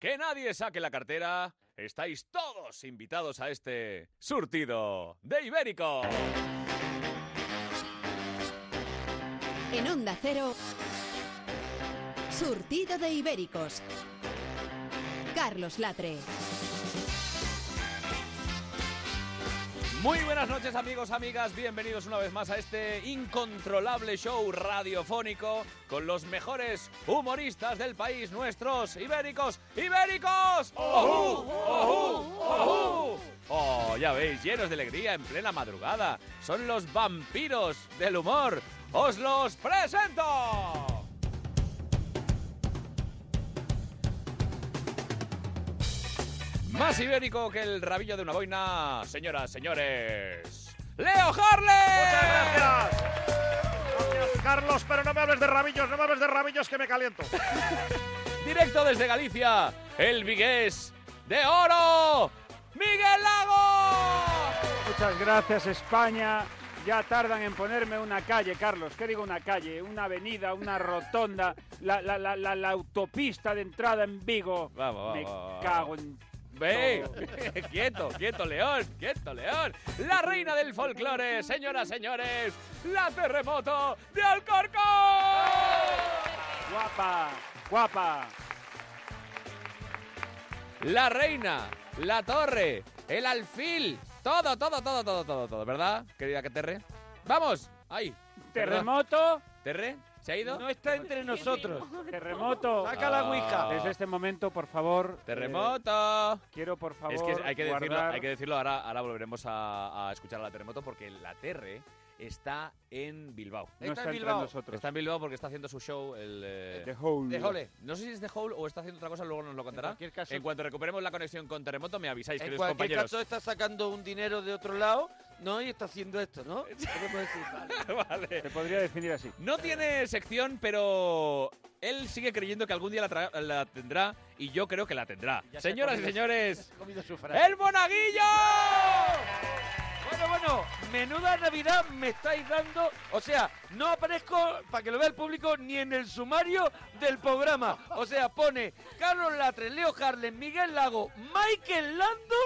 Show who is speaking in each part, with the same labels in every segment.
Speaker 1: Que nadie saque la cartera. Estáis todos invitados a este surtido de Ibérico.
Speaker 2: En Onda Cero, surtido de ibéricos. Carlos Latre.
Speaker 1: Muy buenas noches amigos, amigas, bienvenidos una vez más a este incontrolable show radiofónico con los mejores humoristas del país, nuestros ibéricos, ibéricos. ¡Ojú! ¡Ojú! ¡Ojú! Oh, ya veis, llenos de alegría en plena madrugada. Son los vampiros del humor. Os los presento. Más ibérico que el rabillo de una boina, señoras, señores. ¡Leo Harley!
Speaker 3: Muchas gracias. Gracias, Carlos, pero no me hables de rabillos, no me hables de rabillos que me caliento.
Speaker 1: Directo desde Galicia, el vigués de oro, Miguel Lago.
Speaker 4: Muchas gracias, España. Ya tardan en ponerme una calle, Carlos. ¿Qué digo una calle? Una avenida, una rotonda, la, la, la, la, la autopista de entrada en Vigo.
Speaker 1: Vamos,
Speaker 4: Me
Speaker 1: vamos,
Speaker 4: cago en...
Speaker 1: Ve, quieto, quieto, León, quieto, León. La reina del folclore, señoras, señores, la terremoto de Alcorcón.
Speaker 4: Guapa, guapa.
Speaker 1: La reina, la torre, el alfil, todo, todo, todo, todo, todo, todo, ¿verdad, querida Terre? ¡Vamos! ¡Ahí!
Speaker 4: Terremoto.
Speaker 1: ¿Terre? ¿Se ha ido?
Speaker 4: está entre nosotros. Terremoto.
Speaker 1: Saca la Ouija.
Speaker 4: Desde este momento, por favor. eh,
Speaker 1: ¡Terremoto!
Speaker 4: quiero, por favor,
Speaker 1: Es que hay que decirlo,
Speaker 4: guardar-
Speaker 1: hay que decirlo ahora, ahora volveremos a, a escuchar a la terremoto porque la Terre está en Bilbao.
Speaker 4: No está
Speaker 5: en
Speaker 4: entre
Speaker 5: Bilbao.
Speaker 4: nosotros.
Speaker 1: Está en Bilbao porque está haciendo su show el... eh,
Speaker 4: The Hole.
Speaker 5: De Jole.
Speaker 1: no sé si es The Hole o está haciendo otra cosa, luego nos lo contará.
Speaker 5: cualquier caso-
Speaker 1: en cuanto recuperemos la conexión con Terremoto, me avisáis,
Speaker 5: En
Speaker 1: queridos
Speaker 5: cualquier
Speaker 1: compañeros.
Speaker 5: caso está sacando un dinero de otro lado, ¿no? Y está haciendo esto, ¿no? Podemos decir, vale.
Speaker 1: vale.
Speaker 4: Se podría definir así.
Speaker 1: No tiene sección, pero él sigue creyendo que algún día la, tra- la tendrá y yo creo que la tendrá.
Speaker 5: Ya se ha
Speaker 1: Señoras y
Speaker 5: comido-
Speaker 1: señores,
Speaker 5: Ha comido su frase.
Speaker 1: ¡el monaguillo!
Speaker 5: Bueno, bueno, menuda Navidad me estáis dando. O sea, no aparezco, para que lo vea el público, ni en el sumario del programa. O sea, pone Carlos Latre, Leo Harlem, Miguel Lago, Michael Landon,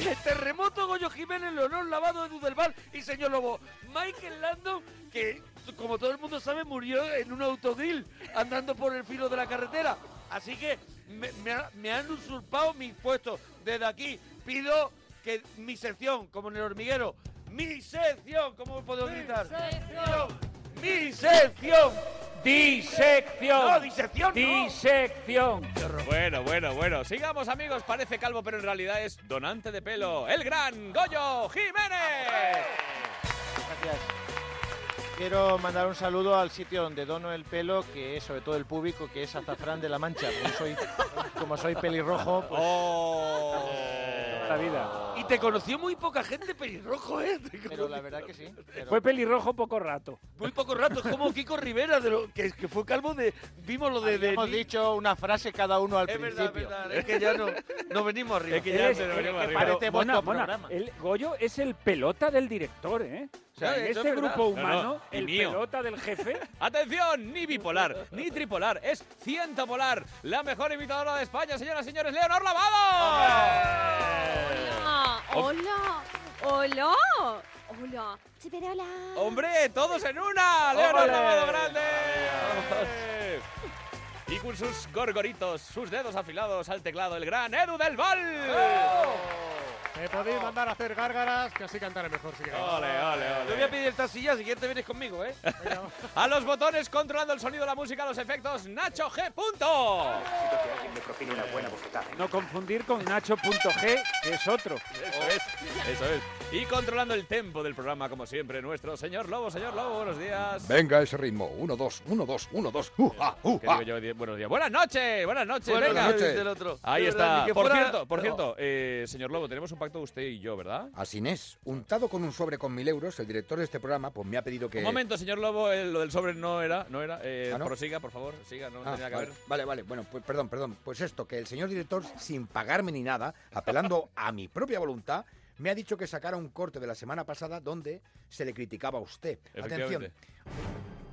Speaker 5: el terremoto Goyo Jiménez, Leonor Lavado, Edu del Val y señor Lobo. Michael Landon, que como todo el mundo sabe, murió en un autodil andando por el filo de la carretera. Así que me, me ha- me han usurpado mis puestos. Desde aquí pido que mi sección, como en el hormiguero, mi sección, ¿cómo puedo gritar? Mi sección,
Speaker 4: Disección.
Speaker 5: No, disección no.
Speaker 4: Disección.
Speaker 1: Bueno, bueno, bueno. Sigamos, amigos. Parece calvo, pero en realidad es donante de pelo. ¡El gran Goyo Jiménez!
Speaker 6: Gracias. Quiero mandar un saludo al sitio donde dono el pelo, que es sobre todo el público, que es Azafrán de la Mancha. Como soy, como soy pelirrojo, pues,
Speaker 1: ¡Oh!
Speaker 4: La vida.
Speaker 5: y te conoció muy poca gente pelirrojo, ¿eh? Te
Speaker 6: pero
Speaker 5: conoció-
Speaker 6: la verdad que sí. pero-
Speaker 4: Fue pelirrojo poco rato.
Speaker 5: Muy poco rato, es como Kiko Rivera, de lo, que, que fue calvo de. Vimos lo de. de
Speaker 6: Hemos
Speaker 5: Ni-
Speaker 6: dicho una frase cada uno al
Speaker 5: Es
Speaker 6: principio.
Speaker 5: verdad, es verdad, es que ya no, no venimos arriba.
Speaker 1: Es que ya
Speaker 4: Eres-
Speaker 1: se lo venimos
Speaker 6: que
Speaker 1: arriba.
Speaker 6: parece-
Speaker 4: Mona,
Speaker 6: vuestro
Speaker 4: Mona,
Speaker 6: programa.
Speaker 4: el Goyo es el pelota del director, ¿eh? O sea,
Speaker 5: No,
Speaker 4: en
Speaker 5: eso
Speaker 4: este
Speaker 5: es verdad.
Speaker 4: grupo
Speaker 1: No, no,
Speaker 4: humano,
Speaker 1: y
Speaker 4: el
Speaker 1: mío.
Speaker 4: pelota del jefe,
Speaker 1: ¡Atención! Ni bipolar, ni tripolar. Es cientopolar. La mejor imitadora de España, señoras y señores, Leonor Lavado. Oh.
Speaker 7: Hola,
Speaker 1: Hom-
Speaker 7: hola, hola, hola. Sí, pero hola.
Speaker 1: ¡Hombre, todos en una! ¡Leonor
Speaker 4: ¡Ole!
Speaker 1: Lavado Grande! Y con sus gorgoritos, sus dedos afilados al teclado, el gran Edu del Val.
Speaker 5: ¡Oh!
Speaker 8: Me podéis mandar a hacer gárgaras, que así cantaré mejor si queréis.
Speaker 1: ¡Ole, ole, ole!
Speaker 5: Te voy a pedir el taxilla, si quieres te vienes conmigo, ¿eh?
Speaker 1: A los botones controlando el sonido, la música, los efectos, Nacho G. Punto.
Speaker 4: no confundir con Nacho.g, que es otro.
Speaker 1: Eso es, eso es. Y controlando el tempo del programa, como siempre, nuestro señor Lobo. Señor Lobo, buenos días.
Speaker 9: Venga ese ritmo. 1, 2, 1, 2, 1, 2. Uh, ah, uh,
Speaker 1: ¿Qué
Speaker 9: ah.
Speaker 1: digo yo? Di- Buenos días. Buenas noches, buenas noches.
Speaker 5: Bueno,
Speaker 1: venga.
Speaker 5: lo que
Speaker 9: noches.
Speaker 5: dice el otro.
Speaker 1: Ahí
Speaker 5: De verdad,
Speaker 1: está.
Speaker 5: ni que
Speaker 1: Por
Speaker 5: fuera-
Speaker 1: cierto, por
Speaker 5: No.
Speaker 1: cierto, eh, señor Lobo, tenemos un pacto usted y yo, ¿verdad?
Speaker 9: Así es. Untado con un sobre con mil euros, el director de este programa pues me ha pedido que.
Speaker 1: Un momento, señor Lobo, eh, lo del sobre no era, no era. eh,
Speaker 9: ¿Ah, no?
Speaker 1: Prosiga, por favor, siga, no
Speaker 9: Ah,
Speaker 1: tenía que
Speaker 9: vale,
Speaker 1: haber.
Speaker 9: vale, vale. Bueno, pues perdón, perdón. Pues esto, que el señor director, sin pagarme ni nada, apelando a mi propia voluntad, me ha dicho que sacara un corte de la semana pasada donde se le criticaba a usted. Atención.
Speaker 1: Efectivamente.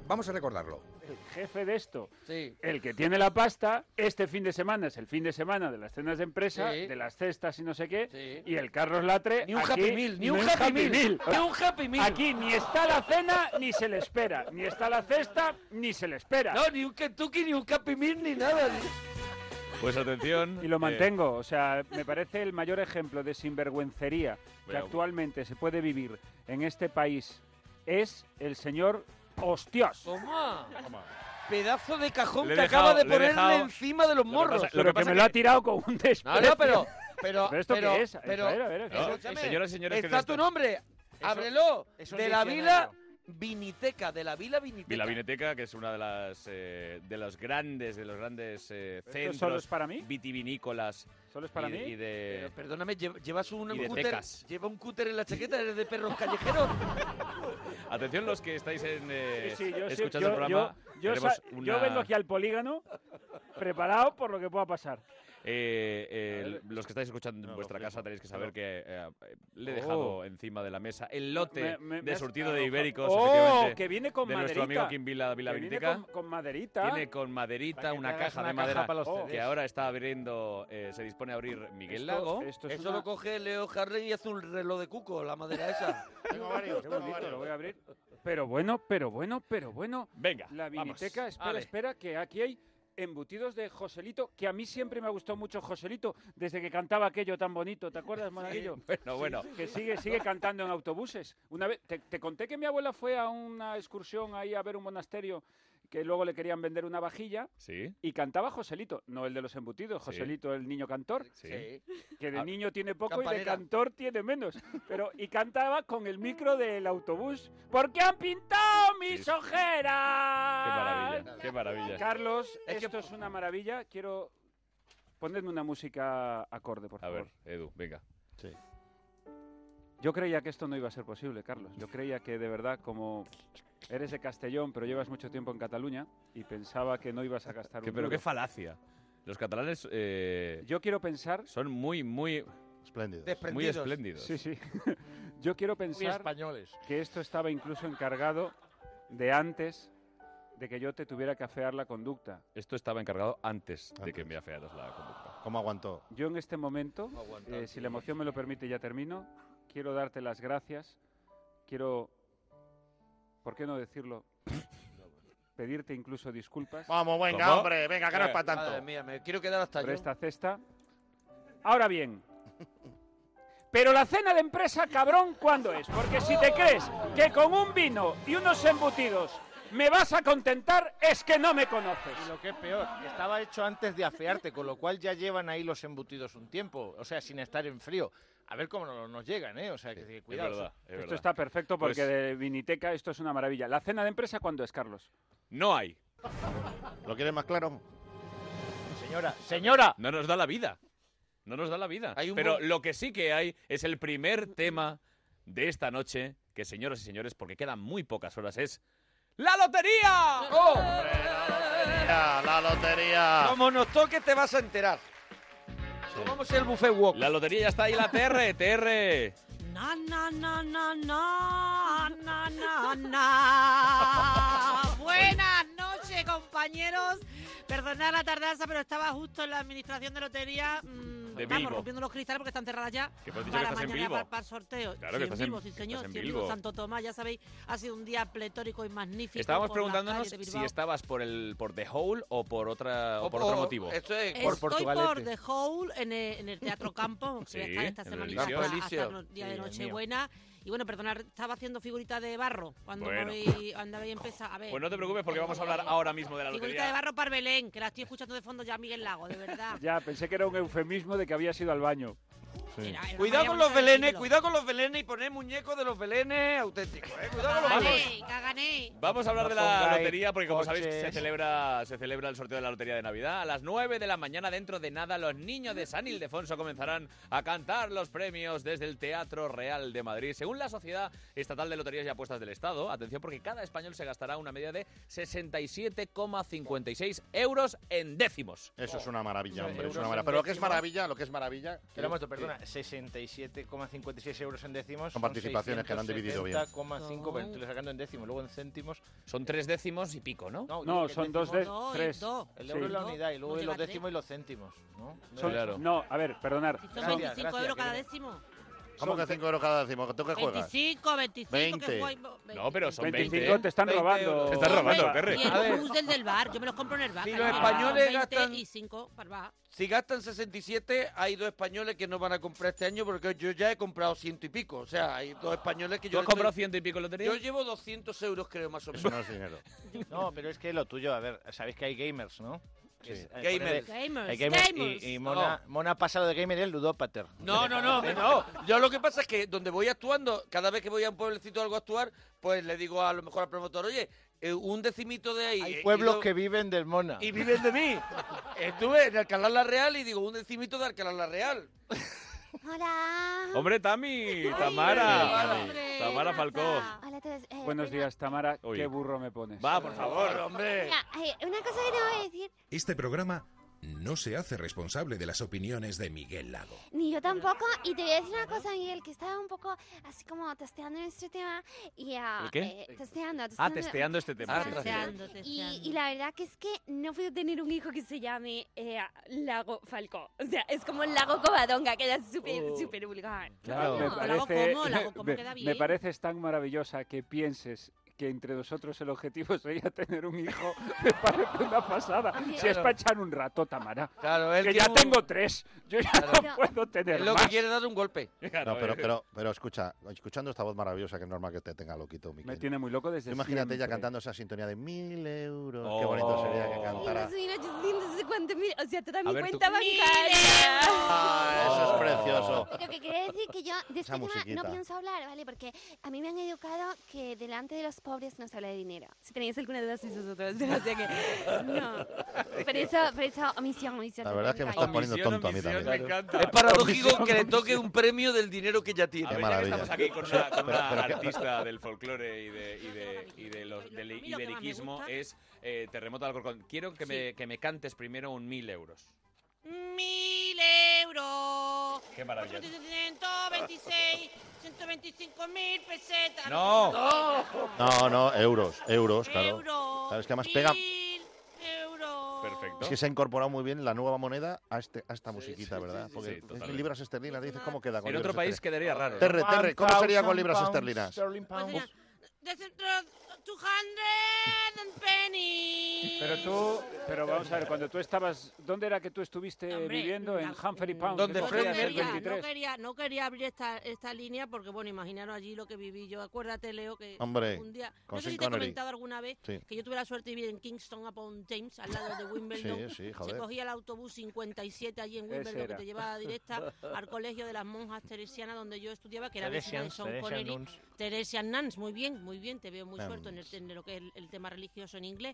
Speaker 9: Vamos a recordarlo.
Speaker 4: el jefe de esto,
Speaker 5: Sí.
Speaker 4: el que tiene la pasta, este fin de semana es el fin de semana de las cenas de empresa,
Speaker 5: Sí.
Speaker 4: de las cestas y no sé qué,
Speaker 5: Sí.
Speaker 4: y el Carlos Latre.
Speaker 5: Ni un
Speaker 4: aquí-
Speaker 5: Happy Meal, ni
Speaker 4: no es
Speaker 5: un Happy Meal,
Speaker 4: O sea,
Speaker 5: ni un Happy Meal.
Speaker 4: Aquí ni está la cena ni se le espera, ni está la cesta ni se le espera.
Speaker 5: No, ni un Kentucky, ni un Happy Meal, ni nada.
Speaker 1: Pues atención.
Speaker 4: Y lo
Speaker 1: eh,
Speaker 4: mantengo, o sea, me parece el mayor ejemplo de sinvergüencería que
Speaker 1: Pero-
Speaker 4: actualmente se puede vivir en este país es el señor Hostias.
Speaker 5: Toma. Pedazo de cajón
Speaker 1: Le he
Speaker 5: que
Speaker 1: dejado-
Speaker 5: acaba de
Speaker 1: le he
Speaker 5: ponerle
Speaker 1: dejado-
Speaker 5: encima de los
Speaker 1: que
Speaker 5: morros.
Speaker 1: pasa- Lo
Speaker 4: Pero que
Speaker 1: pasa
Speaker 4: me
Speaker 1: que-
Speaker 4: lo ha tirado con un
Speaker 5: No,
Speaker 4: desprecio.
Speaker 5: no, pero... Pero,
Speaker 4: ¿Pero esto
Speaker 5: pero-
Speaker 4: qué es?
Speaker 5: pero-
Speaker 4: A ver, a ver, a ver.
Speaker 1: no,
Speaker 5: Escúchame,
Speaker 1: señoras y señores, ¿qué es
Speaker 5: Está
Speaker 1: esto?
Speaker 5: tu nombre. Ábrelo.
Speaker 6: es un
Speaker 5: De la Vila
Speaker 6: diccionario.
Speaker 5: Viniteca. De la Vila Viniteca.
Speaker 1: Vila Vineteca, que es una de las eh, de los grandes de los grandes eh,
Speaker 4: ¿Esto solo es
Speaker 1: centros
Speaker 4: para mí?
Speaker 1: vitivinícolas
Speaker 4: ¿Solo es para
Speaker 1: y,
Speaker 4: mí?
Speaker 1: y
Speaker 5: Pero
Speaker 1: de
Speaker 5: perdóname, lle- llevas un
Speaker 1: y de
Speaker 5: cúter,
Speaker 1: tecas.
Speaker 5: lleva un cúter en la chaqueta, eres de perros callejeros.
Speaker 1: atención los que estáis en, eh,
Speaker 4: Sí, sí, yo sí-
Speaker 1: escuchando el
Speaker 4: yo-
Speaker 1: programa.
Speaker 4: yo- yo
Speaker 1: tenemos
Speaker 4: sa- yo
Speaker 1: una-
Speaker 4: vengo aquí al polígono preparado por lo que pueda pasar.
Speaker 1: Eh, eh, los que estáis escuchando en
Speaker 8: No,
Speaker 1: vuestra
Speaker 8: lo
Speaker 1: casa
Speaker 8: firmo,
Speaker 1: tenéis que
Speaker 8: no.
Speaker 1: saber que eh, eh, le he dejado encima de la mesa el lote
Speaker 4: Oh. Me- me- me
Speaker 1: de
Speaker 4: has-
Speaker 1: surtido de ibéricos
Speaker 4: ¡Oh!
Speaker 1: efectivamente,
Speaker 4: Que viene con
Speaker 1: de
Speaker 4: maderita.
Speaker 1: nuestro amigo Kim Vila Vila
Speaker 4: Que viene
Speaker 1: Vineteca.
Speaker 4: con, con maderita. Oh,
Speaker 1: Tiene con maderita
Speaker 6: Para que te
Speaker 1: una
Speaker 6: hagas
Speaker 1: caja
Speaker 6: una
Speaker 1: de
Speaker 6: caja
Speaker 1: madera
Speaker 6: para los
Speaker 1: que
Speaker 6: CDs.
Speaker 1: ahora está abriendo, eh, se dispone a abrir Miguel
Speaker 4: Esto-
Speaker 1: Lago.
Speaker 4: Esto es
Speaker 5: Eso
Speaker 4: una-
Speaker 5: lo coge Leo Harley y hace un reloj de cuco, la madera esa.
Speaker 8: Tengo varios,
Speaker 4: Qué
Speaker 8: tengo
Speaker 4: bonito,
Speaker 8: varios.
Speaker 4: lo voy a abrir. Pero bueno, pero bueno, pero bueno.
Speaker 1: Venga,
Speaker 4: La
Speaker 1: vamos.
Speaker 4: miniteca, espera,
Speaker 1: Ale.
Speaker 4: espera, que aquí hay embutidos de Joselito, que a mí siempre me ha gustado mucho Joselito, desde que cantaba aquello tan bonito, ¿te acuerdas, Monaguillo?
Speaker 1: Bueno, bueno.
Speaker 4: Que sigue, sigue cantando en autobuses. Una vez, te, te conté que mi abuela fue a una excursión ahí a ver un monasterio que luego le querían vender una vajilla
Speaker 1: Sí,
Speaker 4: y cantaba Joselito, no el de los embutidos, Joselito el niño cantor,
Speaker 1: sí.
Speaker 4: que de
Speaker 1: Ah,
Speaker 4: niño tiene poco y de
Speaker 5: campanera.
Speaker 4: cantor tiene menos, pero y cantaba con el micro
Speaker 6: Mm.
Speaker 4: del autobús, porque han pintado mis
Speaker 1: Sí. Qué
Speaker 4: ojeras.
Speaker 1: maravilla,
Speaker 4: Ah,
Speaker 1: qué maravilla.
Speaker 4: Carlos,
Speaker 5: Es que-
Speaker 4: esto es una maravilla. Quiero ponerme una música acorde, por
Speaker 1: A
Speaker 4: favor.
Speaker 1: ver, Edu, venga.
Speaker 4: Yo creía que esto no iba a ser posible, Carlos. Yo creía que de verdad, como eres de Castellón, pero llevas mucho tiempo en Cataluña, y pensaba que no ibas a gastar
Speaker 1: Que-
Speaker 4: un
Speaker 1: pero qué
Speaker 4: duro.
Speaker 1: falacia. Los catalanes eh,
Speaker 4: Yo quiero pensar.
Speaker 1: son muy, muy,
Speaker 8: Espléndido.
Speaker 1: muy
Speaker 5: Desprendidos.
Speaker 1: espléndidos.
Speaker 4: Sí, sí. Yo quiero
Speaker 6: Muy
Speaker 4: pensar
Speaker 6: españoles.
Speaker 4: que esto estaba incluso encargado de antes de que yo te tuviera que afear la conducta.
Speaker 1: Esto estaba encargado antes, de
Speaker 8: Antes.
Speaker 1: que me afearas la conducta.
Speaker 8: ¿Cómo aguantó?
Speaker 4: Yo en este momento Eh,
Speaker 5: Aguantad,
Speaker 4: si la emoción me lo permite, ya termino. Quiero darte las gracias. Quiero, ¿por qué no decirlo? Pedirte incluso disculpas
Speaker 8: Vamos, venga,
Speaker 1: ¿Cómo?
Speaker 8: hombre, venga, que no es para
Speaker 5: Madre
Speaker 8: tanto.
Speaker 5: mía, me quiero quedar hasta
Speaker 4: por
Speaker 5: yo.
Speaker 4: esta cesta. Ahora bien, pero la cena de empresa, cabrón, ¿cuándo es? Porque si te crees que con un vino y unos embutidos me vas a contentar, es que no me conoces.
Speaker 6: Y lo que es peor, estaba hecho antes de afearte, con lo cual ya llevan ahí los embutidos un tiempo, o sea, sin estar en frío. A ver cómo no- nos llegan, ¿eh? O sea, que
Speaker 1: Es
Speaker 6: cuidado.
Speaker 1: verdad, es
Speaker 4: Esto
Speaker 1: verdad.
Speaker 4: está perfecto porque
Speaker 1: Pues-
Speaker 4: de viniteca esto es una maravilla. ¿La cena de empresa cuándo es, Carlos?
Speaker 1: No hay.
Speaker 8: ¿Lo quieres más claro?
Speaker 6: Señora, señora.
Speaker 1: No nos da la vida. No nos da la vida.
Speaker 5: Hay un
Speaker 1: Pero
Speaker 5: mo-
Speaker 1: lo que sí que hay es el primer tema de esta noche, que señoras y señores, porque quedan muy pocas horas, es la lotería.
Speaker 5: ¡Oh!
Speaker 8: Ya, la lotería.
Speaker 5: Como nos toque te vas a enterar. Tomamos el buffet wok.
Speaker 1: La lotería ya está ahí, la TR, TR.
Speaker 2: Na, na, na, na, na, na, na, na. Buenas noches, compañeros. Perdonad la tardanza, pero estaba justo en la administración de lotería. mm,
Speaker 1: De
Speaker 2: vamos,
Speaker 1: Bilbo.
Speaker 2: rompiendo los cristales porque están cerradas ya.
Speaker 1: Que hemos dicho que
Speaker 2: Para
Speaker 1: estás en
Speaker 2: mañana
Speaker 1: vivo.
Speaker 2: para, para el sorteo.
Speaker 1: Claro
Speaker 2: Sí,
Speaker 1: que estás en-
Speaker 2: en vivo, sí,
Speaker 1: que
Speaker 2: señor.
Speaker 1: estás en
Speaker 2: sí, en vivo.
Speaker 1: Bilbo.
Speaker 2: Santo Tomás, ya sabéis, ha sido un día pletórico y magnífico.
Speaker 1: Estábamos
Speaker 2: por las
Speaker 1: preguntándonos
Speaker 2: calles de
Speaker 1: si
Speaker 2: Bilbao.
Speaker 1: estabas por el por The Hole o por otra o, por otro motivo.
Speaker 5: Eso es.
Speaker 2: Estoy
Speaker 5: por-
Speaker 2: por,
Speaker 6: Portugalete.
Speaker 2: The Hole en el, en el Teatro Campo, que voy
Speaker 1: Sí,
Speaker 2: a estar esta
Speaker 1: en el
Speaker 2: semana
Speaker 1: Elíseo.
Speaker 2: hasta, hasta
Speaker 5: Elíseo.
Speaker 2: no- día
Speaker 6: Sí,
Speaker 2: de
Speaker 6: el mío.
Speaker 2: Nochebuena. Y bueno, perdonad, estaba haciendo figuritas de barro cuando
Speaker 1: Bueno.
Speaker 2: voy, andaba y empezaba. A ver,
Speaker 1: Pues no te preocupes porque vamos a hablar ahora mismo de la
Speaker 2: figurita de
Speaker 1: lotería.
Speaker 2: barro para Belén, que la estoy escuchando de fondo ya Miguel Lago, de verdad.
Speaker 4: Ya, pensé que era un eufemismo de que había sido al baño.
Speaker 2: Era- era
Speaker 5: Cuidado
Speaker 2: María
Speaker 5: con los
Speaker 2: Bonita del
Speaker 5: belenes,
Speaker 2: siglo.
Speaker 5: cuidado con los belenes y poner muñecos de los belenes auténticos. eh. Cuidado con los belenes.
Speaker 2: Cagané, cagané.
Speaker 1: Vamos a hablar
Speaker 6: No
Speaker 1: de la
Speaker 6: pongáis
Speaker 1: lotería porque como sabéis se
Speaker 6: coches.
Speaker 1: celebra se celebra el sorteo de la lotería de Navidad a las 9 de la mañana dentro de nada los niños de San Ildefonso comenzarán a cantar los premios desde el Teatro Real de Madrid. Según la Sociedad Estatal de Loterías y Apuestas del Estado, atención porque cada español se gastará una media de 67,56 euros en décimos.
Speaker 8: Eso es una maravilla,
Speaker 6: No,
Speaker 8: hombre, es
Speaker 6: euros
Speaker 8: una
Speaker 6: en
Speaker 8: maravilla. Pero lo que es
Speaker 6: décimos.
Speaker 8: maravilla, lo que es maravilla...
Speaker 6: Pero, Mato, perdona, 67,56 euros en décimos.
Speaker 10: Son participaciones que la han dividido bien.
Speaker 6: 60,5, bueno, tú le sacando en décimos, luego en céntimos.
Speaker 1: Son tres décimos y pico, ¿no?
Speaker 6: No,
Speaker 4: No,
Speaker 6: el
Speaker 4: son dos
Speaker 6: décimo-
Speaker 4: de- No, tres. es dos.
Speaker 6: El euro
Speaker 4: Sí.
Speaker 6: es la unidad y luego
Speaker 2: No
Speaker 6: los
Speaker 2: lleva
Speaker 6: décimos y los céntimos. ¿no? No
Speaker 4: Son-
Speaker 6: es-
Speaker 4: No, a ver, perdonar.
Speaker 2: Son 25 euros cada décimo.
Speaker 10: ¿Cómo que 5 euros cada décimo? ¿Tú qué juegas?
Speaker 2: 25, 25.
Speaker 10: 20.
Speaker 2: Que guay,
Speaker 1: No, pero son
Speaker 4: 25
Speaker 1: 20, ¿eh?
Speaker 4: te están
Speaker 5: 20
Speaker 4: robando.
Speaker 5: euros.
Speaker 1: Te están robando, Perry.
Speaker 2: Y el
Speaker 5: A ver.
Speaker 2: plus del del bar, yo me los compro en el bar.
Speaker 5: Si
Speaker 2: cariño,
Speaker 5: los
Speaker 2: que son
Speaker 5: españoles
Speaker 2: 20
Speaker 5: gastan-
Speaker 2: Y 5 para el bar.
Speaker 5: Si gastan 67, hay dos españoles que no van a comprar este año porque yo ya he comprado ciento y pico. O sea, hay dos españoles que
Speaker 1: ¿Tú
Speaker 5: yo... le
Speaker 1: has
Speaker 5: estoy-
Speaker 1: comprado ciento y pico en lotería?
Speaker 5: Yo llevo 200 euros, creo, más o menos.
Speaker 10: Eso no es dinero.
Speaker 6: No, pero es que lo tuyo, a ver, sabéis que hay gamers, ¿no? Que es- eh, poner
Speaker 5: Gamers.
Speaker 6: de-
Speaker 2: Gamers.
Speaker 6: Hay gamers. Y, y Mona, Mona ha pasado de gamer y es ludópater.
Speaker 5: No, no, no, no. Yo lo que pasa es que donde voy actuando, cada vez que voy a un pueblecito o algo a actuar, pues le digo a lo mejor al promotor, oye, eh, un decimito de ahí.
Speaker 6: Hay
Speaker 5: eh,
Speaker 6: pueblos
Speaker 5: y lo-
Speaker 6: que viven del Mona.
Speaker 5: Y viven de mí. Estuve en Alcalá la Real y digo, un decimito de Alcalá la Real.
Speaker 7: Hola.
Speaker 1: Hombre, Tami,
Speaker 10: Tamara.
Speaker 1: Tamara.
Speaker 2: Hombre,
Speaker 1: Tamara
Speaker 2: raza.
Speaker 1: Falcó.
Speaker 7: Hola, todos. Eh,
Speaker 4: Buenos
Speaker 7: bueno,
Speaker 4: días, Tamara.
Speaker 1: Uy.
Speaker 4: Qué burro me pones.
Speaker 1: Va, por favor.
Speaker 5: hombre.
Speaker 7: mira, eh, una cosa que tengo que decir,
Speaker 11: Este programa no se hace responsable de las opiniones de Miguel Lago.
Speaker 7: ni yo tampoco, y te voy a decir una cosa, Miguel, que estaba un poco así como testeando nuestro tema y ah,
Speaker 1: ¿El qué?
Speaker 7: eh, testeando,
Speaker 1: Ah,
Speaker 7: testeando.
Speaker 1: testeando este tema.
Speaker 5: Ah,
Speaker 1: sí, sí.
Speaker 2: Testeando,
Speaker 7: Y,
Speaker 2: testeando.
Speaker 7: y la verdad que es que no puedo tener un hijo que se llame eh, Lago Falcó. O sea, es como Lago Covadonga, que era súper, súper vulgar.
Speaker 1: Ah. Oh. Claro.
Speaker 4: Me
Speaker 2: No, la hago
Speaker 4: parece,
Speaker 2: como, la hago como
Speaker 4: me-
Speaker 2: queda
Speaker 4: me
Speaker 2: bien.
Speaker 4: pareces tan maravillosa que pienses que entre nosotros el objetivo sería tener un hijo. Me parece una pasada. Si es para echar un rato, Tamara.
Speaker 5: Claro, él
Speaker 4: Que
Speaker 5: quiere
Speaker 4: ya
Speaker 5: un-
Speaker 4: tengo tres. Yo ya
Speaker 7: Claro.
Speaker 4: no puedo tener
Speaker 5: Él lo que
Speaker 4: más. eh.
Speaker 5: quiere es dar un golpe.
Speaker 10: No, pero, pero, pero escucha, escuchando esta voz maravillosa que es normal que te tenga loquito,
Speaker 4: Me
Speaker 10: Miguel.
Speaker 4: tiene muy loco desde
Speaker 10: Imagínate ella
Speaker 4: siempre.
Speaker 10: cantando esa sintonía de mil euros.
Speaker 1: Oh.
Speaker 10: Qué bonito sería que
Speaker 7: Y
Speaker 10: cantara.
Speaker 7: no soy una Justin, no sé cuánto mil, o sea, toda
Speaker 1: A
Speaker 7: mi
Speaker 1: ver, tú-
Speaker 7: cuenta bancaria.
Speaker 10: Ah, eso es precioso.
Speaker 7: Lo que quiere decir que yo de este
Speaker 10: Esa
Speaker 7: tema no
Speaker 10: musiquita.
Speaker 7: pienso hablar, ¿vale? Porque a mí me han educado que delante de los pobres no se habla de dinero. Si tenéis alguna duda, sois vosotros. O sea que, no. Por eso, por eso, omisión, omisión.
Speaker 10: La verdad es que me estás
Speaker 7: Venga.
Speaker 10: poniendo tonto a mí
Speaker 1: Omisión, omisión,
Speaker 10: también.
Speaker 1: Me encanta.
Speaker 5: Es paradójico que le toque un premio del dinero que ya
Speaker 1: A
Speaker 5: tiene.
Speaker 1: ver,
Speaker 10: Qué
Speaker 1: ya que
Speaker 10: maravilla.
Speaker 1: estamos aquí con una, con
Speaker 10: Pero-
Speaker 1: una
Speaker 10: pero qué-
Speaker 1: artista del folclore y, de, y, de, y de los, del
Speaker 2: A mí lo que más me
Speaker 1: iberiquismo,
Speaker 2: gusta-
Speaker 1: es eh, Terremoto de Alcorcón. Quiero que, me, que me cantes primero un mil euros.
Speaker 2: Mil euros.
Speaker 1: Qué maravilla.
Speaker 2: Pues 426, 125 mil pesetas.
Speaker 1: No.
Speaker 10: No, no, euros, euros, claro.
Speaker 2: Euros.
Speaker 10: Sabes que además pega-
Speaker 2: Mil euros.
Speaker 1: Perfecto.
Speaker 10: Es que se ha incorporado muy bien la nueva moneda a, este, a esta
Speaker 5: Sí,
Speaker 10: musiquita,
Speaker 5: sí, sí,
Speaker 10: ¿verdad?
Speaker 5: sí,
Speaker 10: Porque
Speaker 1: sí,
Speaker 10: es
Speaker 1: totalmente.
Speaker 10: libras esterlinas, dices, ¿cómo queda con
Speaker 1: En otro
Speaker 10: libras
Speaker 1: país
Speaker 10: esterlinas?
Speaker 1: quedaría raro. ¿no?
Speaker 10: Terre, terre, ¿cómo sería con
Speaker 6: 1,000
Speaker 10: libras
Speaker 6: pounds,
Speaker 10: esterlinas?
Speaker 6: sterling pounds.
Speaker 2: Pues mira, 200 and pennies.
Speaker 4: Pero tú, pero vamos a ver, cuando tú estabas, ¿dónde era que tú estuviste
Speaker 2: Hombre,
Speaker 4: viviendo? En
Speaker 2: la- mm,
Speaker 4: Humphrey Pound.
Speaker 5: Donde
Speaker 4: que
Speaker 2: No
Speaker 4: eso
Speaker 5: Fred
Speaker 4: podía
Speaker 2: quería,
Speaker 4: ser
Speaker 5: Mercury.
Speaker 2: no,
Speaker 4: 23.
Speaker 2: quería, no quería abrir esta, esta línea porque, bueno, imaginaros allí lo que viví yo. Acuérdate, Leo, que
Speaker 10: Hombre,
Speaker 2: un día...
Speaker 10: con
Speaker 2: no sé si
Speaker 10: Sean
Speaker 2: te he
Speaker 10: Connery.
Speaker 2: comentado alguna vez
Speaker 10: Sí.
Speaker 2: que yo tuve la suerte de vivir en Kingston upon Thames, al lado de Wimbledon.
Speaker 10: Sí, sí,
Speaker 2: Se
Speaker 10: joder.
Speaker 2: cogía el autobús 57 allí en
Speaker 4: Ese
Speaker 2: Wimbledon que
Speaker 4: era.
Speaker 2: te llevaba directa al colegio de las monjas teresianas donde yo estudiaba, que era vecina de
Speaker 6: Teresians,
Speaker 2: Sean
Speaker 6: Teresian
Speaker 2: Connery.
Speaker 6: Nuns.
Speaker 2: Teresa Nance, muy bien, muy bien, te veo
Speaker 10: Em,
Speaker 2: muy suelto en, el,
Speaker 10: Nuns.
Speaker 2: en lo que es el, el tema religioso en inglés.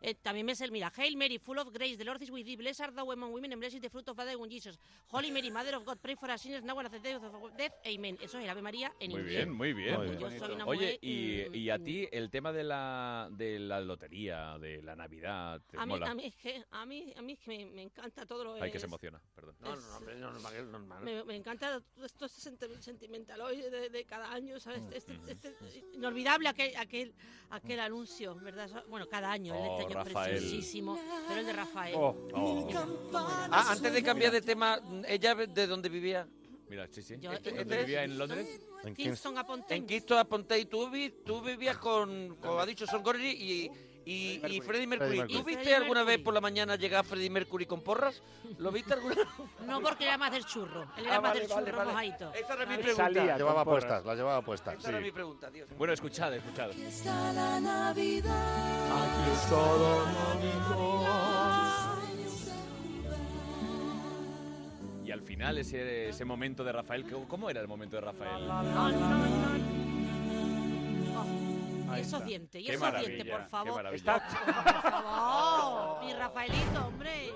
Speaker 2: Eh, también me es el, mira, Hail Mary, full of grace, the Lord is with thee, blessed art thou among women, and blessed is the fruit of thy womb, Jesus. Holy Mary, Mother of God, pray for us sinners, now and at the day of our death, amen. Eso es el Ave María en
Speaker 1: Muy
Speaker 2: inglés.
Speaker 1: bien, muy bien.
Speaker 10: Muy bien.
Speaker 2: Yo soy una
Speaker 1: Oye,
Speaker 2: mujer,
Speaker 1: y,
Speaker 2: mm,
Speaker 1: y a
Speaker 2: mm,
Speaker 1: ti el tema de la, de la lotería, de la Navidad, te
Speaker 2: A mí,
Speaker 1: mola.
Speaker 2: a mí es que, a mí, a mí es que me, me encanta todo lo
Speaker 1: Ay, que se
Speaker 2: es-
Speaker 1: emociona, perdón.
Speaker 5: No, no, no, hombre, normal, es normal.
Speaker 2: Me, me encanta todo esto este senti- sentimental hoy de, de cada año, ¿sabes?
Speaker 1: Mm.
Speaker 2: Este- este- inolvidable aquel, aquel, aquel anuncio, ¿verdad? Eso- Bueno, cada año, el de
Speaker 1: Oh,
Speaker 2: este año es
Speaker 1: Rafael.
Speaker 2: preciosísimo, pero el de Rafael.
Speaker 4: Oh,
Speaker 1: Oh,
Speaker 5: Ah, antes de cambiar de tema, ¿ella de dónde vivía?
Speaker 1: mira, sí, sí.
Speaker 2: Yo-
Speaker 1: Este-
Speaker 5: este
Speaker 1: este
Speaker 5: es-
Speaker 1: vivía en Londres?
Speaker 10: En Kingston.
Speaker 2: Kingston upon
Speaker 5: En
Speaker 2: Thames.
Speaker 5: Kingston upon Thames, tú, vi- tú vivías con, como ha dicho Son Connery y, y, y Freddie Mercury.
Speaker 10: Freddie
Speaker 5: ¿Tú
Speaker 2: Mercury.
Speaker 5: viste
Speaker 2: Freddie
Speaker 5: alguna vez
Speaker 2: Mercury.
Speaker 5: por la mañana llegar Freddie Mercury con porras? ¿Lo viste alguna vez?
Speaker 2: No, porque era más del churro. Él era
Speaker 5: Ah,
Speaker 2: más Ah,
Speaker 5: vale,
Speaker 2: del
Speaker 5: vale,
Speaker 2: churro
Speaker 5: vale.
Speaker 2: mojadito.
Speaker 5: Esa era mi
Speaker 4: Él
Speaker 5: pregunta.
Speaker 4: salía.
Speaker 10: Llevaba
Speaker 4: Con porras.
Speaker 10: puestas, la llevaba puesta.
Speaker 5: Esa era mi pregunta, Dios.
Speaker 1: Bueno, escuchad, escuchad. Y al final ese, ese momento de Rafael, ¿cómo- ¿cómo era el momento de Rafael?
Speaker 2: No, no, no. Oh, y esos dientes, y
Speaker 1: Qué
Speaker 2: esos dientes,
Speaker 1: maravilla,
Speaker 2: por
Speaker 1: qué
Speaker 2: favor.
Speaker 1: maravilla.
Speaker 2: Por favor, mi Rafaelito, hombre.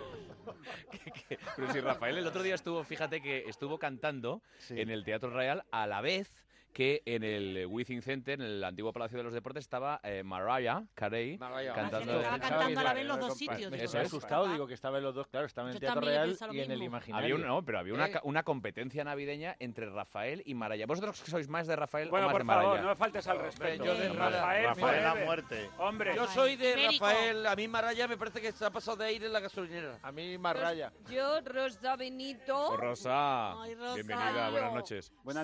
Speaker 1: Que- Pero si Rafael el otro día estuvo, fíjate que estuvo cantando
Speaker 10: Sí.
Speaker 1: en el Teatro Real a la vez que en el Withing Center, en el antiguo Palacio de los Deportes, estaba eh, Mariah Carey cantando.
Speaker 2: Ah, que estaba cantando a la vez en los dos
Speaker 1: Eso
Speaker 2: sitios.
Speaker 6: Me
Speaker 1: es.
Speaker 6: he asustado, digo que estaba en los dos, claro, estaba en el
Speaker 2: Yo
Speaker 6: Teatro
Speaker 2: también he
Speaker 6: Real
Speaker 2: pensado lo
Speaker 6: y en el
Speaker 2: mismo.
Speaker 6: imaginario.
Speaker 1: Había un- no, pero había una,
Speaker 6: Eh.
Speaker 1: ca- una competencia navideña entre Rafael y Maraya. Vosotros que sois más de Rafael
Speaker 4: Bueno,
Speaker 1: o más
Speaker 4: por
Speaker 1: de
Speaker 4: favor,
Speaker 1: Maraya.
Speaker 4: no me faltes al respeto. Rafael,
Speaker 5: Rafael, la
Speaker 4: forever.
Speaker 5: muerte.
Speaker 4: Hombre.
Speaker 5: Yo soy de
Speaker 4: Federico.
Speaker 5: Rafael, a mí Maraya me parece que se ha pasado de aire en la gasolinera.
Speaker 6: A mí
Speaker 5: Maraya.
Speaker 12: Yo, Rosa Benito.
Speaker 1: Pues Rosa.
Speaker 12: Ay, Rosa.
Speaker 1: Bienvenida, buenas noches.
Speaker 12: soy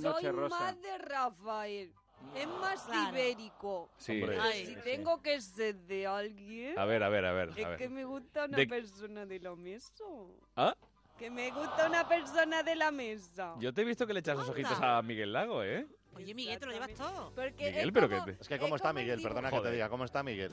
Speaker 12: más de Rafael. Es más ibérico.
Speaker 1: Sí. Hombre.
Speaker 12: Porque
Speaker 1: Sí,
Speaker 12: Si
Speaker 1: sí.
Speaker 12: tengo que ser de alguien.
Speaker 1: A ver, a ver, a ver,
Speaker 12: Es
Speaker 1: a ver.
Speaker 12: que me gusta una
Speaker 1: De-
Speaker 12: persona de la mesa.
Speaker 1: ¿Ah?
Speaker 12: Que me gusta una persona de la mesa.
Speaker 1: Yo te he visto que le echas los ojitos a Miguel Lago, ¿eh?
Speaker 12: Oye, Miguel, te lo llevas todo. Porque
Speaker 2: eh,
Speaker 1: Miguel,
Speaker 12: es
Speaker 1: pero
Speaker 12: como-
Speaker 1: que te-
Speaker 10: Es que cómo está Miguel, perdona que te diga, ¿cómo está Miguel?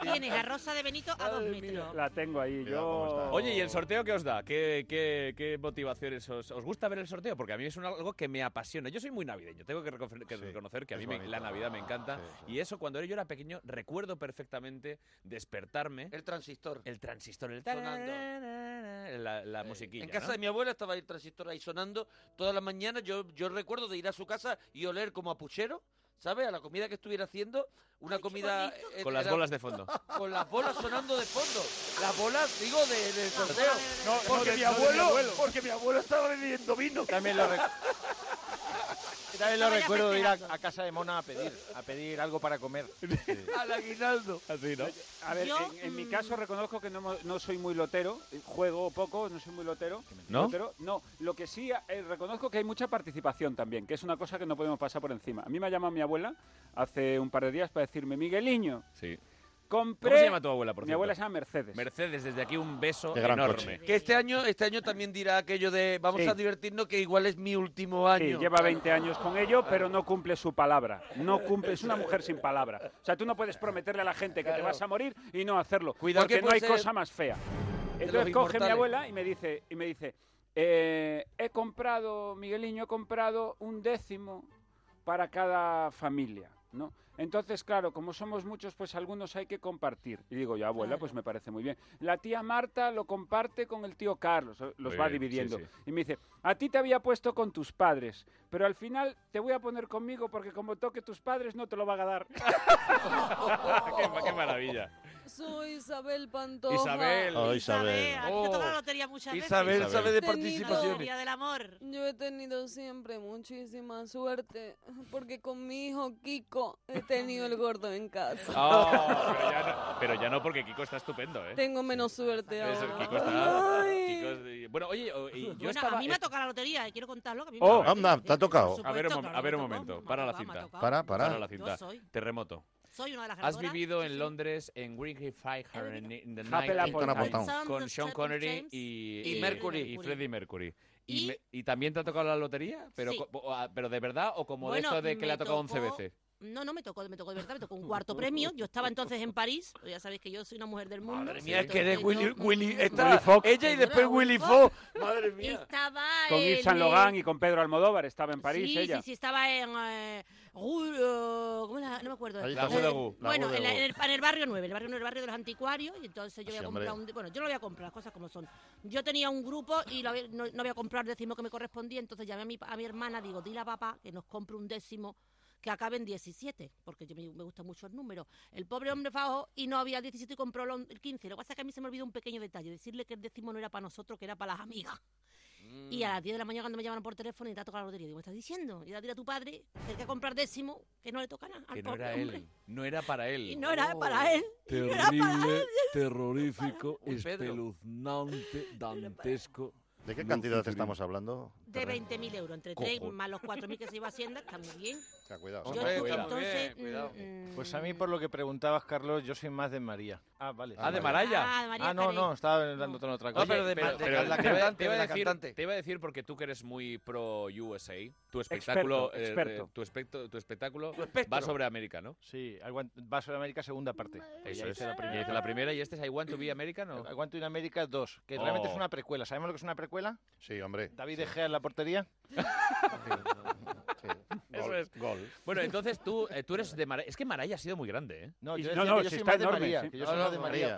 Speaker 2: Tienes a Rosa de Benito a dos metros.
Speaker 4: La tengo ahí,
Speaker 1: yo. Oye, ¿y el sorteo qué os da? ¿Qué, qué, qué motivaciones os, os gusta ver el sorteo? Porque a mí es un- algo que me apasiona. Yo soy muy navideño, tengo que, reconocer- que reconocer que a
Speaker 10: es
Speaker 1: mí me-
Speaker 10: bonito.
Speaker 1: la Navidad me encanta. Y eso, cuando yo era pequeño, recuerdo perfectamente despertarme. El
Speaker 5: transistor.
Speaker 1: El transistor, el
Speaker 5: Sonando.
Speaker 1: La, la
Speaker 5: Eh,
Speaker 1: musiquilla.
Speaker 5: En casa
Speaker 1: ¿no?
Speaker 5: de mi abuela estaba el transistor ahí sonando todas las mañanas. Yo, yo recuerdo de ir a su casa y oler como a puchero, ¿sabes? A la comida que estuviera haciendo. Una comida. eh,
Speaker 1: Con las
Speaker 5: era-
Speaker 1: bolas de fondo.
Speaker 5: Con las bolas sonando de fondo. Las bolas, digo, de, de sorteo.
Speaker 3: No, no,
Speaker 5: porque
Speaker 3: de-
Speaker 5: mi
Speaker 3: no de mi
Speaker 5: abuelo,
Speaker 3: abuelo.
Speaker 5: Porque mi abuelo estaba bebiendo vino.
Speaker 6: También lo recuerdo. También lo
Speaker 5: Estaba ya
Speaker 6: recuerdo de ir a,
Speaker 5: festejando.
Speaker 6: a casa de Mona a pedir, a pedir algo para comer.
Speaker 5: Al aguinaldo.
Speaker 1: Así, ¿no?
Speaker 4: A ver,
Speaker 6: Yo,
Speaker 4: en, en
Speaker 1: mm,
Speaker 4: mi caso reconozco que no, mo- no soy muy lotero, eh, juego poco, no soy muy lotero.
Speaker 1: ¿No?
Speaker 4: Lotero, no, lo que sí eh, reconozco que hay mucha participación también, que es una cosa que no podemos pasar por encima. A mí me ha llamado mi abuela hace un par de días para decirme, Migueliño,
Speaker 1: Sí.
Speaker 4: compré...
Speaker 1: ¿Cómo se llama tu abuela, por
Speaker 4: Mi
Speaker 1: cierto?
Speaker 4: abuela se llama Mercedes.
Speaker 1: Mercedes, desde aquí un beso
Speaker 10: Qué gran
Speaker 1: enorme.
Speaker 5: Que este año, este año también dirá aquello de vamos
Speaker 4: Sí.
Speaker 5: a divertirnos, que igual es mi último año.
Speaker 4: Sí, lleva 20 años con ello, pero no cumple su palabra. No cumple, es una mujer sin palabra. O sea, tú no puedes prometerle a la gente que te
Speaker 5: Claro.
Speaker 4: vas a morir y no hacerlo,
Speaker 5: Cuidado
Speaker 4: porque
Speaker 5: que
Speaker 4: no
Speaker 5: puede
Speaker 4: hay
Speaker 5: ser
Speaker 4: cosa más fea. Entonces coge mi
Speaker 5: inmortales.
Speaker 4: abuela y me dice, y me dice, eh, he comprado, Migueliño, he comprado un décimo para cada familia, ¿no? Entonces, claro, como somos muchos, pues algunos hay que compartir. Y digo yo, abuela, pues me parece muy bien. La tía Marta lo comparte con el tío Carlos, eh, los
Speaker 1: Muy
Speaker 4: va
Speaker 1: bien, sí,
Speaker 4: dividiendo.
Speaker 1: sí.
Speaker 4: Y me dice, a ti te había puesto con tus padres, pero al final te voy a poner conmigo porque como toque tus padres no te lo van a dar.
Speaker 5: Oh.
Speaker 1: qué, ma- qué maravilla.
Speaker 12: Soy Isabel Pantoja.
Speaker 1: Isabel. Oh, Isabel.
Speaker 2: A ti te toca la lotería muchas veces.
Speaker 1: Isabel sabe de
Speaker 12: He tenido-
Speaker 1: participaciones.
Speaker 2: Lotería del amor.
Speaker 12: Yo he tenido siempre muchísima suerte, porque con mi hijo Kiko he tenido el gordo en casa.
Speaker 1: Oh, pero, ya no, pero ya no, porque Kiko está estupendo, ¿eh?
Speaker 12: Tengo menos suerte
Speaker 1: Eso,
Speaker 12: ahora.
Speaker 1: Kiko está.
Speaker 12: Ay.
Speaker 1: Kiko es- bueno, oye, o- y yo
Speaker 2: Bueno,
Speaker 1: estaba.
Speaker 2: a mí me ha tocado la lotería, eh, quiero contarlo. Que a mí
Speaker 1: Oh.
Speaker 2: me ha
Speaker 10: Anda, te ha tocado.
Speaker 1: a ver, un, mom- a ver un momento, para la cinta.
Speaker 2: tocado.
Speaker 10: Para, para.
Speaker 1: la cinta.
Speaker 2: Yo soy.
Speaker 1: Terremoto.
Speaker 2: Soy una de las
Speaker 1: Has
Speaker 2: ganadoras.
Speaker 1: vivido en Londres, en Greenhill Fire, in the
Speaker 4: Chapel
Speaker 1: Night,
Speaker 4: Upon Town.
Speaker 1: con- con Sean Connery y, eh,
Speaker 5: Y Mercury.
Speaker 1: Y Freddie Mercury. Y, me- y también te ha tocado la lotería? ¿Pero,
Speaker 2: Sí.
Speaker 1: co- o- ah, pero de verdad o como de
Speaker 2: Bueno,
Speaker 1: esto de que le
Speaker 2: me
Speaker 1: ha tocado 11
Speaker 2: tocó-
Speaker 1: veces?
Speaker 2: No, no me tocó, me tocó de verdad, me tocó un cuarto premio. Yo estaba entonces en París, pues ya sabéis que yo soy una mujer del mundo.
Speaker 5: Madre mía, es que
Speaker 2: de
Speaker 5: de Willy, Willy, está ella y después Willy Fox. Madre mía.
Speaker 2: Estaba
Speaker 4: Con
Speaker 2: en,
Speaker 4: Yves Saint
Speaker 2: eh,
Speaker 4: Logan y con Pedro Almodóvar, estaba en París
Speaker 2: sí,
Speaker 4: ella.
Speaker 2: Sí, sí, estaba en... eh, Rue, eh, ¿cómo era? No me acuerdo.
Speaker 4: La Rue de
Speaker 2: Eh,
Speaker 4: Gu, la
Speaker 2: Bueno,
Speaker 4: Rue de
Speaker 2: en, la-
Speaker 4: Gu.
Speaker 2: en el, en el barrio 9, el barrio 9, el barrio de los anticuarios. Y entonces yo
Speaker 10: Sí,
Speaker 2: voy a
Speaker 10: hombre.
Speaker 2: comprar un... Bueno, yo lo voy a comprar, las cosas como son. Yo tenía un grupo y lo había- no, no había comprado el décimo que me correspondía. Entonces llamé a mi, a mi hermana, digo, dile a papá que nos compre un décimo que acabe en 17, porque yo me, me gustan mucho el número. El pobre hombre fue a ojo y no había 17 y compró lo- el 15. Lo que pasa es que a mí se me olvidó un pequeño detalle, decirle que el décimo no era para nosotros, que era para las amigas. Y
Speaker 1: Mm.
Speaker 2: a las 10 de la mañana cuando me llamaron por teléfono y te ha tocado la lotería, digo, ¿me estás diciendo? Y ahora dile a tu padre que hay que comprar décimo, que no le toca nada. al
Speaker 1: Que no
Speaker 2: pobre
Speaker 1: era
Speaker 2: hombre.
Speaker 1: él. Oh, No era para él.
Speaker 2: Y no era para él.
Speaker 13: Terrible, terrorífico,
Speaker 5: Pedro.
Speaker 13: espeluznante, dantesco.
Speaker 10: ¿De qué cantidad estamos hablando?
Speaker 2: De 20.000 euros, entre 3
Speaker 10: Cojo.
Speaker 2: más los 4.000 que se iba a Hacienda, está muy bien.
Speaker 10: Está cuidado.
Speaker 2: Yo
Speaker 10: Hombre,
Speaker 2: estu-
Speaker 10: cuidado.
Speaker 2: entonces,
Speaker 10: Muy bien,
Speaker 2: mm,
Speaker 6: Pues a mí, por lo que preguntabas, Carlos, yo soy más de María. Ah, vale.
Speaker 1: Ah, de Maraya.
Speaker 2: Ah, de María
Speaker 6: Ah, no,
Speaker 2: Carey.
Speaker 6: no, estaba hablando de otra cosa.
Speaker 1: te, iba a decir, te iba a decir porque tú que eres muy pro USA, tu espectáculo, eh,
Speaker 6: Experto, experto.
Speaker 1: tu, espectro- tu espectáculo
Speaker 6: espectro.
Speaker 1: va sobre América, ¿no?
Speaker 6: Sí, I want- va sobre América segunda parte.
Speaker 1: Eso
Speaker 6: Ya
Speaker 1: es.
Speaker 6: hice la primera.
Speaker 1: Ya hice la primera y este es I Want to Be American, ¿o?
Speaker 6: I want to be América 2, que realmente
Speaker 1: Oh.
Speaker 6: es una precuela. ¿Sabemos lo que es una precuela?
Speaker 10: Sí, hombre.
Speaker 6: David De Gea en la portería.
Speaker 1: Eso
Speaker 6: Gol,
Speaker 1: es.
Speaker 10: gol.
Speaker 1: Bueno, entonces tú, eh, tú eres de Maraya. Es que Maraya ha sido muy grande, ¿eh?
Speaker 6: No,
Speaker 1: Y-
Speaker 6: yo decía que yo soy más de María, que yo soy más de María.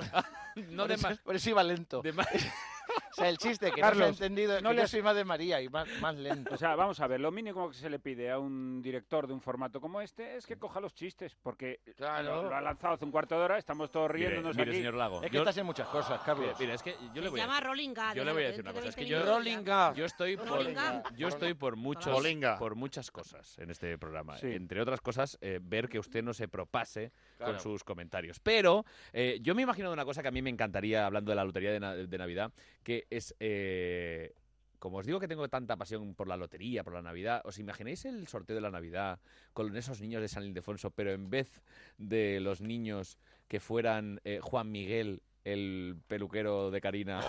Speaker 1: no
Speaker 6: Por
Speaker 1: de
Speaker 6: eso-
Speaker 1: Ma-
Speaker 6: Por eso iba lento.
Speaker 1: de Ma-
Speaker 6: O sea, el chiste que no se ha
Speaker 4: Carlos,
Speaker 6: entendido es
Speaker 4: no
Speaker 6: que yo
Speaker 4: les-
Speaker 6: soy más de María y más, más lento.
Speaker 4: O sea, vamos a ver, lo mínimo que se le pide a un director de un formato como este es que coja los chistes, porque lo, lo ha lanzado hace un cuarto de hora, estamos todos riéndonos
Speaker 1: mire,
Speaker 4: aquí.
Speaker 1: señor Lago, Ah,
Speaker 6: Es que estás en muchas cosas, Carlos.
Speaker 1: Mire, mira, es que yo le voy
Speaker 2: llama
Speaker 1: a...
Speaker 2: Rolling Gag,
Speaker 1: Yo le
Speaker 2: ¿no?
Speaker 1: voy a decir
Speaker 2: Dentro
Speaker 1: una cosa.
Speaker 2: de
Speaker 1: Es que
Speaker 2: 20
Speaker 1: yo,
Speaker 2: minutos Rolling ya. Gag.
Speaker 1: yo estoy por,
Speaker 2: Rolling Gag.
Speaker 1: yo estoy por muchas,
Speaker 5: Rolling Gag.
Speaker 1: por muchas cosas en este programa.
Speaker 5: Sí.
Speaker 1: Entre otras cosas, eh, ver que usted no se propase
Speaker 5: Claro.
Speaker 1: con sus comentarios. Pero eh, yo me imagino de una cosa que a mí me encantaría, hablando de la lotería de, na- de Navidad, que es... eh, como os digo que tengo tanta pasión por la lotería, por la Navidad, ¿os imagináis el sorteo de la Navidad con esos niños de San Ildefonso, pero en vez de los niños que fueran eh, Juan Miguel, el peluquero de Karina,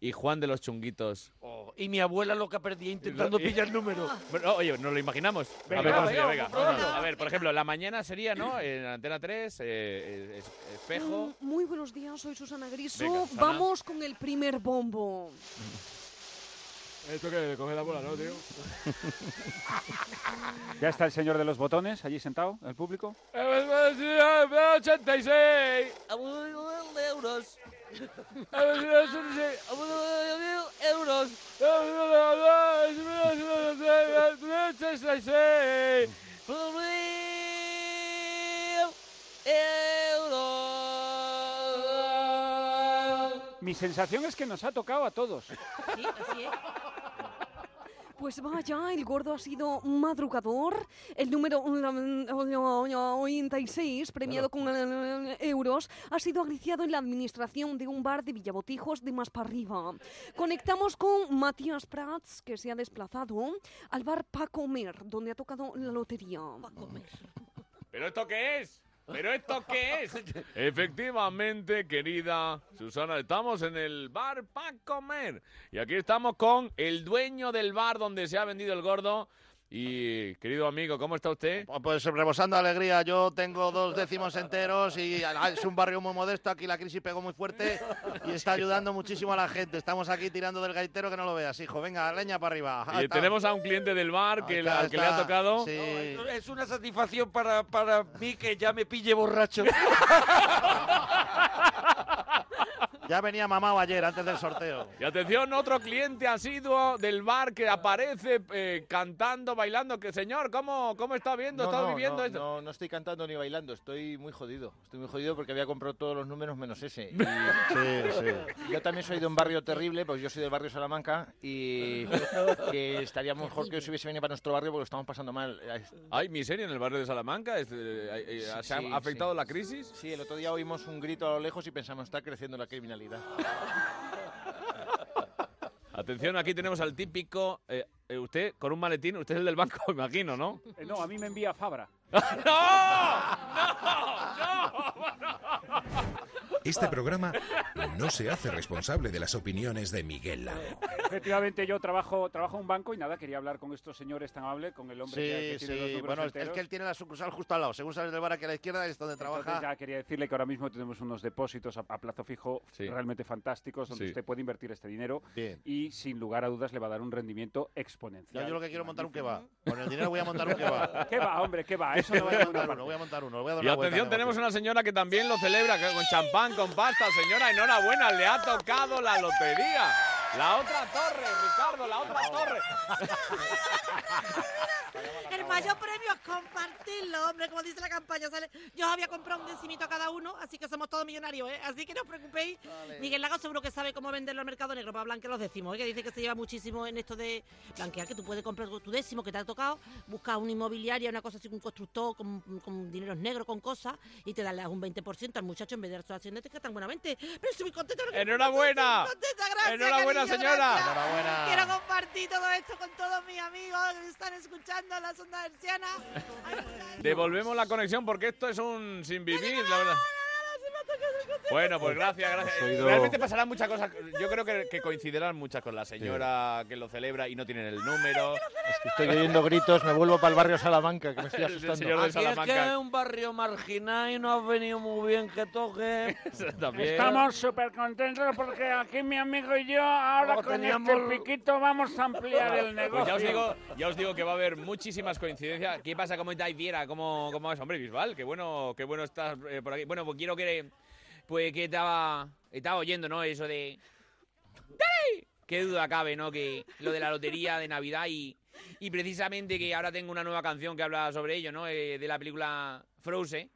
Speaker 1: y Juan de los Chunguitos?
Speaker 5: Oh. Y mi abuela loca perdía intentando
Speaker 1: Y-
Speaker 5: pillar números.
Speaker 1: Bueno, oye, nos lo imaginamos.
Speaker 5: Venga,
Speaker 1: a ver,
Speaker 5: venga,
Speaker 1: cómo sería, venga.
Speaker 5: vamos a probarlo.
Speaker 1: A ver, por ejemplo, la mañana sería, ¿no? En Antena 3, eh, es- es- Espejo.
Speaker 12: Mm, Muy buenos días, soy Susana Griso.
Speaker 1: Venga, Susana.
Speaker 12: Vamos con el primer bombo.
Speaker 8: Esto que coge la bola, ¿no, tío?
Speaker 4: Ya está el señor de los botones allí sentado, el público.
Speaker 5: 86 euros. euros.
Speaker 4: Mi sensación es que nos ha tocado a todos.
Speaker 12: Pues vaya, el gordo ha sido madrugador. El número 86, premiado con eh, euros, ha sido agraciado en la administración de un bar de Villavotijos de más para arriba. Conectamos con Matías Prats, que se ha desplazado al bar Pa Comer, donde ha tocado la lotería.
Speaker 1: ¿Pero esto qué es? ¿Pero esto qué es? Efectivamente, querida Susana, estamos en el bar para comer. Y aquí estamos con el dueño del bar donde se ha vendido el gordo. Y, querido amigo, ¿cómo está usted?
Speaker 10: Pues rebosando alegría, yo tengo dos décimos enteros y ah, es un barrio muy modesto, aquí la crisis pegó muy fuerte y está ayudando muchísimo a la gente. Estamos aquí tirando del gaitero que no lo veas, hijo. Venga, leña para arriba. Ah,
Speaker 1: Y
Speaker 10: está.
Speaker 1: tenemos a un cliente del bar que,
Speaker 10: Ahí
Speaker 1: la-
Speaker 10: está,
Speaker 1: al que le ha
Speaker 10: está.
Speaker 1: tocado.
Speaker 10: Sí.
Speaker 5: Es una satisfacción para, para mí que ya me pille borracho.
Speaker 10: Ya venía mamado ayer antes del sorteo.
Speaker 1: Y atención, otro cliente asiduo del bar que aparece eh, cantando, bailando. Que señor, ¿cómo, cómo está viendo?
Speaker 6: No,
Speaker 1: ¿Está
Speaker 6: no,
Speaker 1: viviendo
Speaker 6: no,
Speaker 1: esto?
Speaker 6: no, no estoy cantando ni bailando, estoy muy jodido. Estoy muy jodido porque había comprado todos los números menos ese. Y- Yo también soy de un barrio terrible, pues yo soy del barrio Salamanca y que estaría mejor que os hubiese venido para nuestro barrio porque lo estamos pasando mal.
Speaker 1: Hay miseria en el barrio de Salamanca. Este, eh, eh,
Speaker 6: Sí,
Speaker 1: ¿Se ha
Speaker 6: sí,
Speaker 1: afectado
Speaker 6: sí.
Speaker 1: la crisis?
Speaker 6: Sí, el otro día oímos un grito a lo lejos y pensamos, está creciendo la criminalidad.
Speaker 1: Atención, aquí tenemos al típico. eh, eh, usted con un maletín, usted es el del banco, imagino, ¿no?
Speaker 4: Eh, no, a mí me envía Fabra.
Speaker 11: Este programa no se hace responsable de las opiniones de Miguel Lago.
Speaker 4: Efectivamente, yo trabajo, trabajo en un banco y nada, quería hablar con estos señores tan amables, con el hombre que, que
Speaker 10: Sí,
Speaker 4: tiene los
Speaker 10: sí.
Speaker 4: números
Speaker 10: Bueno, es
Speaker 4: enteros.
Speaker 10: que él tiene la sucursal justo al lado. Según sales del bar aquí a la izquierda es donde
Speaker 4: Entonces
Speaker 10: trabaja.
Speaker 4: ya quería decirle que ahora mismo tenemos unos depósitos a, a plazo fijo
Speaker 1: Sí.
Speaker 4: realmente fantásticos donde
Speaker 1: Sí.
Speaker 4: usted puede invertir este dinero
Speaker 10: Bien.
Speaker 4: y sin lugar a dudas le va a dar un rendimiento exponencial.
Speaker 10: Ya yo lo que quiero es montar un
Speaker 4: Magnífico.
Speaker 10: kebab. Con el dinero voy a montar un kebab.
Speaker 4: ¿Qué va, Ah, hombre? ¿Qué va? Eso no va a
Speaker 10: voy a
Speaker 4: ninguna
Speaker 10: montar
Speaker 4: parte.
Speaker 10: uno, voy a montar uno. le voy a dar
Speaker 1: Y
Speaker 10: una vuelta
Speaker 1: atención,
Speaker 10: al
Speaker 1: tenemos una señora que también lo celebra que con champán, con pasta. Señora, enhorabuena, le ha tocado la lotería. La otra torre, Ricardo, la otra torre.
Speaker 2: El mayor premio es compartirlo, hombre, como dice la campaña. sale- Yo os había comprado un decimito a cada uno, así que somos todos millonarios, ¿eh? Así que no os preocupéis. Miguel Lago seguro que sabe cómo venderlo al mercado negro para blanquear los décimos, ¿eh? que dice que se lleva muchísimo en esto de blanquear, que tú puedes comprar tu décimo que te ha tocado, buscar una inmobiliaria, una cosa así, un constructor con, con dineros negros, con cosas, y te das un 20% al muchacho en vez de dar su acción. Te que tan buenamente. Pero estoy muy contenta. porque-
Speaker 1: ¡Enhorabuena!
Speaker 2: Estoy muy contenta, gracias,
Speaker 1: ¡Enhorabuena,
Speaker 2: cariño,
Speaker 1: señora!
Speaker 2: gracias.
Speaker 1: ¡Enhorabuena!
Speaker 2: Quiero compartir todo esto con todos mis amigos que me están escuchando en la sonda herciana.
Speaker 1: Devolvemos la conexión porque esto es un sin vivir, la verdad. Bueno, pues gracias, gracias.
Speaker 6: Hemos oído-
Speaker 1: Realmente pasarán muchas cosas. Yo creo que, que coincidirán muchas con la señora que lo celebra y no tienen el número.
Speaker 6: Estoy oyendo gritos, me vuelvo para el barrio Salamanca, que me estoy
Speaker 1: El
Speaker 6: asustando.
Speaker 1: señor de
Speaker 5: Es que es
Speaker 1: Salamanca.
Speaker 5: un barrio marginal y no has venido muy bien que toque.
Speaker 1: También.
Speaker 4: Estamos súper contentos porque aquí mi amigo y yo ahora
Speaker 5: No,
Speaker 4: con
Speaker 5: teníamos-
Speaker 4: este piquito vamos a ampliar el negocio.
Speaker 1: Pues ya os digo, ya os digo que va a haber muchísimas coincidencias. ¿Qué pasa como Viera? ¿Cómo, cómo es, hombre, Bisbal? Qué bueno, qué bueno estás eh, por aquí. Bueno, pues quiero que pues que estaba estaba oyendo, ¿no? Eso de Qué duda cabe, ¿no? Que lo de la lotería de Navidad y, y precisamente que ahora tengo una nueva canción que habla sobre ello, ¿no? Eh, de la película Frozen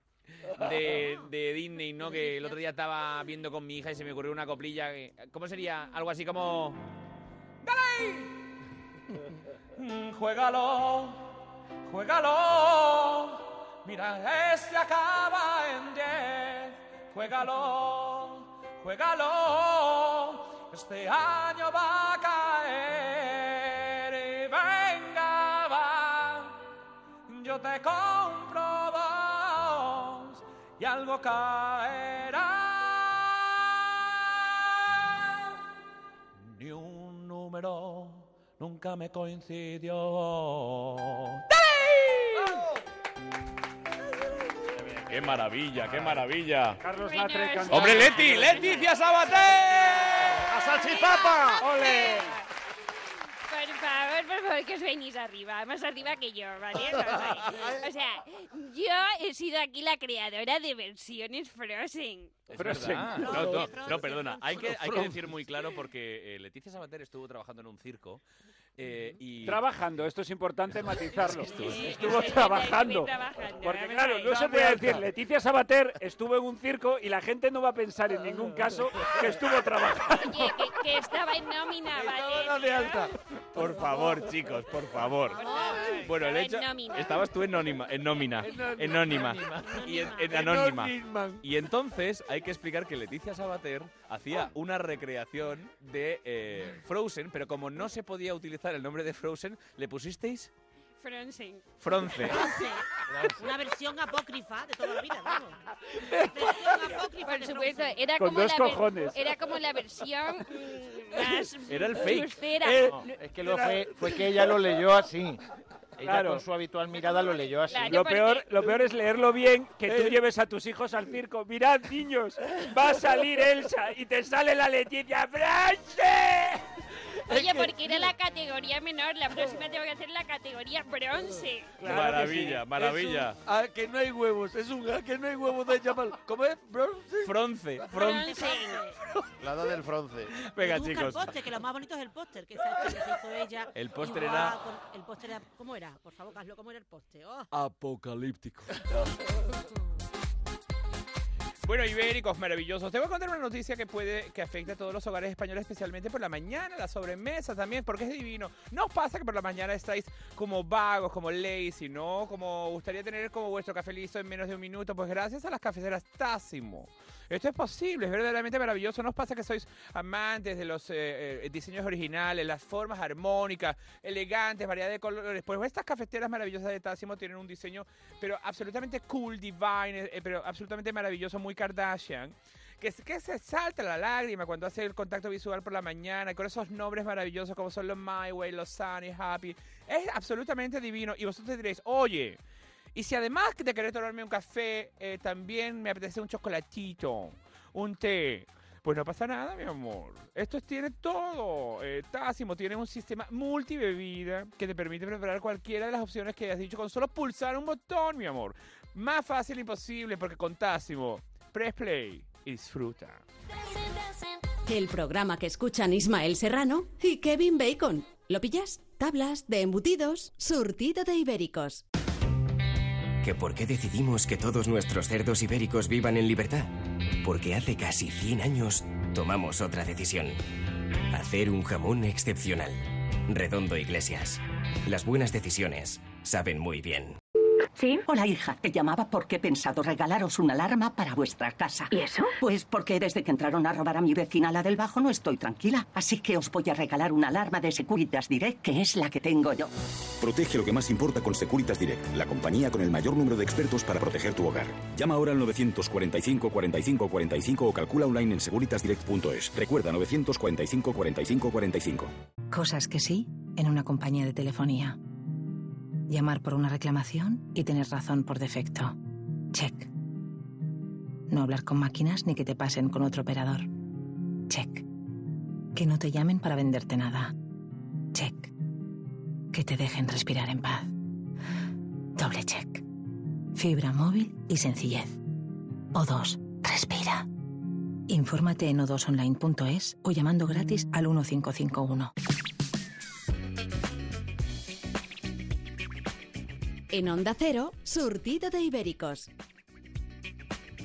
Speaker 1: de, de Disney, ¿no? Que el otro día estaba viendo con mi hija y se me ocurrió una coplilla. que- ¿Cómo sería? Algo así como... Mm, Juégalo, juégalo. Mira, este acaba en 10. Juégalo, juégalo. Este año va a caer. Y venga, va. Yo te compro dos y algo caerá. Ni un número nunca me coincidió. ¡Qué maravilla, qué maravilla!
Speaker 4: Carlos Latre cantando.
Speaker 1: ¡Hombre, Leti! ¡Leticia Sabater!
Speaker 10: ¡A salchipapa!
Speaker 4: ¡Ole!
Speaker 7: Por favor, por favor, que os venís arriba, más arriba que yo, ¿vale? No soy- o sea, yo he sido aquí la creadora de versiones Frozen.
Speaker 1: Frozen.
Speaker 5: verdad.
Speaker 1: No, no,
Speaker 5: Frozen.
Speaker 1: no, perdona. Hay que, hay que
Speaker 5: Frozen.
Speaker 1: decir muy claro porque eh, Leticia Sabater estuvo trabajando en un circo eh, y...
Speaker 4: Trabajando, esto es importante matizarlo.
Speaker 1: Es que estuvo-
Speaker 4: estuvo
Speaker 1: estoy
Speaker 4: trabajando.
Speaker 1: trabajando,
Speaker 4: Porque
Speaker 1: vamos
Speaker 4: claro,
Speaker 1: ahí.
Speaker 4: no se
Speaker 1: Vamos
Speaker 4: puede
Speaker 1: alto.
Speaker 4: decir, Leticia Sabater estuvo en un circo y la gente no va a pensar en ningún caso que estuvo trabajando.
Speaker 7: Oye, que, que estaba en nómina, ¿vale?
Speaker 1: Por favor, chicos, por favor. Bueno, el hecho...
Speaker 7: en nómina.
Speaker 1: Estabas tú en nómina. En nómina. En nómina. Y en, en anónima. Y entonces hay que explicar que Leticia Sabater hacía una recreación de eh, Frozen, pero como no se podía utilizar el nombre de Frozen, le pusisteis
Speaker 7: Frozen.
Speaker 1: Fronce.
Speaker 2: Ah, Una versión apócrifa de toda la vida, vamos.
Speaker 7: Por supuesto, era
Speaker 1: Con
Speaker 7: como,
Speaker 1: dos
Speaker 7: la
Speaker 1: cojones.
Speaker 7: era como la versión mm, más
Speaker 6: Era el fake.
Speaker 7: austera.
Speaker 6: Eh,
Speaker 7: No,
Speaker 6: Es que lo fue, fue que ella lo leyó así. Ella
Speaker 4: Claro.
Speaker 6: con su habitual mirada lo leyó así.
Speaker 4: Lo peor, lo peor es leerlo bien, que tú
Speaker 1: Eh.
Speaker 4: lleves a tus hijos al circo. Mirad, niños, va a salir Elsa y te sale la Leticia Franche.
Speaker 7: Oye, porque era la categoría menor, la próxima tengo que hacer la categoría bronce.
Speaker 1: Maravilla,
Speaker 5: que sí.
Speaker 1: maravilla.
Speaker 5: Es un- ah, que no hay huevos, es un ah, que no hay huevos de llamar. ¿Cómo es? Bronce.
Speaker 1: Fronce,
Speaker 10: La edad del fronce.
Speaker 1: Venga,
Speaker 2: Tú busca eh, el póster, que lo más bonito es el póster que se ha hecho, que se hizo ella.
Speaker 13: El póster
Speaker 2: Y jugaba
Speaker 13: era-
Speaker 2: con- El póster era... ¿Cómo era? Por favor, Carlos, ¿cómo era el póster? Oh.
Speaker 13: Apocalíptico.
Speaker 1: Bueno, ibéricos, maravillosos. Te voy a contar una noticia que puede que afecta a todos los hogares españoles, especialmente por la mañana, la sobremesa también, porque es divino. No os pasa que por la mañana estáis como vagos, como lazy, ¿no? Como gustaría tener como vuestro café listo en menos de un minuto. Pues gracias a las cafeceras Tácimo. Esto es posible, es verdaderamente maravilloso. ¿No os pasa que sois amantes de los eh, eh, diseños originales, las formas armónicas, elegantes, variedad de colores? Pues estas cafeteras maravillosas de Tácimo tienen un diseño, pero absolutamente cool, divine, eh, pero absolutamente maravilloso, muy Kardashian. Que, es- que se salta la lágrima cuando hace el contacto visual por la mañana, con esos nombres maravillosos como son los My Way, los Sunny, Happy. Es absolutamente divino. Y vosotros diréis, oye, y si además de querer tomarme un café, eh, también me apetece un chocolatito, un té, pues no pasa nada, mi amor. Esto tiene todo. Eh, Tácimo tiene un sistema multibebida que te permite preparar cualquiera de las opciones que hayas dicho con solo pulsar un botón, mi amor. Más fácil imposible porque con Tácimo, press play y disfruta.
Speaker 14: El programa que escuchan Ismael Serrano y Kevin Bacon. ¿Lo pillas? Tablas de embutidos, surtido de ibéricos.
Speaker 15: ¿Que por qué decidimos que todos nuestros cerdos ibéricos vivan en libertad? Porque hace casi 100 años tomamos otra decisión. Hacer un jamón excepcional. Redondo Iglesias. Las buenas decisiones saben muy bien.
Speaker 16: ¿Sí? Hola, hija. Te llamaba porque he pensado regalaros una alarma para vuestra casa. ¿Y eso? Pues porque desde que entraron a robar a mi vecina, la del bajo, no estoy tranquila. Así que os voy a regalar una alarma de Securitas Direct, que es la que tengo yo.
Speaker 17: Protege lo que más importa con Securitas Direct, la compañía con el mayor número de expertos para proteger tu hogar. Llama ahora al 945 45 45 o calcula online en securitasdirect.es. Recuerda 945 45 45.
Speaker 18: Cosas que sí en una compañía de telefonía. Llamar por una reclamación y tener razón por defecto. Check. No hablar con máquinas ni que te pasen con otro operador. Check. Que no te llamen para venderte nada. Check. Que te dejen respirar en paz. Doble check. Fibra móvil y sencillez. O dos. Respira. Infórmate en odosonline.es o llamando gratis al 1551.
Speaker 14: En Onda Cero, surtido de ibéricos.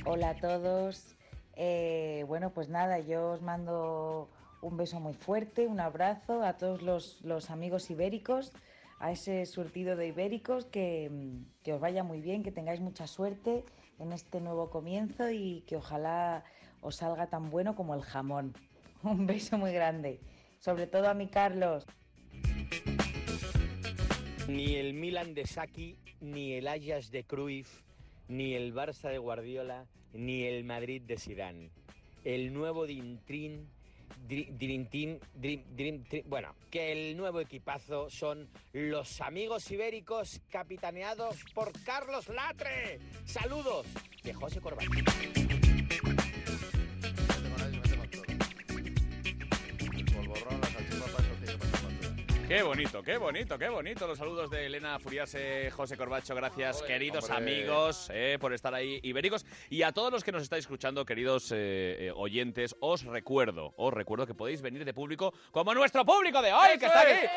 Speaker 19: Hola a todos. Eh, bueno, pues nada, yo os mando un beso muy fuerte, un abrazo a todos los, los amigos ibéricos, a ese surtido de ibéricos, que, mm, que os vaya muy bien, que tengáis mucha suerte en este nuevo comienzo y que ojalá os salga tan bueno como el jamón. Un beso muy grande, sobre todo a mi Carlos.
Speaker 20: Ni el Milan de Saki, ni el Ajax de Cruyff, ni el Barça de Guardiola, ni el Madrid de Sidán. El nuevo Dintrin, Drintin, bueno, que el nuevo equipazo son los amigos ibéricos capitaneados por Carlos Latre. Saludos de José Corbán.
Speaker 1: Qué bonito, qué bonito, qué bonito. Los saludos de Elena Furiase, José Corbacho. Gracias, queridos
Speaker 5: hombre.
Speaker 1: amigos, eh, por estar ahí, ibéricos. Y a todos los que nos estáis escuchando, queridos eh, eh, oyentes, os recuerdo, os recuerdo que podéis venir de público como nuestro público de hoy,
Speaker 5: ¡Eso
Speaker 1: que está
Speaker 5: es!
Speaker 1: aquí.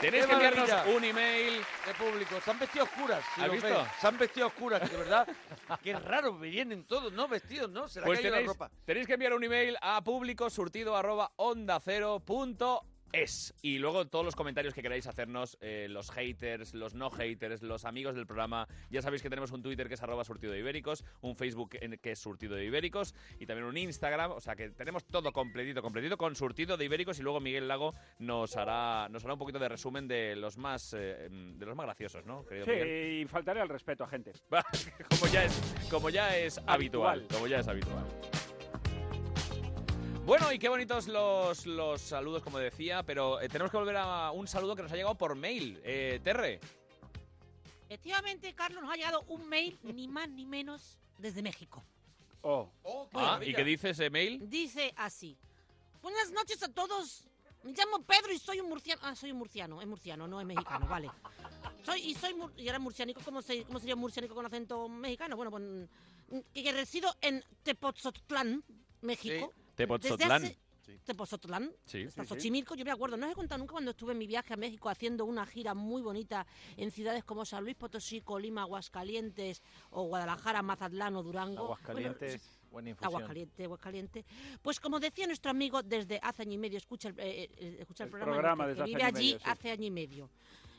Speaker 1: Tenéis
Speaker 5: ¡Qué
Speaker 1: que enviarnos
Speaker 5: maravilla!
Speaker 1: un email.
Speaker 5: De público. Se han vestido oscuras. si
Speaker 1: ¿Has
Speaker 5: lo
Speaker 1: visto?
Speaker 5: ves. Se han vestido oscuras, que de verdad. Qué raro, vienen todos, ¿no? Vestidos, ¿no? Se les
Speaker 1: Pues
Speaker 5: ha caído
Speaker 1: tenéis,
Speaker 5: la ropa.
Speaker 1: tenéis que enviar un email a público surtido arroba onda cero punto es. Y luego todos los comentarios que queráis hacernos, eh, los haters, los no haters, los amigos del programa. Ya sabéis que tenemos un Twitter que es arroba surtido de ibéricos, un Facebook en- que es surtido de ibéricos y también un Instagram. O sea que tenemos todo completito, completito con surtido de ibéricos y luego Miguel Lago nos hará, nos hará un poquito de resumen de los más, eh, mm, de los más graciosos, ¿no? querido Miguel?
Speaker 4: Sí, y faltaré al respeto a gente.
Speaker 1: como ya es, como ya es habitual, como ya es habitual. Bueno, y qué bonitos los, los saludos, como decía, pero eh, tenemos que volver a un saludo que nos ha llegado por mail. Eh, Terre,
Speaker 2: Efectivamente, Carlos, nos ha llegado un mail, ni más ni menos, desde México.
Speaker 4: Oh.
Speaker 1: ah, ¿y qué dice ese mail?
Speaker 2: Dice así. Buenas noches a todos. Me llamo Pedro y soy un murciano. Ah, soy un murciano. Es murciano, no es mexicano, vale. Soy, y soy mur- y era murcianico. ¿Cómo, se- ¿Cómo sería un murcianico con acento mexicano? Bueno, pues mm, que, que resido en Tepoztlán, México.
Speaker 1: Tepoztlán.
Speaker 2: Desde hace- Tepoztlán,
Speaker 1: Sí.
Speaker 2: hasta
Speaker 1: Sí, sí.
Speaker 2: Xochimilco, yo me acuerdo, no os he contado nunca cuando estuve en mi viaje a México haciendo una gira muy bonita en ciudades como San Luis Potosí, Colima, Aguascalientes o Guadalajara, Mazatlán o Durango. Bueno, sí.
Speaker 6: buena infusión.
Speaker 2: Aguascalientes, Aguascalientes. Pues como decía nuestro amigo, desde hace año y medio escucha el, eh, eh, escucha el
Speaker 4: El
Speaker 2: programa,
Speaker 4: programa
Speaker 2: que-
Speaker 4: desde
Speaker 2: que
Speaker 4: hace
Speaker 2: vive
Speaker 4: año y
Speaker 2: allí
Speaker 4: medio, sí.
Speaker 2: hace año y medio.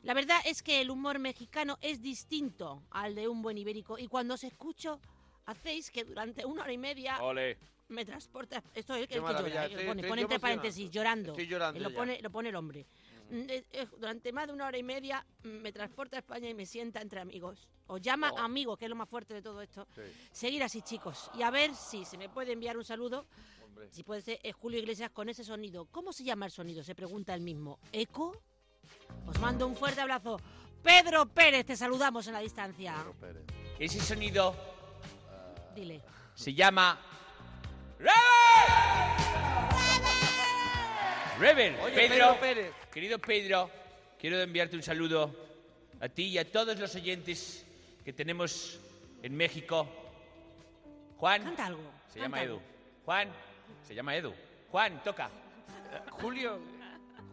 Speaker 2: La verdad es que el humor mexicano es distinto al de un buen ibérico y cuando os escucho hacéis que durante una hora y media
Speaker 1: Ole.
Speaker 2: me transporta. Esto es el que,
Speaker 5: Qué
Speaker 2: el que llora,
Speaker 5: maravilla,
Speaker 2: el que
Speaker 5: estoy-
Speaker 2: pone,
Speaker 5: estoy
Speaker 2: pone entre
Speaker 5: emocionado.
Speaker 2: paréntesis, llorando.
Speaker 5: Estoy llorando
Speaker 2: Lo
Speaker 5: ya.
Speaker 2: pone, lo pone el hombre. Mm, eh, eh, Durante más de una hora y media mm, me transporta a España y me sienta entre amigos. O llama
Speaker 21: Oh.
Speaker 2: amigos, que es lo más fuerte de todo esto. Seguir así, chicos. Y a ver si se me puede enviar un saludo. Si puede ser eh, Julio Iglesias con ese sonido. ¿Cómo se llama el sonido? Se pregunta el mismo. ¿Eco? Os mando un fuerte abrazo. Pedro Pérez, te saludamos en la distancia.
Speaker 1: Ese sonido
Speaker 2: Dile.
Speaker 1: se llama... Reven,
Speaker 5: Oye,
Speaker 1: Pedro,
Speaker 5: Pedro Pérez.
Speaker 1: querido Pedro, quiero enviarte un saludo a ti y a todos los oyentes que tenemos en México. Juan, se llama Edu. Juan, se llama Edu. Juan, toca.
Speaker 5: Julio.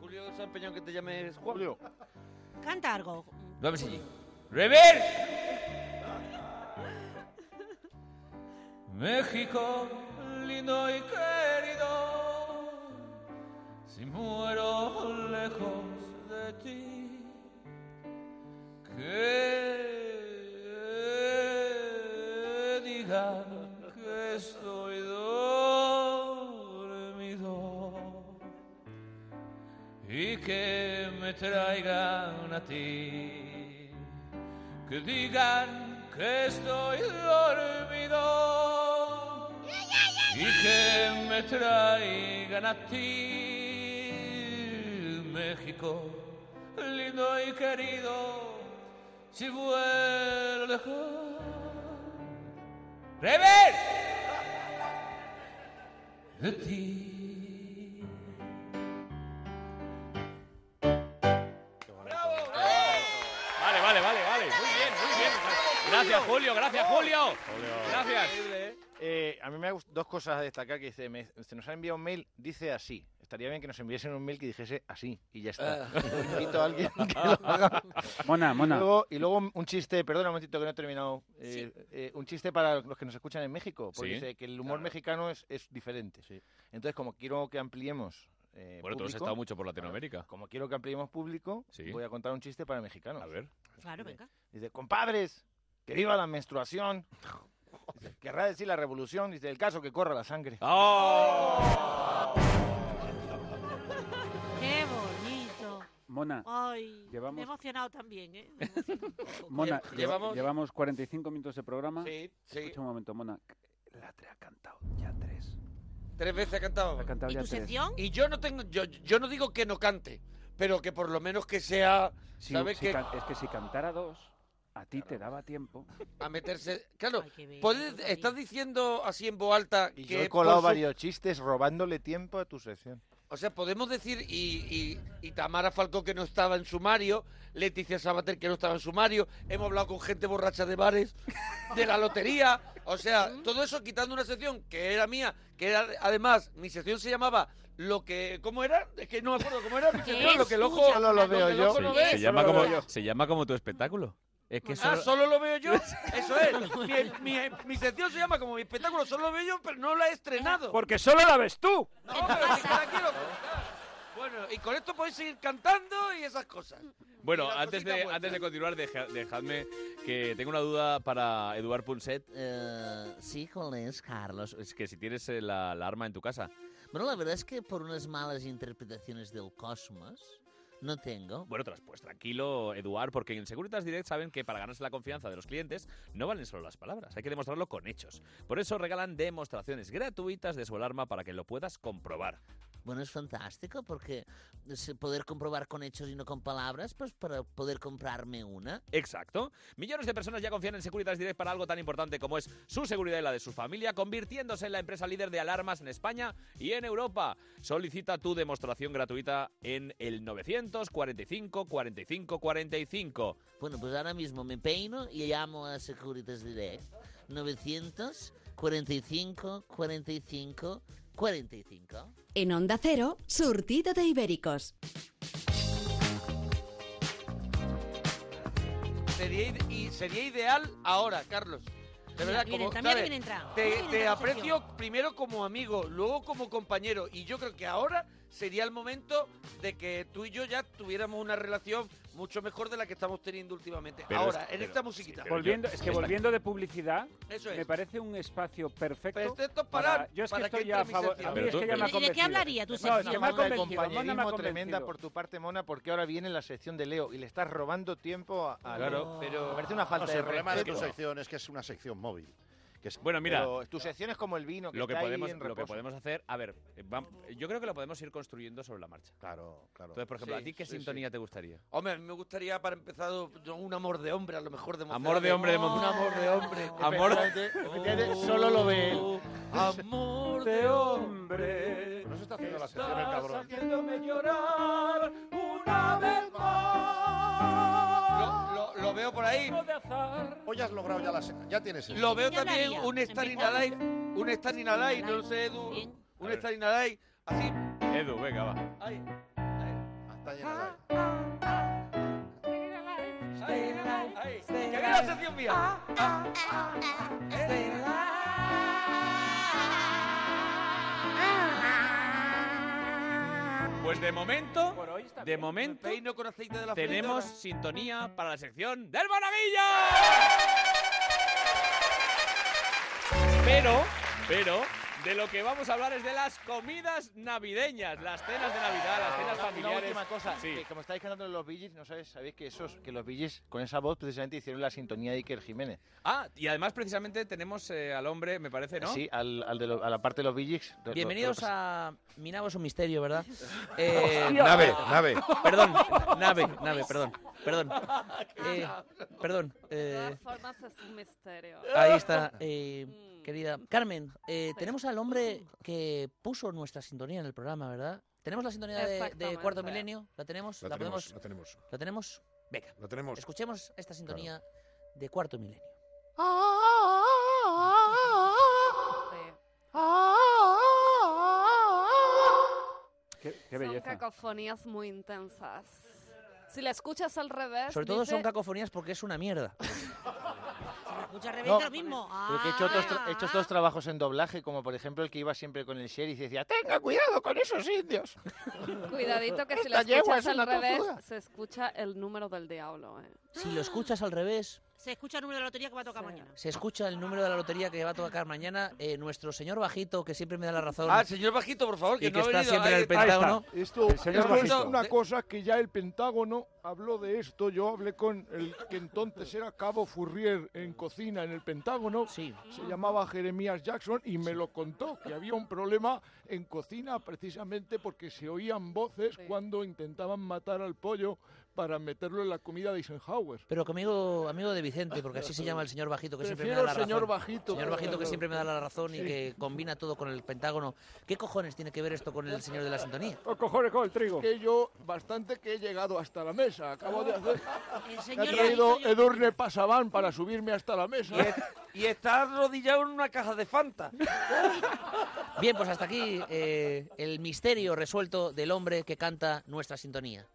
Speaker 5: Julio se ha empeñado en que te llames Juan. Julio.
Speaker 2: Canta algo.
Speaker 1: Vamos allí. ¡Rever! México, lindo y querido, si muero lejos de ti, que digan que estoy dormido y que me traigan a ti, que digan que estoy dormido y que me traigan a ti, México, lindo y querido, si vuelo lejos. ¡Rever! De ti. Vale, vale, vale, vale. Muy bien, muy bien. Gracias, Julio, gracias, Julio. Gracias.
Speaker 6: Eh, a mí me gustan dos cosas a destacar que dice, me- se nos ha enviado un mail, dice así. Estaría bien que nos enviesen un mail que dijese así y ya está. Invito a alguien que lo haga.
Speaker 4: Mona, mona.
Speaker 6: Y luego, y luego un chiste, perdona un momentito que no he terminado. Eh, eh, un chiste para los que nos escuchan en México, porque
Speaker 1: Sí.
Speaker 6: dice que el humor mexicano es, es diferente. Entonces, como quiero que ampliemos... eh,
Speaker 1: Bueno, tú has
Speaker 6: público,
Speaker 1: estado mucho por Latinoamérica.
Speaker 6: Como quiero que ampliemos público, voy a contar un chiste para mexicanos. A ver.
Speaker 2: Claro, venga.
Speaker 6: Dice, compadres, que viva la menstruación. Dice, Querrá decir la revolución, dice, el caso que corra la sangre. ¡Oh!
Speaker 2: Qué bonito.
Speaker 4: Mona,
Speaker 2: Ay, me he
Speaker 4: llevamos,
Speaker 2: emocionado también, ¿eh?
Speaker 4: Mona,
Speaker 2: Lle-
Speaker 4: llevamos...
Speaker 2: llevamos-
Speaker 4: 45 minutos de programa.
Speaker 5: Sí, sí.
Speaker 4: Escucha un momento, Mona. La tres ha cantado ya tres.
Speaker 5: Tres veces ha cantado.
Speaker 4: Ha cantado ya tres.
Speaker 5: Y yo no tengo, yo, yo no digo que no cante, pero que por lo menos que sea,
Speaker 4: Si-
Speaker 5: ¿sabes
Speaker 4: si
Speaker 5: qué?
Speaker 4: can- Es que si cantara dos, a ti te daba tiempo.
Speaker 5: A meterse. Claro, puedes- estás diciendo así en voz alta
Speaker 6: Y
Speaker 5: que.
Speaker 6: yo he colado
Speaker 5: por su-
Speaker 6: varios chistes robándole tiempo a tu sección.
Speaker 5: O sea, podemos decir, y, y- y Tamara Falcó que no estaba en sumario, Leticia Sabater que no estaba en sumario, hemos hablado con gente borracha de bares, de la lotería, o sea, todo eso quitando una sección que era mía, que era, además, mi sección se llamaba lo que, ¿cómo era? Es que no me acuerdo cómo era, mi sección, lo que el ojo...
Speaker 6: Solo lo veo
Speaker 5: que el
Speaker 6: yo.
Speaker 5: ojo no
Speaker 6: Sí,
Speaker 5: ve.
Speaker 1: Se llama, como, se llama como tu espectáculo. Es que
Speaker 5: Ah,
Speaker 1: solo-
Speaker 5: solo lo veo yo. Eso es. Mi, mi- mi sección se llama como mi espectáculo, solo lo veo yo, pero no la he estrenado.
Speaker 4: Porque solo la ves tú.
Speaker 5: No, pero si te la quiero contar. Bueno, y con esto podéis seguir cantando y esas cosas.
Speaker 1: Bueno, antes de, antes de continuar, deja- dejadme que tengo una duda para Eduard Punset.
Speaker 21: Eh, sí, es Carlos.
Speaker 1: Es que si tienes eh, la, la arma en tu casa.
Speaker 21: Bueno, la verdad es que por unas malas interpretaciones del cosmos, no tengo.
Speaker 1: Bueno, tras pues tranquilo, Eduard, porque en Securitas Direct saben que para ganarse la confianza de los clientes no valen solo las palabras, hay que demostrarlo con hechos. Por eso regalan demostraciones gratuitas de su alarma para que lo puedas comprobar.
Speaker 21: Bueno, es fantástico porque se- poder comprobar con hechos y no con palabras, pues para poder comprarme una.
Speaker 1: Exacto. Millones de personas ya confían en Securitas Direct para algo tan importante como es su seguridad y la de su familia, convirtiéndose en la empresa líder de alarmas en España y en Europa. Solicita tu demostración gratuita en el 945 45 45.
Speaker 21: Bueno, pues ahora mismo me peino y llamo a Securitas Direct. 945 45 45.
Speaker 14: En Onda Cero, surtido de ibéricos.
Speaker 5: Sería, ide- y sería ideal ahora, Carlos. De
Speaker 2: Mira,
Speaker 5: verdad,
Speaker 2: que viene
Speaker 5: como,
Speaker 2: entra, mira que
Speaker 5: ¿sabes?
Speaker 2: viene entra. Mira
Speaker 5: Te,
Speaker 2: que viene
Speaker 5: te
Speaker 2: entra la
Speaker 5: aprecio primero como amigo, luego como compañero. Y yo creo que ahora sería el momento de que tú y yo ya tuviéramos una relación mucho mejor de la que estamos teniendo últimamente.
Speaker 4: Pero
Speaker 5: ahora,
Speaker 4: es-
Speaker 5: en
Speaker 4: pero-
Speaker 5: esta musiquita.
Speaker 4: Volviendo, es que volviendo de publicidad,
Speaker 5: Eso es.
Speaker 4: me parece un espacio perfecto.
Speaker 5: Perfecto para-
Speaker 4: yo es
Speaker 5: para
Speaker 4: que
Speaker 5: que
Speaker 4: estoy ya a
Speaker 5: entre mi
Speaker 4: favor.
Speaker 5: sección.
Speaker 4: a mí
Speaker 5: Pero
Speaker 4: es
Speaker 5: tú-
Speaker 4: que ya me ha
Speaker 5: ¿Y de qué
Speaker 4: convencido.
Speaker 5: hablaría tu
Speaker 4: No, es que
Speaker 5: sección?
Speaker 4: me ha
Speaker 5: Habla de
Speaker 4: convencido. Mona me ha
Speaker 6: Compañerismo tremenda
Speaker 4: convencido.
Speaker 6: por tu parte, Mona, porque ahora viene la sección de Leo y le estás robando tiempo a,
Speaker 1: Ah,
Speaker 6: a Leo. Ah, Me parece una falta
Speaker 10: No sé,
Speaker 6: de
Speaker 10: el problema de tu
Speaker 6: respeto.
Speaker 10: sección es que es una sección móvil. Que es-
Speaker 1: Bueno, mira,
Speaker 6: Pero tu sección es como el vino que,
Speaker 1: Lo que,
Speaker 6: está ahí
Speaker 1: podemos,
Speaker 6: en
Speaker 1: lo que
Speaker 6: reposo.
Speaker 1: podemos hacer, a ver, eh, vam- yo creo que lo podemos ir construyendo sobre la marcha.
Speaker 10: Claro, claro.
Speaker 1: Entonces, por ejemplo,
Speaker 5: Sí,
Speaker 1: ¿a ti qué
Speaker 5: sí, sí.
Speaker 1: sintonía te gustaría?
Speaker 5: Hombre, a mí me gustaría para empezar un amor de hombre, a lo mejor de
Speaker 1: Amor de hombre de
Speaker 5: Mocedades.
Speaker 1: Mocedades.
Speaker 5: Un amor de hombre.
Speaker 1: Amor de-
Speaker 5: de...
Speaker 1: solo lo ve
Speaker 5: él. Amor de hombre.
Speaker 10: No se está
Speaker 5: haciendo la
Speaker 10: sección el cabrón.
Speaker 5: Haciéndome llorar una vez más. Lo, lo- lo veo por ahí.
Speaker 10: Hoy has logrado ya la se- Ya tienes el-
Speaker 5: Lo veo también un Starry Night, un Starry Night, no lo sé, Edu, un Starry Night, así.
Speaker 1: Edu, venga, va.
Speaker 5: Ay,
Speaker 10: Hasta llegar.
Speaker 5: ay, ay. Que viene la sección mía.
Speaker 1: Pues de momento,
Speaker 4: Por hoy
Speaker 1: de momento,
Speaker 5: peino con aceite de la
Speaker 1: tenemos
Speaker 5: flor.
Speaker 1: sintonía para la sección del Monaguillo. Pero, pero, de lo que vamos a hablar es de las comidas navideñas, las cenas de Navidad, las
Speaker 20: Ah,
Speaker 1: cenas
Speaker 6: Una-
Speaker 1: familiares.
Speaker 6: Una última cosa,
Speaker 1: Sí.
Speaker 6: que como estáis cantando los Billys, no sabéis, sabéis que esos, que los Billys con esa voz precisamente hicieron la sintonía de Iker Jiménez.
Speaker 1: Ah, y además precisamente tenemos eh, al hombre, me parece, ¿no?
Speaker 6: Sí, al, al de lo- a la parte de los Billys.
Speaker 20: Bienvenidos a Mi nabo es un misterio, ¿verdad? Eh,
Speaker 6: Nave, nave.
Speaker 20: Perdón, nave, nave, perdón. Perdón. Eh, perdón. eh,
Speaker 12: formas es un misterio.
Speaker 20: ahí está, eh, querida. Carmen, eh, tenemos al hombre que puso nuestra sintonía en el programa, ¿verdad? ¿Tenemos la sintonía de- de,
Speaker 12: Exactamente.
Speaker 20: Cuarto Milenio? ¿La tenemos?
Speaker 9: La tenemos, la
Speaker 20: podemos- ¿La tenemos? Venga.
Speaker 9: Lo tenemos.
Speaker 20: Escuchemos esta sintonía de Cuarto Milenio.
Speaker 4: Qué, qué
Speaker 12: Son
Speaker 4: belleza.
Speaker 12: cacofonías muy intensas. Si la escuchas al revés.
Speaker 3: Sobre todo son
Speaker 12: dice-
Speaker 3: cacofonías porque es una mierda.
Speaker 2: Escucha al revés
Speaker 6: No,
Speaker 2: lo mismo.
Speaker 6: Pero que he hecho otros, tra- he hecho otros trabajos en doblaje, como por ejemplo el que iba siempre con el sheriff y decía, tenga cuidado con esos indios.
Speaker 12: Cuidadito que si la
Speaker 6: Esta yegua
Speaker 12: escuchas
Speaker 6: es
Speaker 12: al
Speaker 6: una
Speaker 12: revés,
Speaker 6: tozuda.
Speaker 12: se escucha el número del diablo. ¿eh?
Speaker 3: Si lo escuchas al revés,
Speaker 2: Se escucha el número de la lotería que va a tocar mañana.
Speaker 3: se escucha el número de la lotería que va a tocar mañana eh, nuestro señor bajito, que siempre me da la razón.
Speaker 5: Ah, señor Bajito, por favor, que
Speaker 3: y
Speaker 5: no
Speaker 3: que
Speaker 5: ha
Speaker 3: está
Speaker 5: venido.
Speaker 3: siempre en
Speaker 5: Ahí-
Speaker 3: el Pentágono.
Speaker 22: Esto,
Speaker 3: El señor
Speaker 22: esto es
Speaker 3: Bajito.
Speaker 22: una cosa que ya el Pentágono habló de esto. Yo hablé con el que entonces era cabo Fourrier en cocina en el Pentágono. Se llamaba Jeremías Jackson y me lo contó, que había un problema en cocina precisamente porque se oían voces cuando intentaban matar al pollo para meterlo en la comida de Eisenhower.
Speaker 3: Pero conmigo, amigo de Vicente, porque así se llama el señor Bajito, que siempre me da
Speaker 22: Prefiero
Speaker 3: la
Speaker 22: el
Speaker 3: razón.
Speaker 22: señor Bajito,
Speaker 3: Señor
Speaker 22: por
Speaker 3: Bajito, que
Speaker 22: favor.
Speaker 3: siempre me da la razón y
Speaker 22: Sí.
Speaker 3: que combina todo con el Pentágono. ¿Qué cojones tiene que ver esto con el señor de la sintonía?
Speaker 22: cojones con el trigo. Que yo bastante que he llegado hasta la mesa. Acabo de hacer. Me ha
Speaker 5: Ah. señor
Speaker 22: traído
Speaker 5: Bajito, yo-
Speaker 22: Edurne Pasaban para subirme hasta la mesa.
Speaker 5: Y está arrodillado en una caja de Fanta.
Speaker 3: Bien, pues hasta aquí eh, el misterio resuelto del hombre que canta nuestra sintonía.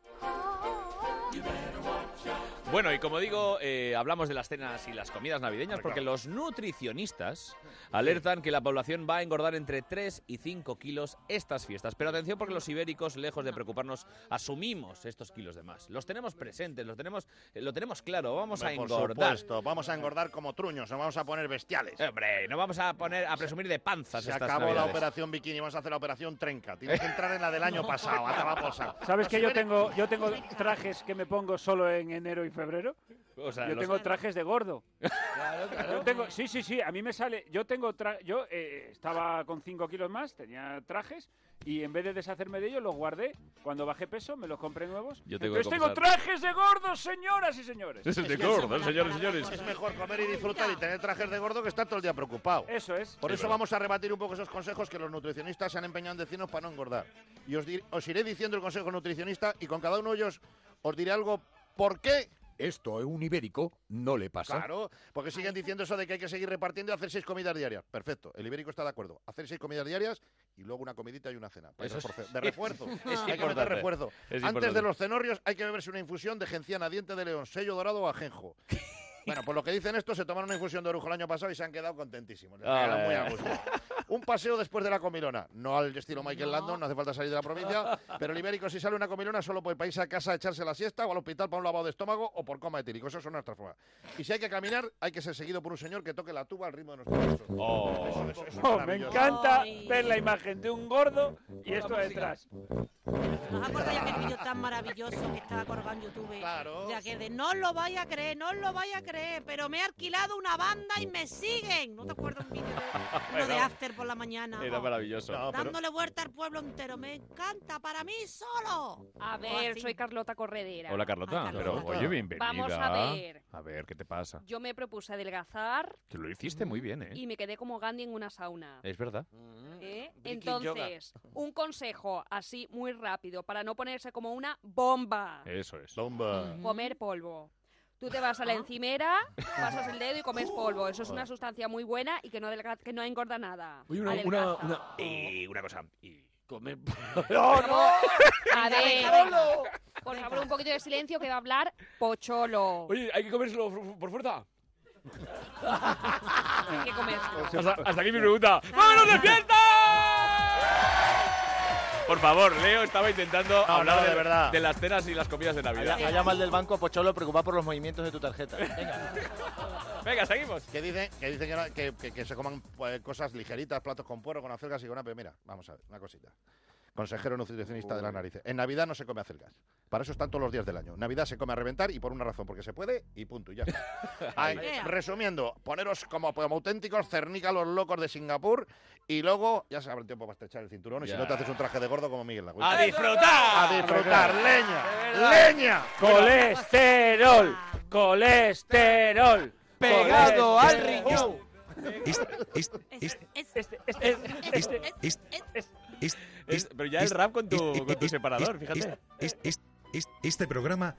Speaker 1: Bueno, y como digo, eh, hablamos de las cenas y las comidas navideñas porque los nutricionistas alertan que la población va a engordar entre 3 y 5 kilos estas fiestas. Pero atención porque los ibéricos, lejos de preocuparnos, asumimos estos kilos de más. Los tenemos presentes, los tenemos, eh, lo tenemos claro, vamos a
Speaker 10: Hombre, por
Speaker 1: engordar.
Speaker 10: supuesto, vamos a engordar como truños, nos vamos a poner bestiales.
Speaker 1: Hombre, no vamos a poner a presumir de panzas
Speaker 10: Se
Speaker 1: estas
Speaker 10: acabó la
Speaker 1: navidades.
Speaker 10: operación bikini, vamos a hacer la operación trenca. Tienes que entrar en la del año pasado, hasta la posa.
Speaker 4: ¿Sabes que yo tengo, yo tengo trajes que me pongo solo en enero y febrero?
Speaker 1: O sea,
Speaker 4: yo
Speaker 1: los-
Speaker 4: tengo trajes de gordo. Yo tengo, sí, sí, sí, a mí me sale. Yo tengo tra- yo eh, estaba con 5 kilos más, tenía trajes, y en vez de deshacerme de ellos, los guardé. Cuando bajé peso, me los compré nuevos.
Speaker 1: Yo tengo que
Speaker 4: Entonces tengo
Speaker 1: confesar-
Speaker 4: trajes de gordo, señoras y señores.
Speaker 1: Es el de gordo, señores, señores.
Speaker 10: Es mejor comer y disfrutar y tener trajes de gordo que estar todo el día preocupado.
Speaker 4: Eso es.
Speaker 10: Por
Speaker 4: Es
Speaker 10: eso
Speaker 4: verdad.
Speaker 10: vamos a rebatir un poco esos consejos que los nutricionistas se han empeñado en decirnos para no engordar. Y os, di- os iré diciendo el consejo nutricionista y con cada uno de ellos os diré algo por qué
Speaker 9: Esto a un ibérico no le pasa.
Speaker 10: Claro, porque siguen diciendo eso de que hay que seguir repartiendo y hacer seis comidas diarias. Perfecto, el ibérico está de acuerdo. Hacer seis comidas diarias y luego una comidita y una cena. Para
Speaker 1: Eso
Speaker 10: ir a
Speaker 1: es-
Speaker 10: por ce- de refuerzo.
Speaker 1: es
Speaker 10: hay que meter
Speaker 1: importante,
Speaker 10: refuerzo.
Speaker 1: es
Speaker 10: Antes
Speaker 1: importante.
Speaker 10: de los cenorrios hay que beberse una infusión de genciana, diente de león, sello dorado o ajenjo. Bueno, pues lo que dicen esto, se tomaron una infusión de orujo el año pasado y se han quedado contentísimos. Les
Speaker 1: Ole.
Speaker 10: quedaron muy a gusto. Un paseo después de la comilona. No al estilo Michael Landon, no hace falta salir de la provincia. Pero el ibérico, si sale una comilona, solo puede país a casa a echarse la siesta o al hospital para un lavado de estómago o por coma etílico. Eso son nuestras formas. Y si hay que caminar, hay que ser seguido por un señor que toque la tuba al ritmo de nuestros pasos. Eso, eso, eso es
Speaker 4: Oh, me
Speaker 10: maravilloso.
Speaker 4: encanta ver la imagen de un gordo y esto detrás.
Speaker 2: Aquel vídeo tan maravilloso que estaba colgado en YouTube. De aquel de no os lo vaya a creer, no os lo vaya a creer, pero me he alquilado una banda y me siguen. No te acuerdas un vídeo de, uno de
Speaker 1: Era-
Speaker 2: After por la mañana.
Speaker 1: Era
Speaker 2: oh,
Speaker 1: maravilloso.
Speaker 2: Dándole vuelta al pueblo entero. Me encanta, para mí solo. Pues
Speaker 12: A ver, soy Carlota Corredera.
Speaker 1: Hola Carlota, pero oye, bienvenida.
Speaker 12: Vamos a ver.
Speaker 1: A ver, ¿qué te pasa?
Speaker 12: Yo me propuse adelgazar
Speaker 1: Que lo hiciste muy bien, ¿eh?
Speaker 12: y me quedé como Gandhi en una sauna.
Speaker 1: Es verdad.
Speaker 6: Mm.
Speaker 1: Mm.
Speaker 12: ¿eh?
Speaker 1: Viking yoga.
Speaker 12: Entonces, un consejo así muy rápido para no ponerse como una bomba.
Speaker 1: Eso es.
Speaker 6: Mm.
Speaker 12: Comer polvo. Tú te
Speaker 6: Ah.
Speaker 12: vas a la encimera, pasas el dedo y comes polvo. Eso es una sustancia muy buena y que no, adelga- que no engorda nada.
Speaker 13: Oye, una,
Speaker 12: Adelgaza.
Speaker 13: una, una, y
Speaker 1: Oh.
Speaker 13: una cosa. Y comer.
Speaker 12: A
Speaker 13: Venga,
Speaker 12: ver,
Speaker 13: venga,
Speaker 12: por favor, un poquito de silencio que va a hablar Pocholo.
Speaker 13: Oye, hay que comérselo por- por fuerza.
Speaker 12: Hay que comer.
Speaker 13: Hasta, hasta aquí mi pregunta.
Speaker 1: ¡Vámonos de fiesta! Por favor, Leo estaba intentando hablar
Speaker 6: no, de
Speaker 1: de,
Speaker 6: verdad.
Speaker 1: de las cenas y las comidas de Navidad.
Speaker 6: Ha llamado al del banco a Pocholo preocupado por los movimientos de tu tarjeta.
Speaker 1: Venga, seguimos.
Speaker 10: Que dicen que, dicen que, no- que- que- que se coman pues, cosas ligeritas, platos con puerro, con acelgas y con apio. Mira, vamos a ver, una cosita. Consejero nutricionista de las narices. En Navidad no se come acelgas. Para eso están todos los días del año. En Navidad se come a reventar y por una razón, porque se puede y punto, y ya está. Ay,
Speaker 5: Ahí.
Speaker 10: resumiendo, poneros como, como auténticos cernica los locos de Singapur y luego ya se abre el tiempo para estrechar el cinturón y
Speaker 5: Ya.
Speaker 10: si no te haces un traje de gordo como Miguel Laguna.
Speaker 5: ¡A
Speaker 10: ¡A
Speaker 5: disfrutar!
Speaker 10: disfrutar!
Speaker 5: De
Speaker 10: ¡Leña!
Speaker 5: verdad.
Speaker 10: ¡Leña!
Speaker 4: Colesterol, colesterol.
Speaker 5: Pegado al
Speaker 13: Oh.
Speaker 4: riñón.
Speaker 10: Este,
Speaker 11: Este,
Speaker 1: Es- pero ya el rap con tu, con tu separador, fíjate.
Speaker 11: Este, este programa.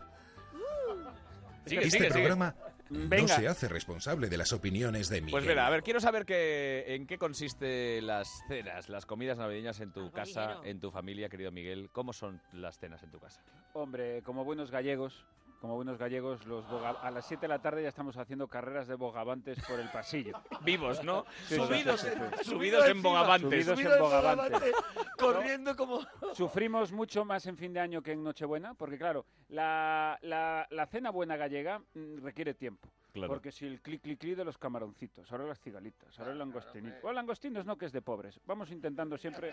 Speaker 1: Sigue, sigue,
Speaker 11: este
Speaker 1: sigue.
Speaker 11: programa No
Speaker 4: Venga.
Speaker 11: se hace responsable de las opiniones de Miguel.
Speaker 1: Pues mira, a ver, quiero saber que, en qué consiste las cenas, las comidas navideñas en tu casa,
Speaker 4: ligero.
Speaker 1: en tu familia, querido Miguel. ¿Cómo son las cenas en tu casa?
Speaker 4: Hombre, como buenos gallegos, como buenos gallegos, los boga- a las 7 de la tarde ya estamos haciendo carreras de bogavantes por el pasillo.
Speaker 1: Vivos, ¿no?
Speaker 4: Sí, sí,
Speaker 1: Subidos
Speaker 4: sí, sí,
Speaker 1: en-
Speaker 4: sí.
Speaker 1: subidos en bogavantes.
Speaker 4: Subidos
Speaker 1: Subidos
Speaker 4: en
Speaker 1: en
Speaker 4: bogavantes.
Speaker 1: bogavantes,
Speaker 4: corriendo como... Sufrimos mucho más en fin de año que en Nochebuena, porque claro, la, la- la cena buena gallega mm, requiere tiempo.
Speaker 1: Claro.
Speaker 4: Porque si el clic, clic, clic de los camaroncitos, ahora las cigalitas, ahora el langostinico. O langostinos no, que es de pobres. Vamos intentando siempre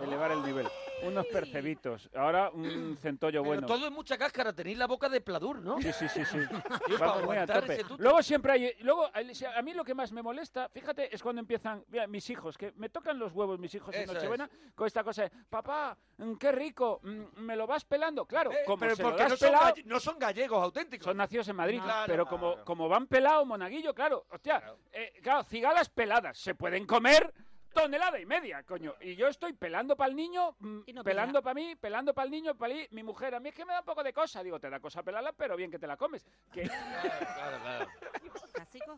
Speaker 4: elevar el nivel. Unos percebitos, ahora un centollo
Speaker 5: Pero
Speaker 4: bueno.
Speaker 5: todo es mucha cáscara, tenéis la boca de pladur, ¿no?
Speaker 4: Sí, sí, sí, sí.
Speaker 5: Yo, para
Speaker 4: Vamos muy a
Speaker 5: aguantar
Speaker 4: tope.
Speaker 5: ese tuto.
Speaker 4: Luego siempre hay... Luego, al- si a a mí lo que más me molesta, fíjate, es cuando empiezan mira, mis hijos, que me tocan los huevos mis hijos en
Speaker 5: Eso
Speaker 4: Nochebuena, con esta cosa de, papá, mm, qué rico, mm, me lo vas pelando. Claro,
Speaker 5: Eh,
Speaker 4: como
Speaker 5: pero
Speaker 4: se
Speaker 5: porque
Speaker 4: lo das
Speaker 5: no son
Speaker 4: pelado,
Speaker 5: galle- no son gallegos auténticos.
Speaker 4: Son nacidos en Madrid,
Speaker 5: Claro,
Speaker 4: pero como, como van pelado, monaguillo, claro, hostia, eh, claro. cigalas peladas, se pueden comer tonelada y media, coño. Y yo estoy pelando para el niño, mm, pelando para mí, pelando para el niño, para mi mujer. A mí es que me da un poco de cosa. Digo, te da cosa pelarla, pero bien que te la comes. Que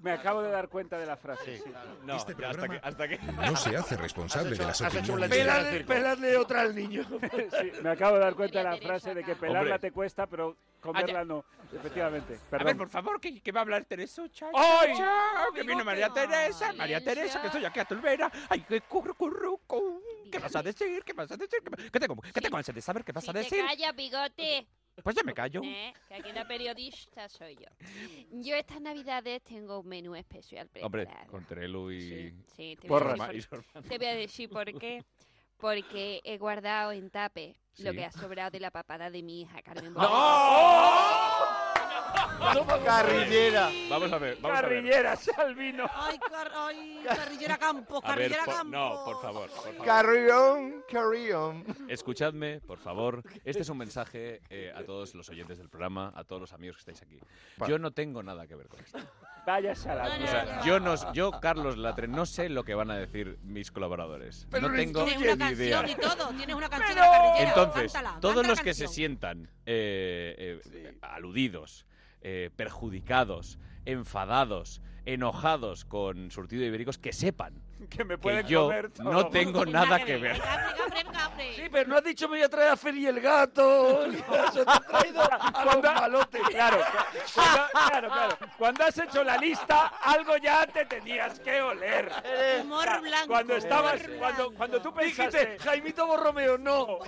Speaker 4: me acabo de dar cuenta de la frase. sí. Este
Speaker 1: No, ya hasta que, hasta que...
Speaker 11: No se hace responsable de las opiniones de
Speaker 4: Pelarle, otra al niño. me acabo de dar cuenta de la
Speaker 1: Teresa
Speaker 4: frase de que
Speaker 1: acá.
Speaker 4: pelarla
Speaker 1: Hombre.
Speaker 4: te cuesta, pero comerla no. Efectivamente.
Speaker 1: Ah, A
Speaker 4: Perdón.
Speaker 1: ver, por favor, que, que va a hablar Teresa. Chao,
Speaker 4: ¡Ay!
Speaker 1: chao, que vino María Teresa, María Teresa, que estoy aquí a tu vera. Ay, que curru, curru, cu. ¿Qué vas a decir? ¿Qué vas a decir? ¿Qué va- ¿Qué tengo, qué tengo ansias de saber? ¿Qué vas a
Speaker 7: Si te
Speaker 1: decir?
Speaker 7: callas, bigote.
Speaker 1: Pues ya me callo.
Speaker 7: Eh, Que aquí la periodista soy yo. Yo estas navidades tengo un menú especial
Speaker 1: Hombre,
Speaker 7: preparado.
Speaker 1: con Terelu y...
Speaker 7: eh, Sí, te voy,
Speaker 1: Porras.
Speaker 7: a decir
Speaker 1: Porras.
Speaker 7: por, te voy a decir por qué. Porque he guardado en tape lo
Speaker 1: Sí.
Speaker 7: que ha sobrado de la papada de mi hija, Carmen
Speaker 1: ¡No!
Speaker 6: Carrillera.
Speaker 1: Vamos a ver, vamos
Speaker 4: Carrillera, Salvino.
Speaker 2: Ay, car- ay, carrillera campo,
Speaker 1: a ver. A ver,
Speaker 2: carrillera
Speaker 1: por-
Speaker 2: campo.
Speaker 1: no, por favor, por favor.
Speaker 6: Carrión, carrión.
Speaker 1: Escuchadme, por favor. Este es un mensaje eh, a todos los oyentes del programa, a todos los amigos que estáis aquí. Yo no tengo nada que ver con esto.
Speaker 4: Váyase a la
Speaker 1: O sea, yo, no, yo, Carlos Latre, no sé lo que van a decir mis colaboradores. no
Speaker 2: Pero lo
Speaker 1: tengo
Speaker 2: Tienes una
Speaker 1: ni idea.
Speaker 2: canción y todo, tienes una canción de la carrillera.
Speaker 1: Entonces,
Speaker 2: cántala,
Speaker 1: todos
Speaker 2: canta
Speaker 1: los
Speaker 2: la
Speaker 1: que se
Speaker 2: canción.
Speaker 1: sientan eh, eh, aludidos, eh, perjudicados, enfadados, enojados con surtido ibéricos, que sepan
Speaker 4: que me
Speaker 1: que
Speaker 5: pueden
Speaker 1: yo
Speaker 5: comer todo.
Speaker 1: no tengo nada que ver.
Speaker 5: Sí, pero no has dicho me voy a traer a Fer y el gato. ni eso, te has traído a los malotes.
Speaker 4: Claro, cuando, claro, claro. Cuando has hecho la lista, algo ya te tenías que oler.
Speaker 2: Humor blanco,
Speaker 4: Cuando estabas,
Speaker 2: humor
Speaker 4: cuando, cuando tú pensaste,
Speaker 6: Dijiste,
Speaker 4: Jaimito Borromeo, no.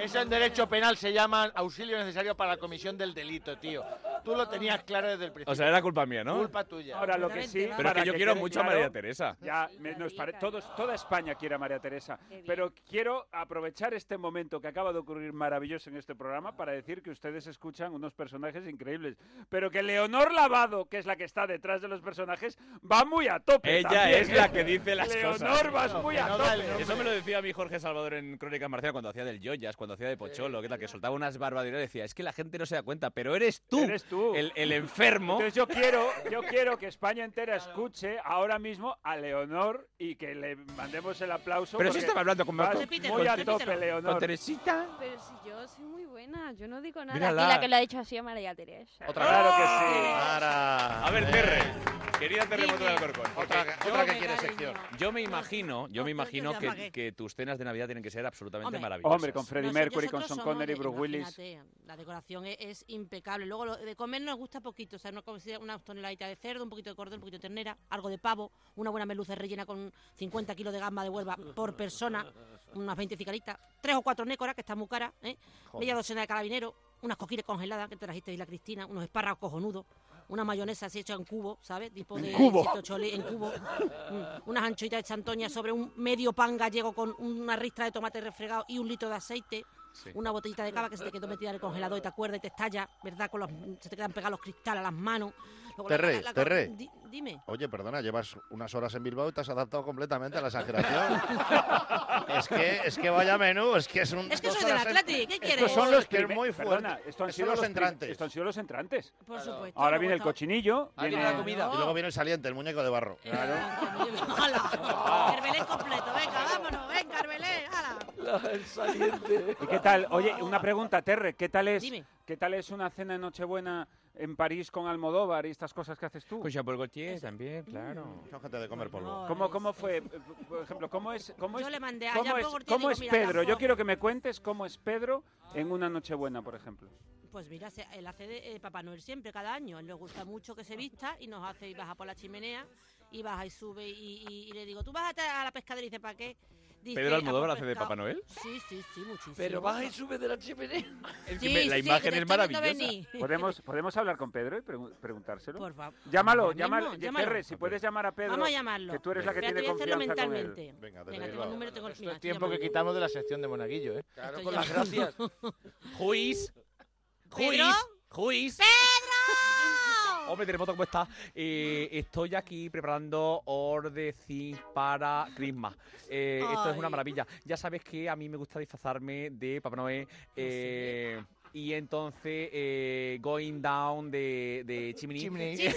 Speaker 6: Eso en derecho penal se llama auxilio necesario para la comisión del delito, tío. Tú lo tenías claro desde el principio.
Speaker 1: O sea, era culpa mía, ¿no?
Speaker 6: Culpa tuya.
Speaker 4: Ahora lo que sí,
Speaker 1: Pero es
Speaker 4: para
Speaker 1: que yo quiero
Speaker 4: quede
Speaker 1: mucho a María Teresa.
Speaker 4: Ya, me- nos pare- todos, toda España quiere a María Teresa. Pero quiero aprovechar este momento que acaba de ocurrir maravilloso en este programa para decir que ustedes escuchan unos personajes increíbles. Pero que Leonor Lavado, que es la que está detrás de los personajes, va muy a tope.
Speaker 1: Ella
Speaker 4: también,
Speaker 1: es
Speaker 4: ¿eh?
Speaker 1: la que dice las cosas.
Speaker 4: Leonor, vas muy a tope.
Speaker 1: Eso me lo decía a mí Jorge Salvador en Crónicas Marcial cuando hacía del Joyas, cuando hacía de Pocholo, que tal, que soltaba unas barbaridades. Decía, es que la gente no se da cuenta, pero eres tú, El, el enfermo.
Speaker 4: Entonces yo quiero, yo quiero que España entera escuche ahora mismo a Leonor y que le mandemos el aplauso.
Speaker 1: Pero si
Speaker 4: porque
Speaker 1: estaba hablando con Marco.
Speaker 4: vas
Speaker 1: Repítelo,
Speaker 4: Muy a
Speaker 1: repítelo.
Speaker 4: tope, Leonor.
Speaker 1: Con Teresita.
Speaker 7: Pero si yo soy muy buena, yo no digo nada.
Speaker 4: Mírala.
Speaker 7: Aquí la que lo ha dicho así es María Teresa.
Speaker 4: Otra claro que sí.
Speaker 1: A ver, Terre, querida Terremoto de Alcorcón.
Speaker 10: Otra,
Speaker 1: Yo
Speaker 10: otra que
Speaker 1: me
Speaker 10: quiere
Speaker 1: cariño.
Speaker 10: sección.
Speaker 1: Yo me imagino, yo me imagino
Speaker 10: ya
Speaker 1: que,
Speaker 10: apagué.
Speaker 1: que tus cenas de Navidad tienen que ser absolutamente
Speaker 2: Hombre.
Speaker 1: maravillosas.
Speaker 4: Hombre, con Freddie
Speaker 2: Nosotros
Speaker 4: Mercury, con Sean
Speaker 2: somos
Speaker 4: Connery,
Speaker 2: de-
Speaker 4: Bruce Willis.
Speaker 2: imagínate, La decoración es, es impecable. Luego, lo de comer nos gusta poquito. O sea, una, cosilla- una toneladitas de cerdo, un poquito de cordero, un poquito de ternera, algo de pavo, una buena merluza rellena con 50 kilos de gamba de huelva por persona, unas 20 cicaritas, tres o cuatro nécoras, que está muy cara, ¿eh?
Speaker 8: Joder.
Speaker 2: media docena de carabineros, unas coquiles congeladas que te trajiste de la Cristina, unos espárragos cojonudos, una mayonesa así hecha en cubo, ¿sabes? Tipo de
Speaker 8: ¿En cubo?
Speaker 2: 108 li- en cubo. Mm, unas anchoitas de Santoña sobre un medio pan gallego con una ristra de tomate refregado y un litro de aceite.
Speaker 8: Sí.
Speaker 2: Una botellita de cava que se te quedó metida en el congelador y te acuerdas y te estalla, ¿verdad? Con los, se te quedan pegados los cristales a las manos. Luego la-
Speaker 10: Terré,
Speaker 2: la- la-
Speaker 10: Terré.
Speaker 2: di- dime.
Speaker 10: Oye, perdona, llevas unas horas en Bilbao y te has adaptado completamente a la exageración. es, que, es que vaya menú, es que es un.
Speaker 2: Es que
Speaker 10: dos
Speaker 2: soy del
Speaker 10: horas en-
Speaker 2: Atleti, ¿qué quieres?
Speaker 10: Estos son los
Speaker 4: que
Speaker 10: que es muy fuerte.
Speaker 4: Perdona, esto han
Speaker 10: Estos
Speaker 4: sido
Speaker 10: son
Speaker 4: los
Speaker 10: los
Speaker 4: prim-
Speaker 10: entrantes.
Speaker 4: Esto han sido los entrantes.
Speaker 2: Por supuesto.
Speaker 4: Ahora
Speaker 2: luego
Speaker 4: viene el
Speaker 2: está-
Speaker 4: cochinillo.
Speaker 2: Ahí
Speaker 4: viene-
Speaker 2: viene la comida.
Speaker 10: Y luego viene el saliente, el muñeco de barro.
Speaker 2: ¡Hala! El Belén completo, venga, vámonos, venga, el Belén, hala.
Speaker 5: el saliente.
Speaker 4: ¿Y qué tal? Oye, una pregunta, Terre, ¿qué tal es?
Speaker 5: Dime.
Speaker 4: ¿Qué tal es una cena de Nochebuena en París con Almodóvar y estas cosas que haces tú?
Speaker 1: Pues Jean-Paul Gaultier también, claro.
Speaker 23: Son Mm. gente de comer polvo.
Speaker 4: ¿Cómo, ¿Cómo fue? eh, Por ejemplo, ¿cómo es, cómo
Speaker 2: Yo
Speaker 4: es-
Speaker 2: le mandé a
Speaker 4: cómo
Speaker 2: Jean-Paul
Speaker 4: es,
Speaker 2: Gaultier,
Speaker 4: cómo
Speaker 2: digo,
Speaker 4: es
Speaker 2: mira,
Speaker 4: Pedro? Yo
Speaker 2: Jean-Paul.
Speaker 4: quiero que me cuentes cómo es Pedro en una Nochebuena, por ejemplo.
Speaker 2: Pues mira, se- él hace de eh, Papá Noel siempre, cada año. Le gusta mucho que se vista y nos hace y baja por la chimenea y baja y sube y, y- y le digo, tú vas a ta- a la pescadería y dice, ¿para qué? Dice, "Ah, pues,
Speaker 1: ¿Pedro
Speaker 2: "A
Speaker 1: Almodóvar
Speaker 2: por
Speaker 1: hace de
Speaker 2: pescado".
Speaker 1: Papá Noel?
Speaker 2: Sí, sí, sí, muchísimo.
Speaker 5: Pero baja y sube de la chimenea.
Speaker 1: Es
Speaker 2: Sí, sí, que te estoy viendo venir.
Speaker 4: ¿Podemos, ¿Podemos hablar con Pedro y pregun- preguntárselo?
Speaker 2: Por favor.
Speaker 4: Llámalo,
Speaker 2: Ahora
Speaker 4: llámalo.
Speaker 2: mismo, llámalo.
Speaker 4: Terre, si puedes llamar a Pedro.
Speaker 2: Vamos a llamarlo.
Speaker 4: Que tú eres la que
Speaker 2: Pero
Speaker 4: tiene
Speaker 2: voy a hacerlo
Speaker 4: confianza con él.
Speaker 2: mentalmente. Venga, tengo el número, tengo el...
Speaker 6: Esto
Speaker 2: Mira,
Speaker 6: es tiempo que quitamos de la sección de Monaguillo, ¿eh?
Speaker 2: Claro, Estoy con las llamando. gracias.
Speaker 1: Juiz. Juiz.
Speaker 2: ¿Pedro?
Speaker 1: Juiz.
Speaker 2: ¡Pedro!
Speaker 1: Hombre, terremoto, ¿cómo está? Eh, estoy aquí preparando ordecin para Christmas. Eh, esto es una
Speaker 15: Ay.
Speaker 1: maravilla. Ya sabes que a mí me gusta disfrazarme de Papá Noel. eh, y entonces, eh, Going Down de, de Chimney.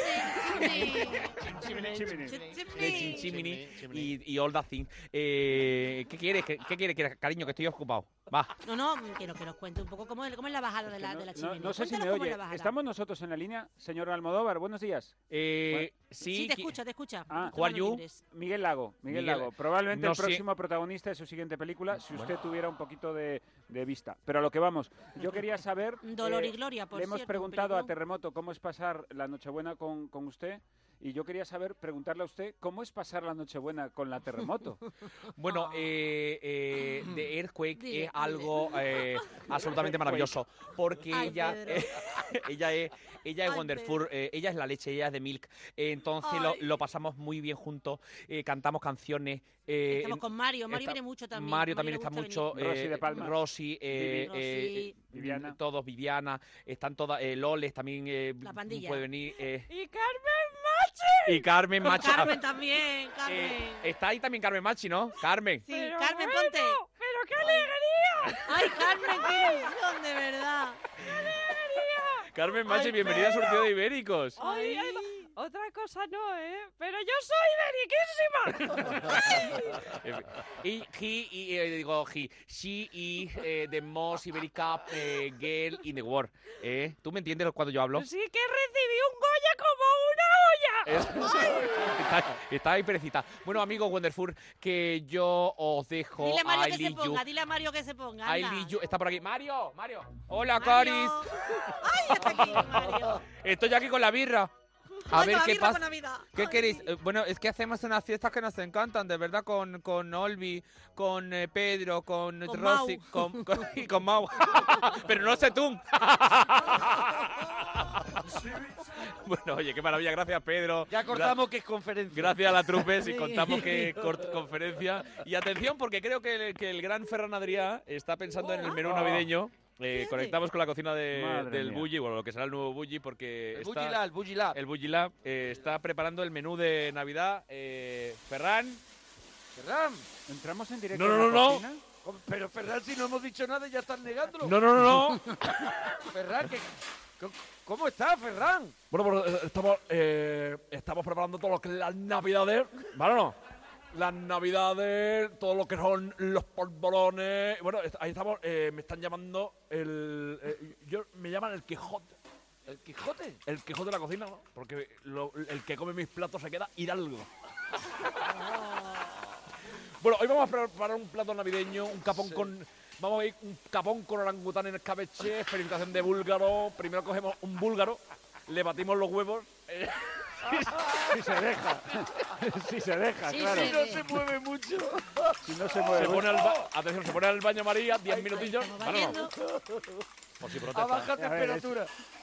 Speaker 1: De Chin Chimney y, y All That Thing. Eh, ¿Qué quieres? ¿Qué, qué quieres, cariño? Que estoy ocupado. Va.
Speaker 2: No, no, que, no, que nos cuente un poco cómo es, cómo es la bajada de la,
Speaker 4: No,
Speaker 2: de la
Speaker 4: no-
Speaker 2: chimenea.
Speaker 4: no sé si
Speaker 2: Cuéntanos
Speaker 4: me
Speaker 2: cómo es
Speaker 4: oye.
Speaker 2: la bajada.
Speaker 4: Estamos nosotros en la línea, señor Almodóvar. Buenos días.
Speaker 1: Eh,
Speaker 4: Bueno,
Speaker 2: Sí, te escucha, te escucha.
Speaker 4: Ah,
Speaker 2: Estamos libres.
Speaker 4: Miguel Lago. Miguel,
Speaker 1: Miguel-
Speaker 4: Lago. Probablemente
Speaker 1: no
Speaker 4: el
Speaker 1: sé-
Speaker 4: próximo protagonista de su siguiente película, si
Speaker 1: Bueno.
Speaker 4: usted tuviera un poquito de, de vista. Pero a lo que vamos, yo quería saber. eh,
Speaker 2: Dolor y gloria, por
Speaker 4: Le hemos
Speaker 2: cierto,
Speaker 4: preguntado a
Speaker 2: peliculón.
Speaker 4: Terremoto cómo es pasar la Nochebuena con, con usted. Y yo quería saber, preguntarle a usted, ¿cómo es pasar la Nochebuena con la Terremoto?
Speaker 1: Bueno,
Speaker 2: Ah.
Speaker 1: eh, eh,
Speaker 2: Mm.
Speaker 1: The Earthquake
Speaker 4: Dile,
Speaker 1: es algo eh, absolutamente maravilloso. Porque
Speaker 4: Ay,
Speaker 1: ella,
Speaker 4: Pedro.
Speaker 1: eh, ella es, ella es Wonderful, eh, ella es la leche, ella es de Milk. Eh, entonces lo, lo pasamos muy bien juntos, eh, cantamos canciones. eh,
Speaker 2: Estamos
Speaker 1: en-
Speaker 2: con Mario, Mario
Speaker 1: está-
Speaker 2: viene mucho también,
Speaker 1: Mario
Speaker 2: Mario
Speaker 1: también
Speaker 2: le
Speaker 1: está
Speaker 2: gusta
Speaker 1: mucho. eh,
Speaker 4: venir. Rosy de Palma.
Speaker 1: Rosy, eh,
Speaker 4: Vivi.
Speaker 1: eh,
Speaker 4: Rosy. Viviana.
Speaker 1: Todos, Viviana. Están todas. eh, Loles también eh,
Speaker 2: La pandilla.
Speaker 1: puede venir. eh,
Speaker 2: Y Carmen Machi.
Speaker 1: Y Carmen Machi.
Speaker 2: Carmen también, Carmen.
Speaker 1: eh, está ahí también Carmen Machi, ¿no? Carmen.
Speaker 2: sí, Carmen, ponte. Pero qué alegría. Ay, Carmen, qué ilusión, de verdad.
Speaker 1: Carmen Machi, bienvenida a Surtido de Ibéricos.
Speaker 12: Ay, ay, Otra cosa no, ¿eh? Pero yo soy beriquísima.
Speaker 1: Eh, y he, y, eh, digo he, she is eh, the most Iberic eh, girl in the world. ¿Eh? ¿Tú me entiendes cuando yo hablo?
Speaker 12: sí que recibí un Goya como una olla.
Speaker 1: Está, está ahí perecita. Bueno, amigos Wonderful, que yo os dejo.
Speaker 2: Dile a Mario
Speaker 1: I
Speaker 2: que se
Speaker 1: leave you.
Speaker 2: ponga, dile a Mario que se ponga.
Speaker 1: I
Speaker 2: anda.
Speaker 1: leave you. Está por aquí. Mario, Mario. Hola, Coris. Estoy aquí con la birra.
Speaker 12: Ay,
Speaker 1: A ver
Speaker 12: con la
Speaker 1: qué
Speaker 12: birra,
Speaker 1: pasa.
Speaker 12: con la vida.
Speaker 1: ¿Qué queréis? Eh, Bueno, es que hacemos unas fiestas que nos encantan, de verdad, con, con Olvi, con eh, Pedro, con,
Speaker 12: Con
Speaker 1: Rosy,
Speaker 12: Mau.
Speaker 1: con, con- y con Mau. Pero no sé tú. bueno, oye, qué maravilla. Gracias, Pedro.
Speaker 5: Ya cortamos que es conferencia.
Speaker 1: Gracias a la trupe si
Speaker 5: Sí.
Speaker 1: contamos que cort- conferencia. Y atención, porque creo que el, que el gran Ferran Adrià está pensando en el menú navideño. Eh, conectamos con la cocina de-
Speaker 5: Madre
Speaker 1: del
Speaker 5: mía.
Speaker 1: Bulli, o lo que será el nuevo Bulli, porque
Speaker 5: El
Speaker 1: está-
Speaker 5: Bulli-la, el Bulli-la.
Speaker 1: el Bulli Lab, eh, está preparando el menú de Navidad. Eh, Ferran.
Speaker 5: Ferran.
Speaker 4: ¿Entramos en
Speaker 1: directo No, no, en la no, no. cocina?
Speaker 5: no. Pero Ferran, si no hemos dicho nada, ya estás negándolo.
Speaker 1: No, no, no,
Speaker 5: Ferran, que- co- ¿cómo estás, Ferran?
Speaker 15: Bueno, pues eh, estamos, eh, estamos preparando todo lo que es las navidades, ¿vale o no? Las navidades, todo lo que son los polvorones. Bueno, est- ahí estamos, eh, me están llamando el. eh, yo, me llaman el Quijote.
Speaker 5: ¿El Quijote?
Speaker 15: El Quijote de la cocina, ¿no? Porque lo- el que come mis platos se queda hidalgo. bueno, hoy vamos a preparar un plato navideño, un capón con... Vamos a ir un capón con orangután en el escabeche, felicitación de búlgaro. Primero cogemos un búlgaro, le batimos los huevos. eh,
Speaker 4: Si se deja. Si se deja,
Speaker 15: Sí,
Speaker 4: claro.
Speaker 15: sí, sí.
Speaker 5: mueve mucho.
Speaker 4: Si no se mueve.
Speaker 15: se pone al ba- Atención, se pone al baño María, 10 minutillos. Vale, no, por si protesta.
Speaker 4: A ver, es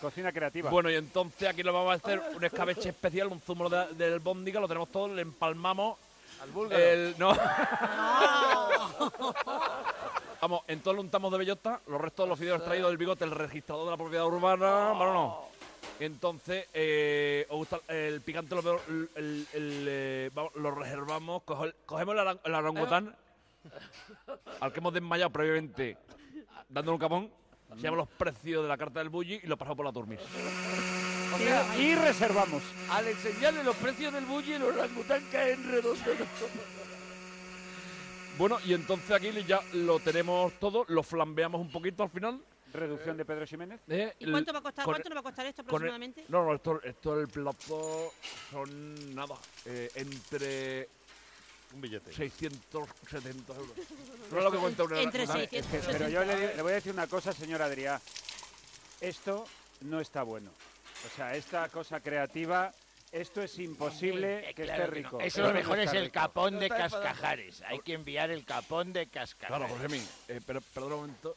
Speaker 4: Cocina creativa.
Speaker 15: Bueno, y entonces aquí lo vamos a hacer un escabeche especial, un zumo de, del bóndiga, lo tenemos todo, le empalmamos.
Speaker 5: Al búlgaro.
Speaker 15: El, no. vamos, entonces lo untamos de bellota, los restos de los fideos extraídos del bigote, el registrador de la propiedad urbana, bueno, no. Entonces, eh, os gusta el picante, lo, peor- el, el- el, eh, vamos, lo reservamos, cojo el- cogemos el, ara- el orangután, al que hemos desmayado previamente, dándole un capón, se llama los precios de la carta del bully y lo pasamos por la turmis.
Speaker 4: Y- y reservamos.
Speaker 5: Al enseñarle los precios del bulli, el orangután cae en redondo.
Speaker 15: Bueno, y entonces aquí ya lo tenemos todo, lo flambeamos un poquito al final. Eh,
Speaker 4: Reducción de Pedro Jiménez.
Speaker 2: ¿Y cuánto va a costar?
Speaker 15: con-
Speaker 2: ¿Cuánto nos va a costar esto
Speaker 15: con el-
Speaker 2: aproximadamente?
Speaker 15: no, no, esto, esto el plato son nada. eh, entre.
Speaker 10: Un billete.
Speaker 15: 670 euros. No es lo que cuenta una
Speaker 4: Vale, es que- Pero yo le, di- le voy a decir una cosa, señor Adrià. Esto no está bueno. O sea, esta cosa creativa, esto es imposible que esté rico.
Speaker 6: Eso lo
Speaker 4: no
Speaker 6: mejor es
Speaker 4: está
Speaker 6: el
Speaker 4: rico.
Speaker 6: capón de
Speaker 4: Está enfadado.
Speaker 6: cascajares. Hay que enviar el capón de cascajares.
Speaker 15: Claro, José Eh, pero perdón un momento.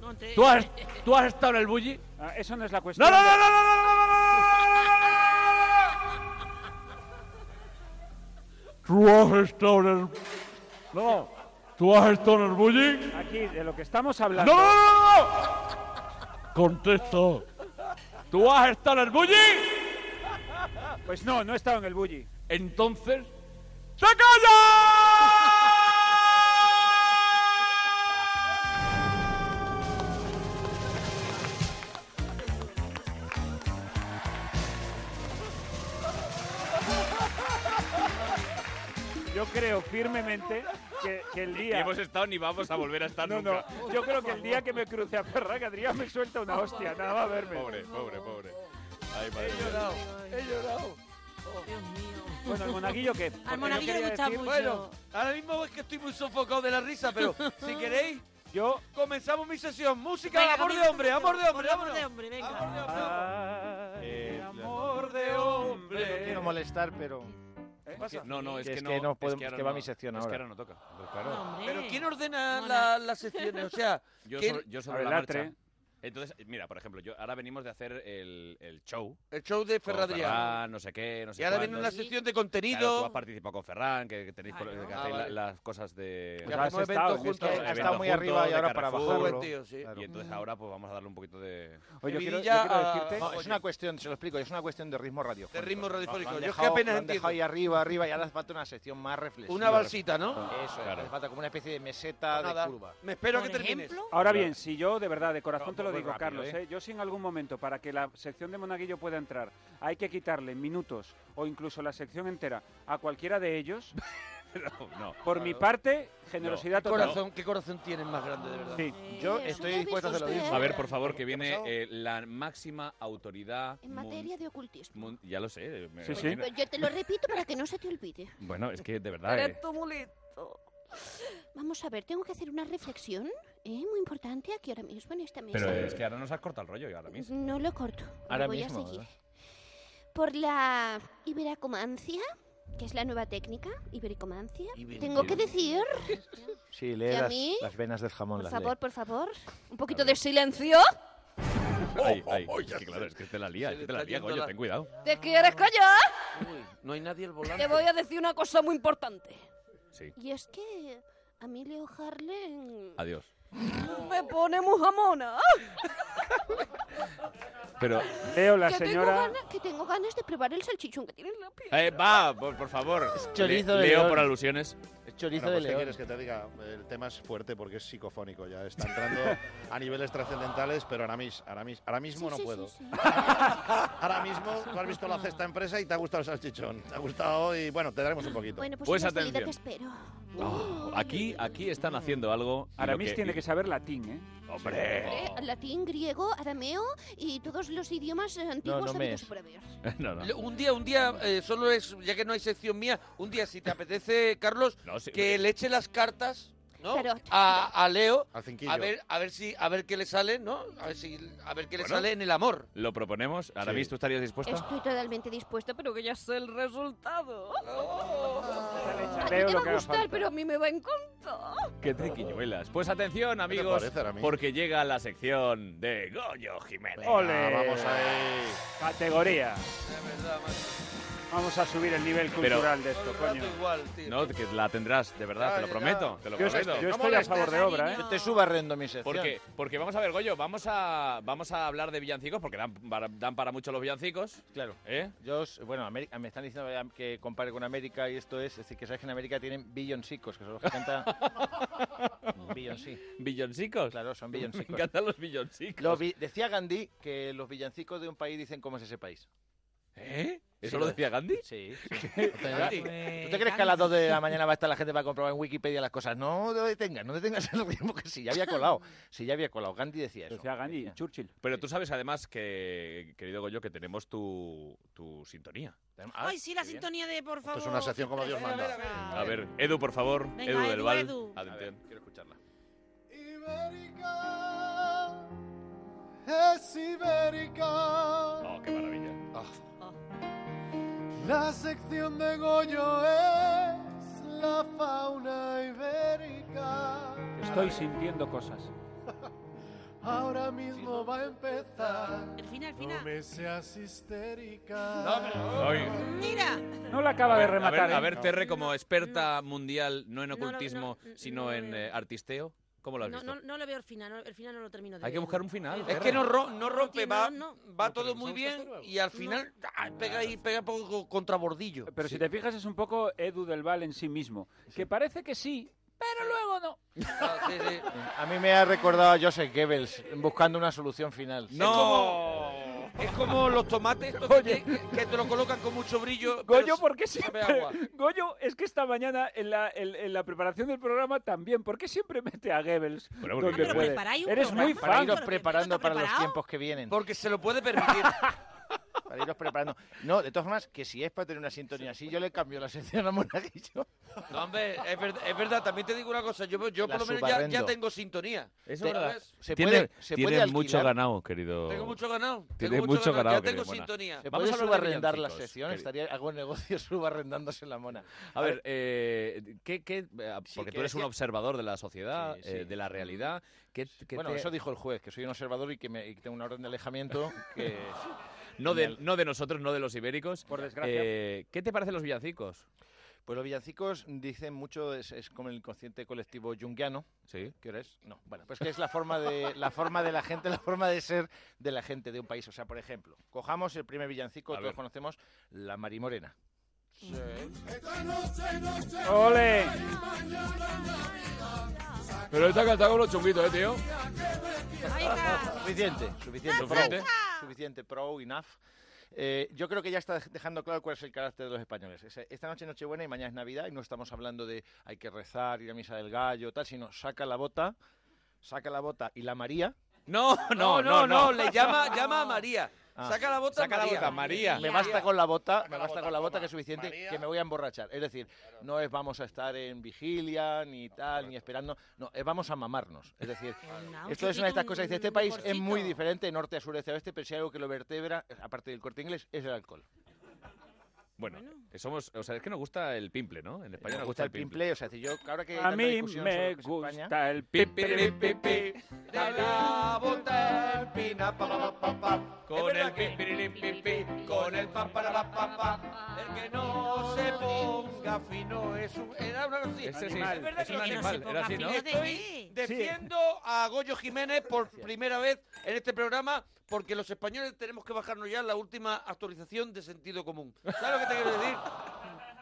Speaker 2: No, entre-
Speaker 15: ¿Tú has, ¿Tú has estado en el bully?
Speaker 4: Ah, eso no es la cuestión.
Speaker 15: No, no, no, no,
Speaker 4: de-
Speaker 15: no, no, no, no, no. ¿Tú has estado en el... No. ¿Tú has estado en el bullying?
Speaker 4: Aquí, de lo que estamos hablando.
Speaker 15: ¡No, no, no, no, no! Contesto. ¿Tú has estado en el bullying?
Speaker 4: Pues no, no he estado en el bully.
Speaker 15: Entonces... ¡Se calla!
Speaker 4: Yo creo firmemente que, que el
Speaker 1: Ni
Speaker 4: día.
Speaker 1: hemos estado ni vamos a volver a estar
Speaker 4: No,
Speaker 1: nunca.
Speaker 4: no. Yo creo que el día que me cruce a Ferran, que Adrián me suelta una hostia, nada va a verme.
Speaker 1: Pobre, pobre, pobre. Ay, madre
Speaker 5: He
Speaker 1: mía.
Speaker 5: llorado, he llorado.
Speaker 4: Bueno, ¿el monaguillo qué?
Speaker 5: Porque
Speaker 4: Al
Speaker 5: yo
Speaker 4: monaguillo le
Speaker 5: quería
Speaker 4: gusta mucho.
Speaker 5: Bueno, ahora mismo es que estoy muy sofocado de la risa, pero si queréis,
Speaker 4: yo
Speaker 5: comenzamos mi sesión. Música,
Speaker 2: Venga,
Speaker 5: amor de
Speaker 2: comienza
Speaker 5: hombre,
Speaker 2: tú,
Speaker 5: amor de hombre,
Speaker 2: amor de
Speaker 5: vámonos.
Speaker 2: hombre, venga.
Speaker 5: Amor de hombre.
Speaker 6: No quiero molestar, pero...
Speaker 4: ¿Eh?
Speaker 5: ¿Qué pasa?
Speaker 1: No, no, es
Speaker 6: Que
Speaker 1: que
Speaker 6: es
Speaker 1: no.
Speaker 6: que no podemos-
Speaker 1: ahora
Speaker 6: que va
Speaker 1: no-
Speaker 6: mi sección
Speaker 1: Es que
Speaker 6: ahora.
Speaker 1: ahora no toca.
Speaker 5: Pero ¿quién ordena la- las secciones? O sea,
Speaker 1: Yo,
Speaker 5: ¿quién-
Speaker 1: sobre, yo sobre la marcha. Entonces, mira, por ejemplo, yo ahora venimos de hacer el, el show.
Speaker 5: El show de
Speaker 1: con
Speaker 5: Ferradrián.
Speaker 1: Ferran, no sé qué, no sé
Speaker 5: Y ahora viene
Speaker 1: cuántos.
Speaker 5: una sección de
Speaker 1: Claro,
Speaker 5: contenido.
Speaker 1: tú has participado con Ferran, que, que tenéis por- que
Speaker 5: Ah,
Speaker 1: hacéis la-
Speaker 5: vale.
Speaker 1: las cosas de...
Speaker 5: Que hacemos Has estado, eventos que juntos.
Speaker 1: Eventos
Speaker 5: ha estado muy
Speaker 1: juntos,
Speaker 5: arriba y
Speaker 1: de
Speaker 5: ahora para
Speaker 1: Carrefour.
Speaker 5: bajarlo. Buen tío, sí. Claro.
Speaker 1: Y entonces ahora pues vamos a darle un poquito de...
Speaker 6: Oye, yo quiero- yo quiero decirte- No, es una cuestión, se lo explico, es una cuestión de ritmo radiofónico.
Speaker 5: De
Speaker 6: Lo-
Speaker 5: ritmo
Speaker 6: lo han
Speaker 5: radiofónico. Yo es que
Speaker 6: dejado-
Speaker 5: apenas
Speaker 6: lo han dejado ahí
Speaker 5: entiendo.
Speaker 6: arriba, arriba, y ahora hace falta una sección más reflexiva.
Speaker 5: Una balsita, ¿no?
Speaker 6: Eso, es,
Speaker 5: Claro. Pues
Speaker 6: hace falta como una especie de meseta
Speaker 5: Nada.
Speaker 6: de curva.
Speaker 5: Me espero a que termines.
Speaker 4: Ahora bien, si yo de verdad, de corazón
Speaker 6: No,
Speaker 4: te lo
Speaker 6: muy
Speaker 4: digo,
Speaker 6: rápido,
Speaker 4: Carlos,
Speaker 6: ¿eh?
Speaker 4: ¿eh? yo si en algún momento, para que la sección de Monaguillo pueda entrar, hay que quitarle minutos o incluso la sección entera a cualquiera de ellos,
Speaker 1: No.
Speaker 4: por mi parte, generosidad
Speaker 5: ¿Qué
Speaker 4: total.
Speaker 5: corazón, ¿Qué corazón tienes más grande, de verdad?
Speaker 4: Sí.
Speaker 1: Eh,
Speaker 5: Yo
Speaker 7: estoy dispuesto a hacerlo bien.
Speaker 1: A ver, por favor, que viene eh, la máxima autoridad...
Speaker 7: En
Speaker 1: mun-
Speaker 7: materia de ocultismo.
Speaker 1: mun- ya lo sé. eh, me-
Speaker 4: Sí, sí.
Speaker 1: imagino-
Speaker 7: Yo te lo repito para que no se te olvide.
Speaker 1: Bueno, es que de verdad... eh,
Speaker 7: Eres tu mulito. Vamos a ver, tengo que hacer una reflexión eh, muy importante aquí ahora mismo en esta mesa.
Speaker 1: Pero es que ahora nos has cortado el rollo y ahora mismo.
Speaker 7: No lo corto.
Speaker 1: Ahora
Speaker 7: lo voy
Speaker 1: mismo,
Speaker 7: a seguir.
Speaker 1: ¿no?
Speaker 7: Por la ibericomancia, que es la nueva técnica, ibericomancia,
Speaker 6: Iberi-
Speaker 7: tengo que decir,
Speaker 6: Sí,
Speaker 7: ¿Y
Speaker 6: lee
Speaker 7: a
Speaker 6: las,
Speaker 7: mí?
Speaker 6: las venas del jamón.
Speaker 7: por
Speaker 6: las
Speaker 7: favor,
Speaker 6: lee.
Speaker 7: por favor, un poquito de silencio.
Speaker 1: Ay, ay,
Speaker 5: Oh,
Speaker 1: es que claro, es que te la lía, es que te la lía,
Speaker 5: yendo
Speaker 1: coño,
Speaker 5: la-
Speaker 1: ten cuidado.
Speaker 7: ¿Te quieres callar?
Speaker 5: No hay nadie al volante.
Speaker 7: Te voy a decir una cosa muy importante.
Speaker 1: Sí.
Speaker 7: Y es que a mí Leo Harlem
Speaker 1: Adiós.
Speaker 7: me pone mujamona.
Speaker 1: Pero...
Speaker 4: Leo, la
Speaker 7: que Tengo
Speaker 4: señora...
Speaker 7: ganas, que tengo ganas de probar el salchichón que tiene en la piel.
Speaker 1: Eh, va, por, por favor.
Speaker 6: chorizo
Speaker 1: Le-
Speaker 6: de
Speaker 1: Leo
Speaker 6: león.
Speaker 1: por alusiones.
Speaker 6: Es chorizo
Speaker 10: Bueno,
Speaker 6: de
Speaker 10: pues, ¿qué
Speaker 6: león.
Speaker 10: quieres que te diga? El tema es fuerte porque es psicofónico ya. Está entrando a niveles trascendentales, pero ahora, mis, ahora, mis- ahora mismo
Speaker 7: Sí,
Speaker 10: no
Speaker 7: sí, sí,
Speaker 10: puedo.
Speaker 7: sí.
Speaker 10: Ahora mismo tú has visto la cesta empresa y te ha gustado el salchichón. Te ha gustado y bueno, te daremos un poquito.
Speaker 7: Bueno, pues,
Speaker 1: Pues
Speaker 7: una salida
Speaker 1: atención.
Speaker 7: que espero.
Speaker 1: Oh, aquí, aquí están haciendo algo. y lo
Speaker 4: Aramis tiene que saber latín, ¿eh?
Speaker 1: ¡Hombre!
Speaker 7: Eh, Latín, griego, arameo y todos los idiomas eh, antiguos
Speaker 5: no me
Speaker 7: habidos
Speaker 5: es.
Speaker 7: por haber.
Speaker 1: No,
Speaker 5: Le- Un día, un día, eh, solo es, ya que no hay sección mía, un día, si te apetece, Carlos, que le eche las cartas ¿no?
Speaker 7: Tarot.
Speaker 5: a, a Leo,
Speaker 10: Al cinquillo.
Speaker 5: a ver, a ver si, a ver qué le sale, ¿no? A ver si, a ver qué le
Speaker 1: Bueno.
Speaker 5: sale en el amor.
Speaker 1: Lo proponemos. Ahora mismo ¿tú estarías dispuesta?
Speaker 7: Estoy totalmente dispuesta, pero que ya sé el resultado.
Speaker 1: Oh.
Speaker 7: a ti
Speaker 1: Leo
Speaker 7: te
Speaker 1: lo
Speaker 7: va
Speaker 1: que haga
Speaker 7: a gustar,
Speaker 1: falta.
Speaker 7: pero a mí me va en contra.
Speaker 1: ¡Qué triquiñuelas! Pues atención, amigos,
Speaker 10: parece, Aramis?
Speaker 1: porque llega la sección de Goyo Jiménez.
Speaker 10: Venga, Vamos ahí.
Speaker 4: Categoría. Vamos a subir el nivel
Speaker 1: Pero-
Speaker 4: cultural de esto, coño.
Speaker 1: No, que la tendrás, de verdad, te lo prometo. Te lo
Speaker 4: Yo
Speaker 1: prometo.
Speaker 4: estoy- yo No estoy a molestes, favor de obra, cariño. ¿eh?
Speaker 6: Yo te subo arrendo mi sección.
Speaker 1: Porque, porque vamos a ver, Goyo, vamos a, vamos a hablar de villancicos, porque dan para, dan para mucho los villancicos.
Speaker 6: Claro.
Speaker 1: ¿Eh?
Speaker 6: Yo, os- bueno, América, me están diciendo que compare con América y esto es, es decir, que sabes que en América tienen billoncicos, que son los que canta... Billoncí.
Speaker 1: ¿Billoncicos?
Speaker 6: Claro, son
Speaker 1: Me
Speaker 6: billoncicos.
Speaker 1: encantan los billoncicos.
Speaker 6: Lo vi- decía Gandhi que los villancicos de un país dicen cómo es ese país.
Speaker 1: ¿Eh? ¿Eso
Speaker 6: Sí,
Speaker 1: lo decía Gandhi?
Speaker 6: Sí.
Speaker 1: Gandhi.
Speaker 6: ¿Tú
Speaker 4: Pues,
Speaker 6: te crees que a las 2 de la mañana va a estar la gente para comprobar en Wikipedia las cosas? No te detengas, no detengas el ritmo que si ya había colado. Si ya había colado. Gandhi decía eso.
Speaker 4: Decía Gandhi, Churchill.
Speaker 1: Pero tú sabes además que, querido Goyo, que tenemos tu, tu sintonía.
Speaker 2: Ay, sí, la sintonía de por favor.
Speaker 1: es una sección como Dios manda.
Speaker 2: O sea,
Speaker 1: Ah, A ver, Edu, por favor.
Speaker 2: Venga,
Speaker 1: Edu del
Speaker 2: Edu,
Speaker 1: Val.
Speaker 2: Edu.
Speaker 1: Atención.
Speaker 6: quiero escucharla.
Speaker 16: Ah. es ibérica.
Speaker 1: Oh, qué maravilla.
Speaker 16: Ah. La sección de Goyo es la fauna ibérica.
Speaker 4: Estoy sintiendo cosas.
Speaker 16: Ahora mismo va a empezar.
Speaker 2: El final,
Speaker 16: No me seas histérica.
Speaker 1: Ay.
Speaker 2: Mira.
Speaker 4: No la acaba de rematar.
Speaker 1: A ver,
Speaker 4: ¿eh?
Speaker 1: a ver, Terre, como experta mundial, no en ocultismo, sino en eh, artisteo, ¿cómo lo has
Speaker 2: No,
Speaker 1: visto?
Speaker 2: no, no le veo el final, no- el final no lo termino. de
Speaker 1: Hay que
Speaker 2: ver.
Speaker 1: buscar un final.
Speaker 5: Es
Speaker 1: Terre.
Speaker 5: que no, ro- no rompe, va,
Speaker 2: no.
Speaker 5: va todo muy bien y al final ah, pega ahí, pega poco contra bordillo.
Speaker 4: Pero si te fijas es un poco Edu del Val en sí mismo, que parece que sí, pero luego no.
Speaker 6: A mí me ha recordado a Joseph Goebbels buscando una solución final.
Speaker 5: ¡No! Es como los tomates estos que, que te lo colocan con mucho brillo. pero
Speaker 4: Goyo, ¿por qué siempre?
Speaker 5: sabe agua.
Speaker 4: Goyo, es que esta mañana en la, en, en la preparación del programa también, ¿por qué siempre mete a Goebbels?
Speaker 1: Bueno,
Speaker 6: porque-
Speaker 4: donde
Speaker 6: Ah, pero
Speaker 4: puede?
Speaker 6: preparáis un
Speaker 4: Eres
Speaker 6: programa.
Speaker 4: muy fan.
Speaker 6: Para iros preparando para los tiempos que vienen.
Speaker 5: Porque se lo puede permitir.
Speaker 6: Para iros preparando. No, de todas formas, que si es para tener una sintonía así, yo le cambio la sección a Monaguillo.
Speaker 5: No, hombre, es, verd- es verdad, también te digo una cosa, yo, yo
Speaker 6: La
Speaker 5: por lo menos ya, ya
Speaker 6: subarrendo.
Speaker 5: tengo sintonía.
Speaker 1: Eso
Speaker 5: Te-
Speaker 1: es verdad.
Speaker 5: ¿sabes?
Speaker 1: Tiene, tiene
Speaker 6: alquilar.
Speaker 1: mucho ganado, querido.
Speaker 5: Tengo mucho ganado.
Speaker 1: Tiene
Speaker 5: Tengo mucho ganado, ya tengo
Speaker 1: querido Mona.
Speaker 5: sintonía.
Speaker 6: ¿Se
Speaker 1: Vamos
Speaker 6: puede
Speaker 1: a hablar de
Speaker 6: subarrendar la
Speaker 1: villancicos,
Speaker 6: sección?
Speaker 1: querido.
Speaker 6: Estaría, hago el negocio subarrendándose la mona.
Speaker 1: A ver, eh, ¿qué, qué, eh, porque
Speaker 6: que
Speaker 1: tú eres un
Speaker 6: decía-
Speaker 1: observador de la sociedad,
Speaker 6: Sí, sí.
Speaker 1: eh, de la realidad. ¿qué- qué
Speaker 6: bueno,
Speaker 1: te-
Speaker 6: eso dijo el juez, que soy un observador y que, me, y que tengo una orden de alejamiento que...
Speaker 1: no, de, no de nosotros, no de los ibéricos.
Speaker 6: Por desgracia.
Speaker 1: Eh, ¿Qué te parecen los villancicos?
Speaker 6: Pues los villancicos dicen mucho, es, es como el inconsciente colectivo junguiano.
Speaker 1: ¿Sí?
Speaker 6: ¿Qué hora es? No, bueno, pues que es la forma, de, la forma de la gente, la forma de ser de la gente de un país. O sea, por ejemplo, cojamos el primer villancico,
Speaker 1: A
Speaker 6: todos
Speaker 1: ver.
Speaker 6: conocemos, la marimorena.
Speaker 4: ¡Ole!
Speaker 15: Pero está cantado con los chunguitos, eh, tío.
Speaker 6: Suficiente, suficiente.
Speaker 15: Suficiente.
Speaker 6: Pro, suficiente, pro, enough. Eh, yo creo que ya está dejando claro cuál es el carácter de los españoles. Ese- Esta noche es Nochebuena y mañana es Navidad y no estamos hablando de hay que rezar, ir a misa del gallo, tal, sino saca la bota, saca la bota y la María.
Speaker 1: No,
Speaker 5: No, no, no, le llama, llama a María.
Speaker 6: Ah.
Speaker 5: Saca la bota,
Speaker 1: Saca la
Speaker 5: María.
Speaker 1: bota, María.
Speaker 6: Me basta con la bota, me basta con la bota que es suficiente, que me voy a emborrachar. Es decir, no es vamos a estar en vigilia, ni tal, ni esperando, no, es vamos a mamarnos. Es decir,
Speaker 2: Claro.
Speaker 6: esto
Speaker 2: Un
Speaker 6: es una de
Speaker 2: chiquito,
Speaker 6: estas cosas. Dice,
Speaker 2: un
Speaker 6: este país es
Speaker 2: mejorcito.
Speaker 6: muy diferente, de norte a sur, este a oeste, pero si hay algo que lo vertebra, aparte del corte inglés, es el alcohol.
Speaker 1: Bueno, eh, somos, o sea, es que nos gusta el pimple, ¿no? En España
Speaker 6: Me gusta el pimple, o sea, si yo ahora que hay
Speaker 4: A
Speaker 6: tanta
Speaker 4: mí
Speaker 6: discusión
Speaker 4: me
Speaker 6: sobre lo que es España-
Speaker 4: gusta el pi, pi, pi, pi, pi.
Speaker 5: De la bota el pina, pa, pa, pa, pa.
Speaker 1: Con
Speaker 5: Es verdad
Speaker 1: el
Speaker 5: que- con el pa, para, pa, pa, pa. El que no se ponga fino es un... Era una cosa así.
Speaker 1: Ese sí,
Speaker 5: Animal.
Speaker 1: es un
Speaker 5: que-
Speaker 1: animal, era así, ¿no?
Speaker 5: Estoy defiendo a Goyo Jiménez por primera vez en este programa porque los españoles tenemos que bajarnos ya la última actualización de sentido común. ¿Sabes lo que te quiero decir?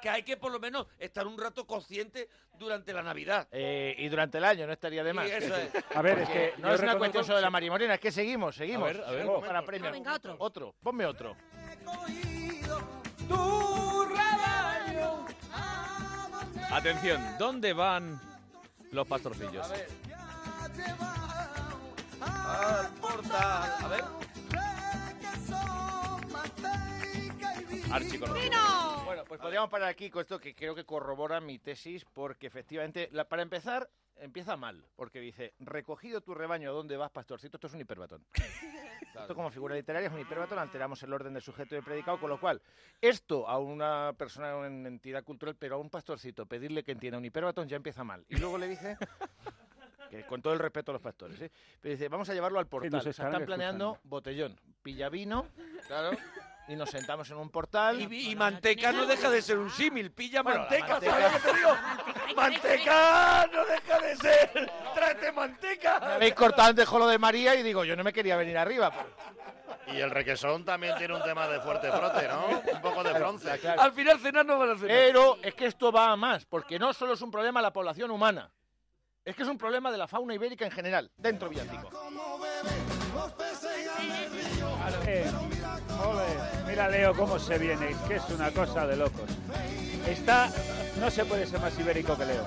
Speaker 5: Que hay que por lo menos estar un rato consciente durante la Navidad.
Speaker 6: Eh, y durante el año no estaría de más.
Speaker 5: Sí, eso es.
Speaker 4: A ver, es
Speaker 6: Porque
Speaker 4: que
Speaker 6: no
Speaker 4: yo
Speaker 6: es una
Speaker 4: reconozco-
Speaker 6: cuestión solo de la marimorena, es que seguimos, seguimos.
Speaker 4: A ver, a ver.
Speaker 6: Seguimos
Speaker 4: Ah,
Speaker 6: Para premio.
Speaker 4: venga,
Speaker 6: otro. Otro, ponme otro.
Speaker 16: Tu rebaño.
Speaker 1: Atención, ¿dónde van los pastorcillos?
Speaker 6: Ah,
Speaker 5: Al portal. A ver.
Speaker 6: Bueno, pues podríamos parar aquí con esto que creo que corrobora mi tesis, porque efectivamente, la- para empezar, empieza mal, porque dice, recogido tu rebaño, ¿a dónde vas, pastorcito? Esto es un hiperbatón. Esto como figura literaria es un hiperbatón, alteramos el orden del sujeto y el predicado, con lo cual, esto a una persona, a una entidad cultural, pero a un pastorcito, pedirle que entienda un hiperbatón ya empieza mal. Y luego le dice... que con todo el respeto a los pastores, ¿eh? pero dice, vamos a llevarlo al portal.
Speaker 4: nos
Speaker 6: O sea,
Speaker 4: estarán
Speaker 6: están planeando
Speaker 4: escuchando.
Speaker 6: botellón, pillavino,
Speaker 5: claro.
Speaker 6: y nos sentamos en un portal.
Speaker 5: Y, y manteca no deja de ser un símil, pilla
Speaker 6: Bueno, la
Speaker 5: manteca,
Speaker 6: manteca-
Speaker 5: ¿sabes lo que te digo? Manteca no deja de ser, tráete manteca.
Speaker 6: Me habéis cortado antes con lo de María y digo, yo no me quería venir arriba.
Speaker 10: Y el requesón también tiene un tema de fuerte frote, ¿no? Un poco de bronce.
Speaker 6: Al final cenar no van a cenar. Pero es que esto va a más, porque no solo es un problema de la población humana. Es que es un problema de la fauna ibérica en general, dentro villancico.
Speaker 4: Eh, ole. Mira, Leo, cómo se viene, es que es una cosa de locos. Está, no se puede ser más ibérico que Leo.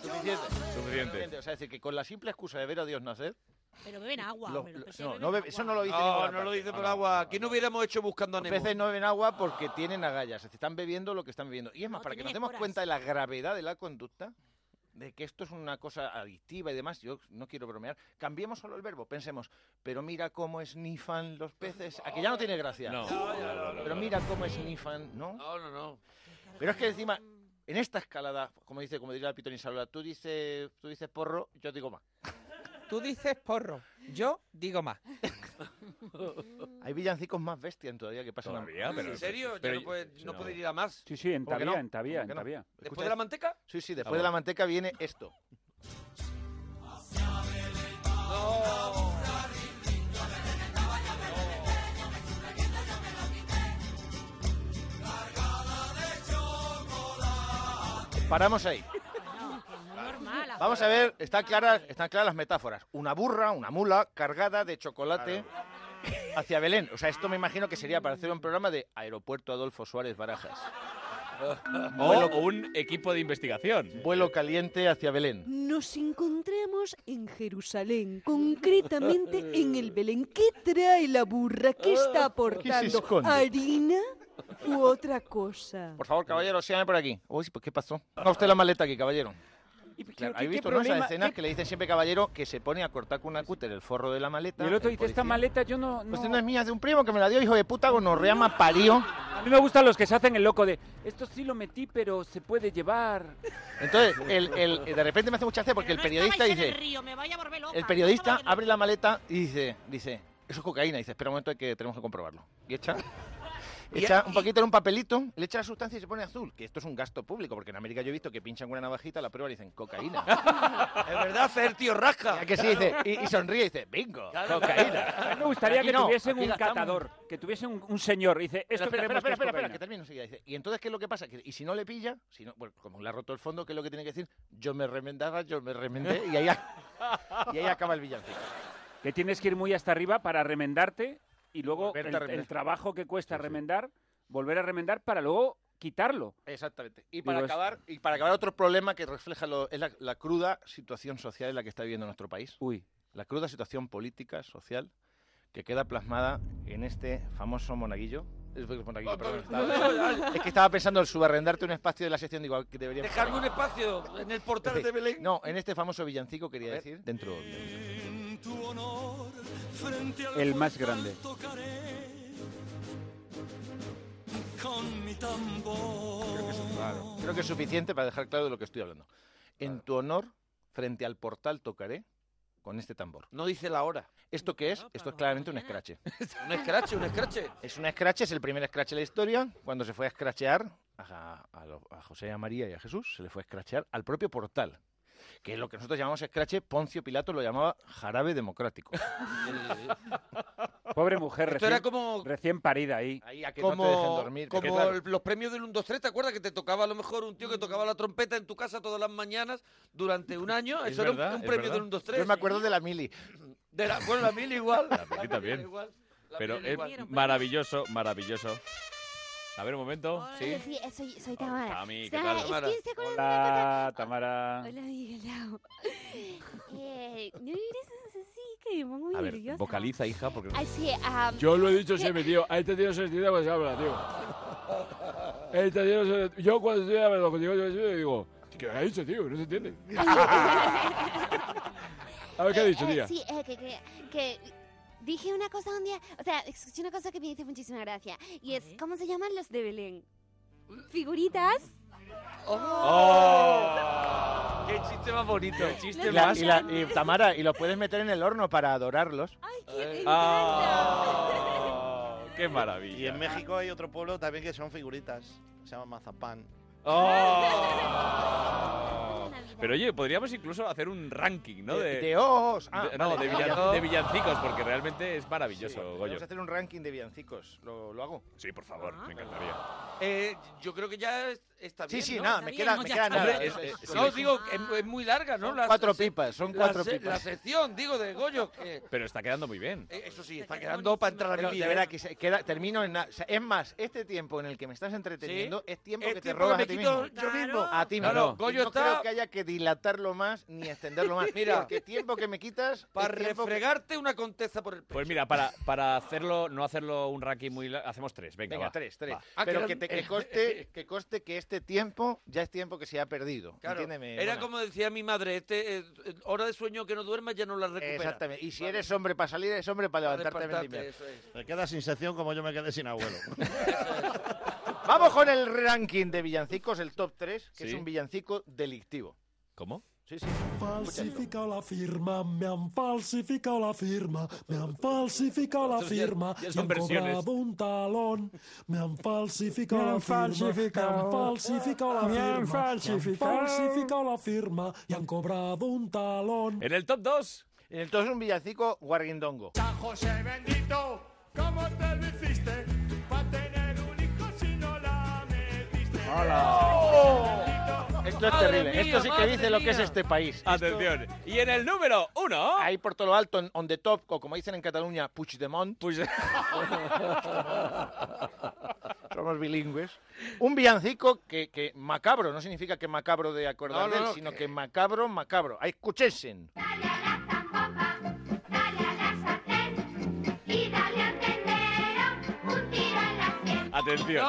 Speaker 6: Suficiente.
Speaker 15: Suficiente.
Speaker 6: O sea, es decir, que con la simple excusa de ver a Dios nacer...
Speaker 2: Pero beben agua.
Speaker 6: lo-
Speaker 2: pero
Speaker 6: lo-
Speaker 2: peces
Speaker 6: no,
Speaker 2: beben
Speaker 6: no bebe-
Speaker 2: agua.
Speaker 6: eso no lo dice
Speaker 5: No,
Speaker 6: ninguna
Speaker 5: no lo
Speaker 6: parte.
Speaker 5: dice por agua. Aquí no hubiéramos hecho buscando a
Speaker 6: Los
Speaker 5: Nemo.
Speaker 6: peces no beben agua porque tienen agallas, es decir, están bebiendo lo que están bebiendo. Y es más, para que nos
Speaker 5: tienen
Speaker 6: demos
Speaker 5: esporas.
Speaker 6: cuenta de la gravedad de la conducta, de que esto es una cosa adictiva y demás, yo no quiero bromear, cambiemos solo el verbo, pensemos, pero mira cómo esnifan los peces, aquí ya no tiene gracia.
Speaker 5: No. No, ya, no, no,
Speaker 6: Pero
Speaker 5: no.
Speaker 6: mira cómo esnifan, ¿no?
Speaker 5: No, no, no.
Speaker 6: Pero es que encima, en esta escalada, como dice, como diría el pitón Insaurralde, tú dices, tú dices porro, yo digo más.
Speaker 17: Tú dices porro, yo digo más.
Speaker 6: Hay villancicos más bestias todavía que pasan.
Speaker 5: Todavía, pero- ¿En serio? ¿Ya no puede- no puede ir a más?
Speaker 4: Sí, sí, en
Speaker 6: ¿Cómo que
Speaker 4: Tavía,
Speaker 6: no?
Speaker 4: en Tavía,
Speaker 6: ¿Cómo
Speaker 4: en
Speaker 6: que no?
Speaker 4: Tavía.
Speaker 6: Escucha,
Speaker 5: de la manteca?
Speaker 6: Sí, sí, después
Speaker 1: Ah,
Speaker 4: bueno.
Speaker 6: de la manteca viene esto. Paramos ahí. Vamos a ver, están claras, están claras las metáforas. Una burra, una mula cargada de chocolate hacia Belén. O sea, esto me imagino que sería para hacer un programa de Aeropuerto Adolfo Suárez Barajas.
Speaker 1: O, o un equipo de investigación.
Speaker 6: Vuelo caliente hacia Belén.
Speaker 12: Nos encontramos en Jerusalén, concretamente en el Belén. ¿Qué trae la burra? ¿Qué está aportando?
Speaker 6: esconde?
Speaker 12: ¿Harina u otra cosa?
Speaker 6: Por favor, caballero, síganme por aquí. Uy, pues ¿qué pasó? No, usted la maleta aquí, caballero. Claro,
Speaker 4: qué-
Speaker 6: ¿Habéis
Speaker 4: qué
Speaker 6: visto ¿no? esas
Speaker 4: problema-
Speaker 6: escenas
Speaker 4: qué-
Speaker 6: que le dicen siempre caballero que se pone a cortar con una cúter el forro de la maleta?
Speaker 4: Y el otro dice, esta maleta yo no...
Speaker 6: Pues no es mía, es de un primo que me la dio, hijo de puta, gonorrea, más parío.
Speaker 4: A mí me gustan los que se hacen el loco de, esto sí lo metí, pero se puede llevar.
Speaker 6: Entonces, el, el- eh, de repente me hace mucha gracia porque el periodista
Speaker 2: Estabais en
Speaker 6: dice...
Speaker 2: el río, me vaya a volver loca.
Speaker 6: El periodista abre la maleta y dice, dice, eso es cocaína. Y dice, espera un momento, hay que tenemos que comprobarlo. Y echa, echa un poquito en un papelito, le echa la sustancia y se pone azul. Que esto es un gasto público, porque en América yo he visto que pinchan con una navajita, la prueba y dicen, cocaína. es verdad, hacer tío rasca. que sí, dice, y, y sonríe y dice, bingo, cocaína.
Speaker 4: A mí me gustaría
Speaker 6: Aquí
Speaker 4: que
Speaker 6: no,
Speaker 4: tuviesen
Speaker 6: aquí
Speaker 4: un
Speaker 6: gastamos.
Speaker 4: catador, que tuviesen un, un señor. Dice, esto
Speaker 6: Pero espera, espera,
Speaker 4: creemos que es
Speaker 6: espera, espera, espera,
Speaker 4: cocaína".
Speaker 6: que termino enseguida. Dice, y entonces, ¿qué es lo que pasa? Que- y si no le pilla, si no, bueno, como le ha roto el fondo, ¿qué es lo que tiene que decir? Yo me remendaba, yo me remendé, y ahí, a- y ahí acaba el villancico.
Speaker 4: que tienes que ir muy hasta arriba para remendarte y luego el,
Speaker 6: Volverte a remendar.
Speaker 4: el trabajo que cuesta remendar, volver a remendar para luego quitarlo.
Speaker 6: Exactamente. Y para,
Speaker 4: Digo, es-
Speaker 6: acabar, y para acabar, otro problema que refleja lo- es la, la cruda situación social en la que está viviendo nuestro país.
Speaker 4: Uy.
Speaker 6: La cruda situación política, social, que queda plasmada en este famoso monaguillo. Es,
Speaker 5: Oh,
Speaker 6: monaguillo, perdón, estaba- es que estaba pensando en subarrendarte un espacio de la sección, digo, que debería...
Speaker 5: Dejarme un espacio en el portal de Belén.
Speaker 6: No, en este famoso villancico quería
Speaker 5: ver.
Speaker 6: decir, dentro...
Speaker 4: El más grande.
Speaker 16: Con mi tambor.
Speaker 6: Creo que es suficiente para dejar claro de lo que estoy hablando. En tu honor, frente al portal tocaré con este tambor.
Speaker 5: No dice la hora.
Speaker 6: ¿Esto qué es? Esto es claramente un escrache.
Speaker 5: Un escrache, un escrache.
Speaker 6: Es un scratch, es el primer scratch de la historia. Cuando se fue a scratchear a, a lo- a José, a María y a Jesús, se le fue a scratchear al propio portal. Que es lo que nosotros llamamos scratch, Poncio Pilato lo llamaba jarabe democrático.
Speaker 4: Pobre mujer,
Speaker 6: Esto
Speaker 4: recién,
Speaker 6: era
Speaker 4: recién parida ahí.
Speaker 6: a que no te dejen dormir,
Speaker 4: que
Speaker 5: Como
Speaker 4: claro.
Speaker 5: el- los premios del 1, 2, 3, ¿te acuerdas que te tocaba a lo mejor un tío que tocaba la trompeta en tu casa todas las mañanas durante un año?
Speaker 6: Es
Speaker 5: Eso era un-
Speaker 6: verdad,
Speaker 5: un
Speaker 6: es
Speaker 5: premio
Speaker 6: verdad.
Speaker 5: del 1, 2, 3.
Speaker 6: Yo me acuerdo de la mili.
Speaker 5: De la, bueno, la mili igual.
Speaker 1: Aquí también.
Speaker 5: La
Speaker 1: Pero
Speaker 5: piel
Speaker 1: es
Speaker 5: igual.
Speaker 1: maravilloso, maravilloso. A ver, un momento.
Speaker 7: Yo
Speaker 1: Sí.
Speaker 7: sí, eh, soy, soy Tamara.
Speaker 1: Tami, ¿qué
Speaker 7: Tamara,
Speaker 1: tal,
Speaker 7: es que
Speaker 1: Tamara?
Speaker 7: ¿se acuerdan de una cosa?
Speaker 4: Hola,
Speaker 1: Ah.
Speaker 4: Tamara.
Speaker 7: Hola, Miguelao. Eh, no eres así, que me pongo muy
Speaker 1: A ver,
Speaker 7: nerviosa.
Speaker 1: vocaliza, hija, porque...
Speaker 7: Así, ah,
Speaker 13: Yo lo he dicho
Speaker 7: que-
Speaker 13: siempre, tío. A este tío se le entiende cuando se habla, tío. Este tío se le- Yo cuando estoy hablando contigo, yo yo digo, ¿qué ha dicho, tío? No se entiende. A ver, ¿qué ha
Speaker 7: eh,
Speaker 13: dicho,
Speaker 7: eh,
Speaker 13: tía?
Speaker 7: sí, eh, que, que- que dije una cosa un día, o sea, escuché una cosa que me hizo muchísima gracia, y es, ¿cómo se llaman los de Belén? ¿Figuritas?
Speaker 5: ¡Oh!
Speaker 6: ¡Qué
Speaker 5: Qué chiste más bonito. Qué
Speaker 6: Y, la- y la- y, Tamara, y los puedes meter en el horno para adorarlos.
Speaker 1: Eh, ah, ¡Qué maravilla!
Speaker 10: Y en México hay otro pueblo también que son figuritas. Se llama Mazapán.
Speaker 1: Oh. Pero oye, podríamos incluso hacer un ranking, ¿no?
Speaker 6: De- de ojos. este. Ah,
Speaker 1: de- no,
Speaker 6: vale.
Speaker 1: de, villan-
Speaker 6: Ah.
Speaker 1: de villancicos, porque realmente es maravilloso, Goyo.
Speaker 6: Vamos a hacer un ranking de villancicos. ¿Lo, lo hago?
Speaker 1: Sí, por favor,
Speaker 5: Ah.
Speaker 1: me encantaría.
Speaker 5: Eh, yo creo que ya es- está
Speaker 6: Sí,
Speaker 5: bien.
Speaker 6: sí,
Speaker 5: ¿no?
Speaker 6: nada, me Está queda- bien, me ya queda está. Ah. nada.
Speaker 5: Hombre, es-
Speaker 6: Es-
Speaker 5: es-
Speaker 6: es-
Speaker 5: no,
Speaker 6: es-
Speaker 5: digo, es, es muy larga, ¿no? La-
Speaker 6: cuatro
Speaker 5: se-
Speaker 6: pipas, son
Speaker 5: la
Speaker 6: cuatro
Speaker 5: se- La
Speaker 6: pipas.
Speaker 5: sección, digo, de Goyo. Que,
Speaker 1: Pero está quedando muy bien.
Speaker 5: eh, eso sí, está quedando para entrar
Speaker 6: Pero
Speaker 5: al
Speaker 6: de verdad que se queda- termino en nada. O sea, es más, este tiempo en el que me estás entreteniendo
Speaker 5: Sí.
Speaker 6: es tiempo
Speaker 5: Es
Speaker 6: que te
Speaker 5: tiempo que
Speaker 6: robas
Speaker 5: me
Speaker 6: a ti
Speaker 5: quito
Speaker 6: mismo.
Speaker 5: yo mismo. Claro.
Speaker 6: A ti mismo.
Speaker 5: Claro, Goyo
Speaker 6: no
Speaker 5: está-
Speaker 6: creo que haya que dilatarlo más ni extenderlo más.
Speaker 5: Mira.
Speaker 6: porque tiempo que me quitas es
Speaker 5: Para
Speaker 6: tiempo que-
Speaker 5: refregarte una conteza por el pecho.
Speaker 1: Pues mira, para, para hacerlo, no hacerlo un ranking muy largo, hacemos tres. Venga,
Speaker 6: Venga,
Speaker 1: va,
Speaker 6: tres, tres.
Speaker 1: va.
Speaker 5: Ah,
Speaker 6: Pero
Speaker 5: que
Speaker 6: que,
Speaker 5: era-
Speaker 6: te- que coste, que coste que este tiempo ya es tiempo que se ha perdido.
Speaker 5: Claro,
Speaker 6: Entiéndeme,
Speaker 5: era
Speaker 6: Bona.
Speaker 5: como decía mi madre, este eh, eh, hora de sueño que no duermas ya no la recuperas.
Speaker 6: Exactamente. Y si eres hombre para salir, eres hombre para levantarte a
Speaker 5: despertarte,
Speaker 6: vendimia.
Speaker 5: eso es.
Speaker 10: Te quedas sin sección como yo me quedé sin abuelo.
Speaker 6: Vamos con el ranking de villancicos, el top 3, que es
Speaker 10: Sí.
Speaker 6: un villancico delictivo.
Speaker 1: ¿Cómo?
Speaker 6: Sí, sí.
Speaker 18: Falsificado la firma, me han falsificado la firma, me han falsificado la
Speaker 1: Entonces ya-
Speaker 18: firma,
Speaker 1: ya
Speaker 18: me
Speaker 1: son
Speaker 18: han
Speaker 1: versiones.
Speaker 18: cobrado un talón, me han
Speaker 19: Me
Speaker 18: falsificado la
Speaker 19: han
Speaker 18: firma, me
Speaker 19: falsificado.
Speaker 18: han falsificado la
Speaker 19: Me han
Speaker 18: firma,
Speaker 19: falsificado.
Speaker 18: me han falsificado la firma y han cobrado un talón.
Speaker 1: En el top 2.
Speaker 6: En el top es un villancico guarguindongo.
Speaker 19: San José bendito, ¿cómo te lo hiciste? Pa' tener un hijo si no la metiste.
Speaker 6: Esto es terrible. Esto sí que dice lo que es este país.
Speaker 1: Atención. Y en el número uno.
Speaker 6: Ahí por todo lo alto, en- on the top, o como dicen en Cataluña, Puigdemont. Somos bilingües. Un villancico que, que macabro, no significa que macabro de acordar
Speaker 5: No, no,
Speaker 6: de él,
Speaker 5: no,
Speaker 6: sino que... macabro, macabro. Ahí, Escuchesen.
Speaker 1: Atención.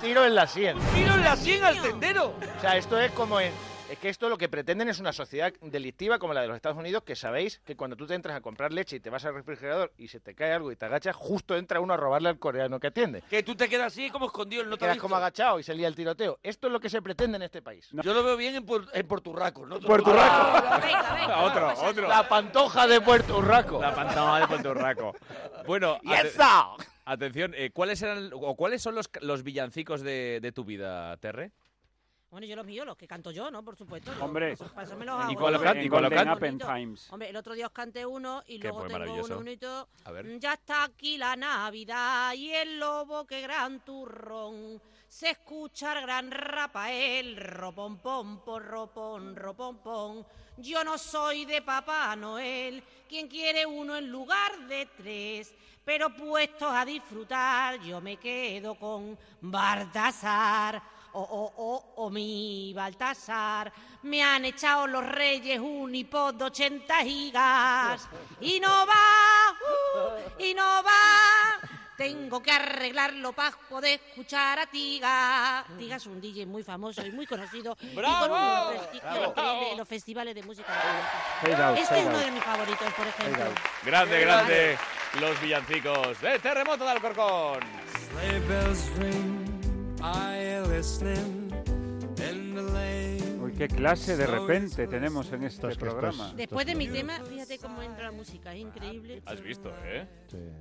Speaker 6: Tiro en la sien.
Speaker 5: Tiro en la sien al tendero.
Speaker 6: O sea, esto es como en... Es que esto lo que pretenden es una sociedad delictiva como la de los Estados Unidos, que sabéis que cuando tú te entras a comprar leche y te vas al refrigerador y se te cae algo y te agachas, justo entra uno a robarle al coreano que atiende.
Speaker 5: Que tú te quedas así como escondido, él no te ha
Speaker 6: Quedas
Speaker 5: visto.
Speaker 6: como agachado y se lía el tiroteo. Esto es lo que se pretende en este país.
Speaker 5: Yo lo veo bien en, Puer- en Porturraco. ¿no?
Speaker 6: Porturraco.
Speaker 1: otro, otro.
Speaker 6: Ah, La pantoja de Puerto Urraco.
Speaker 1: La pantoja de Puerto Urraco. Bueno,
Speaker 6: Y
Speaker 1: ate-
Speaker 6: eso.
Speaker 1: Atención, eh, ¿cuáles eran o cuáles son los, los villancicos de, de tu vida, Terre?
Speaker 2: Bueno, yo los míos, los que canto yo, ¿no? Por supuesto. yo-
Speaker 4: Hombre.
Speaker 2: para eso me los hago.
Speaker 4: Y con lo
Speaker 2: ¿no?
Speaker 4: can- y con lo En can- Golden
Speaker 2: Bonito.
Speaker 4: Appen Times.
Speaker 2: Hombre, el otro día os canté uno y
Speaker 4: Que
Speaker 2: luego
Speaker 4: fue
Speaker 2: tengo
Speaker 4: maravilloso.
Speaker 2: uno bonito.
Speaker 4: A ver.
Speaker 2: Mm, Ya está aquí la Navidad y el lobo, que gran turrón. Se escucha el gran rapael, ropón, pom, porropón, ropón, pom. Yo no soy de Papá Noel, quien quiere uno en lugar de tres. Pero puestos a disfrutar, yo me quedo con Baltasar. Oh, oh, oh, oh, mi Baltasar, me han echado los reyes un iPod de 80 gigas. Y no va, uh, y no va. Tengo que arreglarlo para poder escuchar a Tiga. Tiga es un DJ muy famoso y muy conocido. Y con
Speaker 21: ¡Bravo!
Speaker 2: un prestigio
Speaker 21: ¡Bravo!
Speaker 2: increíble en los festivales de música.
Speaker 1: Fade out,
Speaker 2: este
Speaker 1: fade
Speaker 2: es uno
Speaker 1: out.
Speaker 2: de mis favoritos, por ejemplo.
Speaker 1: Grande,
Speaker 2: Qué
Speaker 1: grande. Los villancicos de Terremoto de Alcorcón.
Speaker 21: Sleigh bells ring, I listening in the lane.
Speaker 4: Uy, qué clase de repente tenemos en este programa.
Speaker 2: Después de mi tema, fíjate cómo entra la música, es increíble.
Speaker 1: Has visto, ¿eh?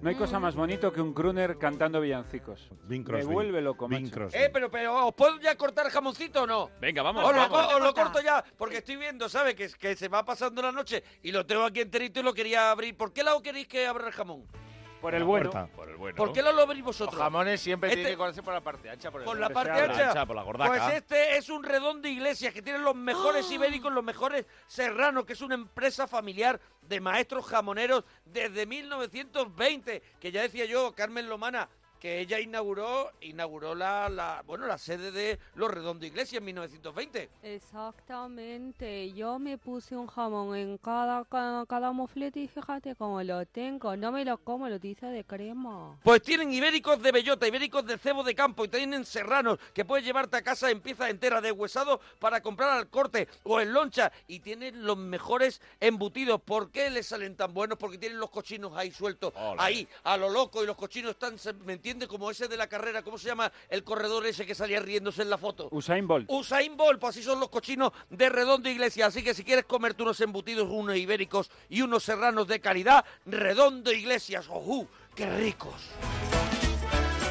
Speaker 4: No hay cosa más bonito que un crooner cantando villancicos. Me
Speaker 5: Crosby.
Speaker 4: vuelve loco,
Speaker 5: Bing
Speaker 4: macho.
Speaker 5: Eh, pero, pero ¿os puedo ya cortar el jamoncito o no?
Speaker 1: Venga,
Speaker 4: vamos,
Speaker 5: Os lo,
Speaker 4: vamos.
Speaker 5: co- os lo corto ya, porque estoy viendo, ¿sabes? Que, que se va pasando la noche y lo tengo aquí enterito y lo quería abrir. ¿Por qué lado queréis que abra el jamón?
Speaker 4: Por el bueno.
Speaker 1: Por el bueno.
Speaker 5: ¿Por qué lado lo abrís vosotros?
Speaker 6: Los jamones siempre
Speaker 5: Este-
Speaker 6: tienen que colarse por la parte ancha. Por, el
Speaker 5: Por la
Speaker 6: frente.
Speaker 5: parte ancha.
Speaker 1: por la gordaca.
Speaker 5: Pues este es un redón de iglesias que tiene los mejores ibéricos, los mejores serranos, que es una empresa familiar de maestros jamoneros desde 1920, que ya decía yo, Carmen Lomana, que ella inauguró, inauguró la, la- bueno, la sede de los redondos de iglesias en 1920.
Speaker 24: Exactamente, yo me puse un jamón en cada, cada, cada moflete y fíjate cómo lo tengo, no me lo como, lo dice de crema.
Speaker 5: Pues tienen ibéricos de bellota, ibéricos de cebo de campo y tienen serranos que puedes llevarte a casa en pieza entera de huesado para comprar al corte o en loncha. Y tienen los mejores embutidos. ¿Por qué les salen tan buenos? Porque tienen los cochinos ahí sueltos, ahí, a lo loco. Y los cochinos están se- metiendo entiende como ese de la carrera, ¿cómo se llama? El corredor ese que salía riéndose en la foto.
Speaker 4: Usain Bolt.
Speaker 5: Usain Bolt, pues así son los cochinos de Redondo Iglesia. Así que si quieres comerte unos embutidos, unos ibéricos y unos serranos de calidad, Redondo Iglesias, ojú, qué ricos.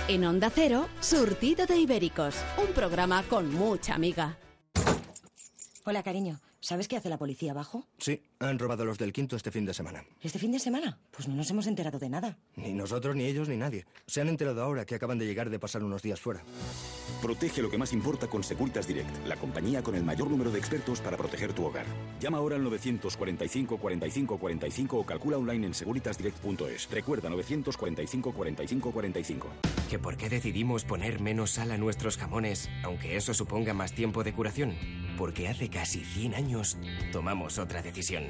Speaker 3: En Onda Cero, Surtido de Ibéricos, un programa con mucha amiga.
Speaker 14: Hola, cariño. ¿Sabes qué hace la policía abajo?
Speaker 20: Sí, han robado los del quinto este fin de semana.
Speaker 14: ¿Este fin de semana? Pues no nos hemos enterado de nada.
Speaker 20: Ni nosotros, ni ellos, ni nadie. Se han enterado ahora que acaban de llegar de pasar unos días fuera.
Speaker 22: Protege lo que más importa con Securitas Direct, la compañía con el mayor número de expertos para proteger tu hogar. Llama ahora al 945 45 45 o calcula online en securitasdirect.es. Recuerda 945 45 45.
Speaker 25: ¿Que por qué decidimos poner menos sal a nuestros jamones, aunque eso suponga más tiempo de curación? Porque hace casi 100 años tomamos otra decisión.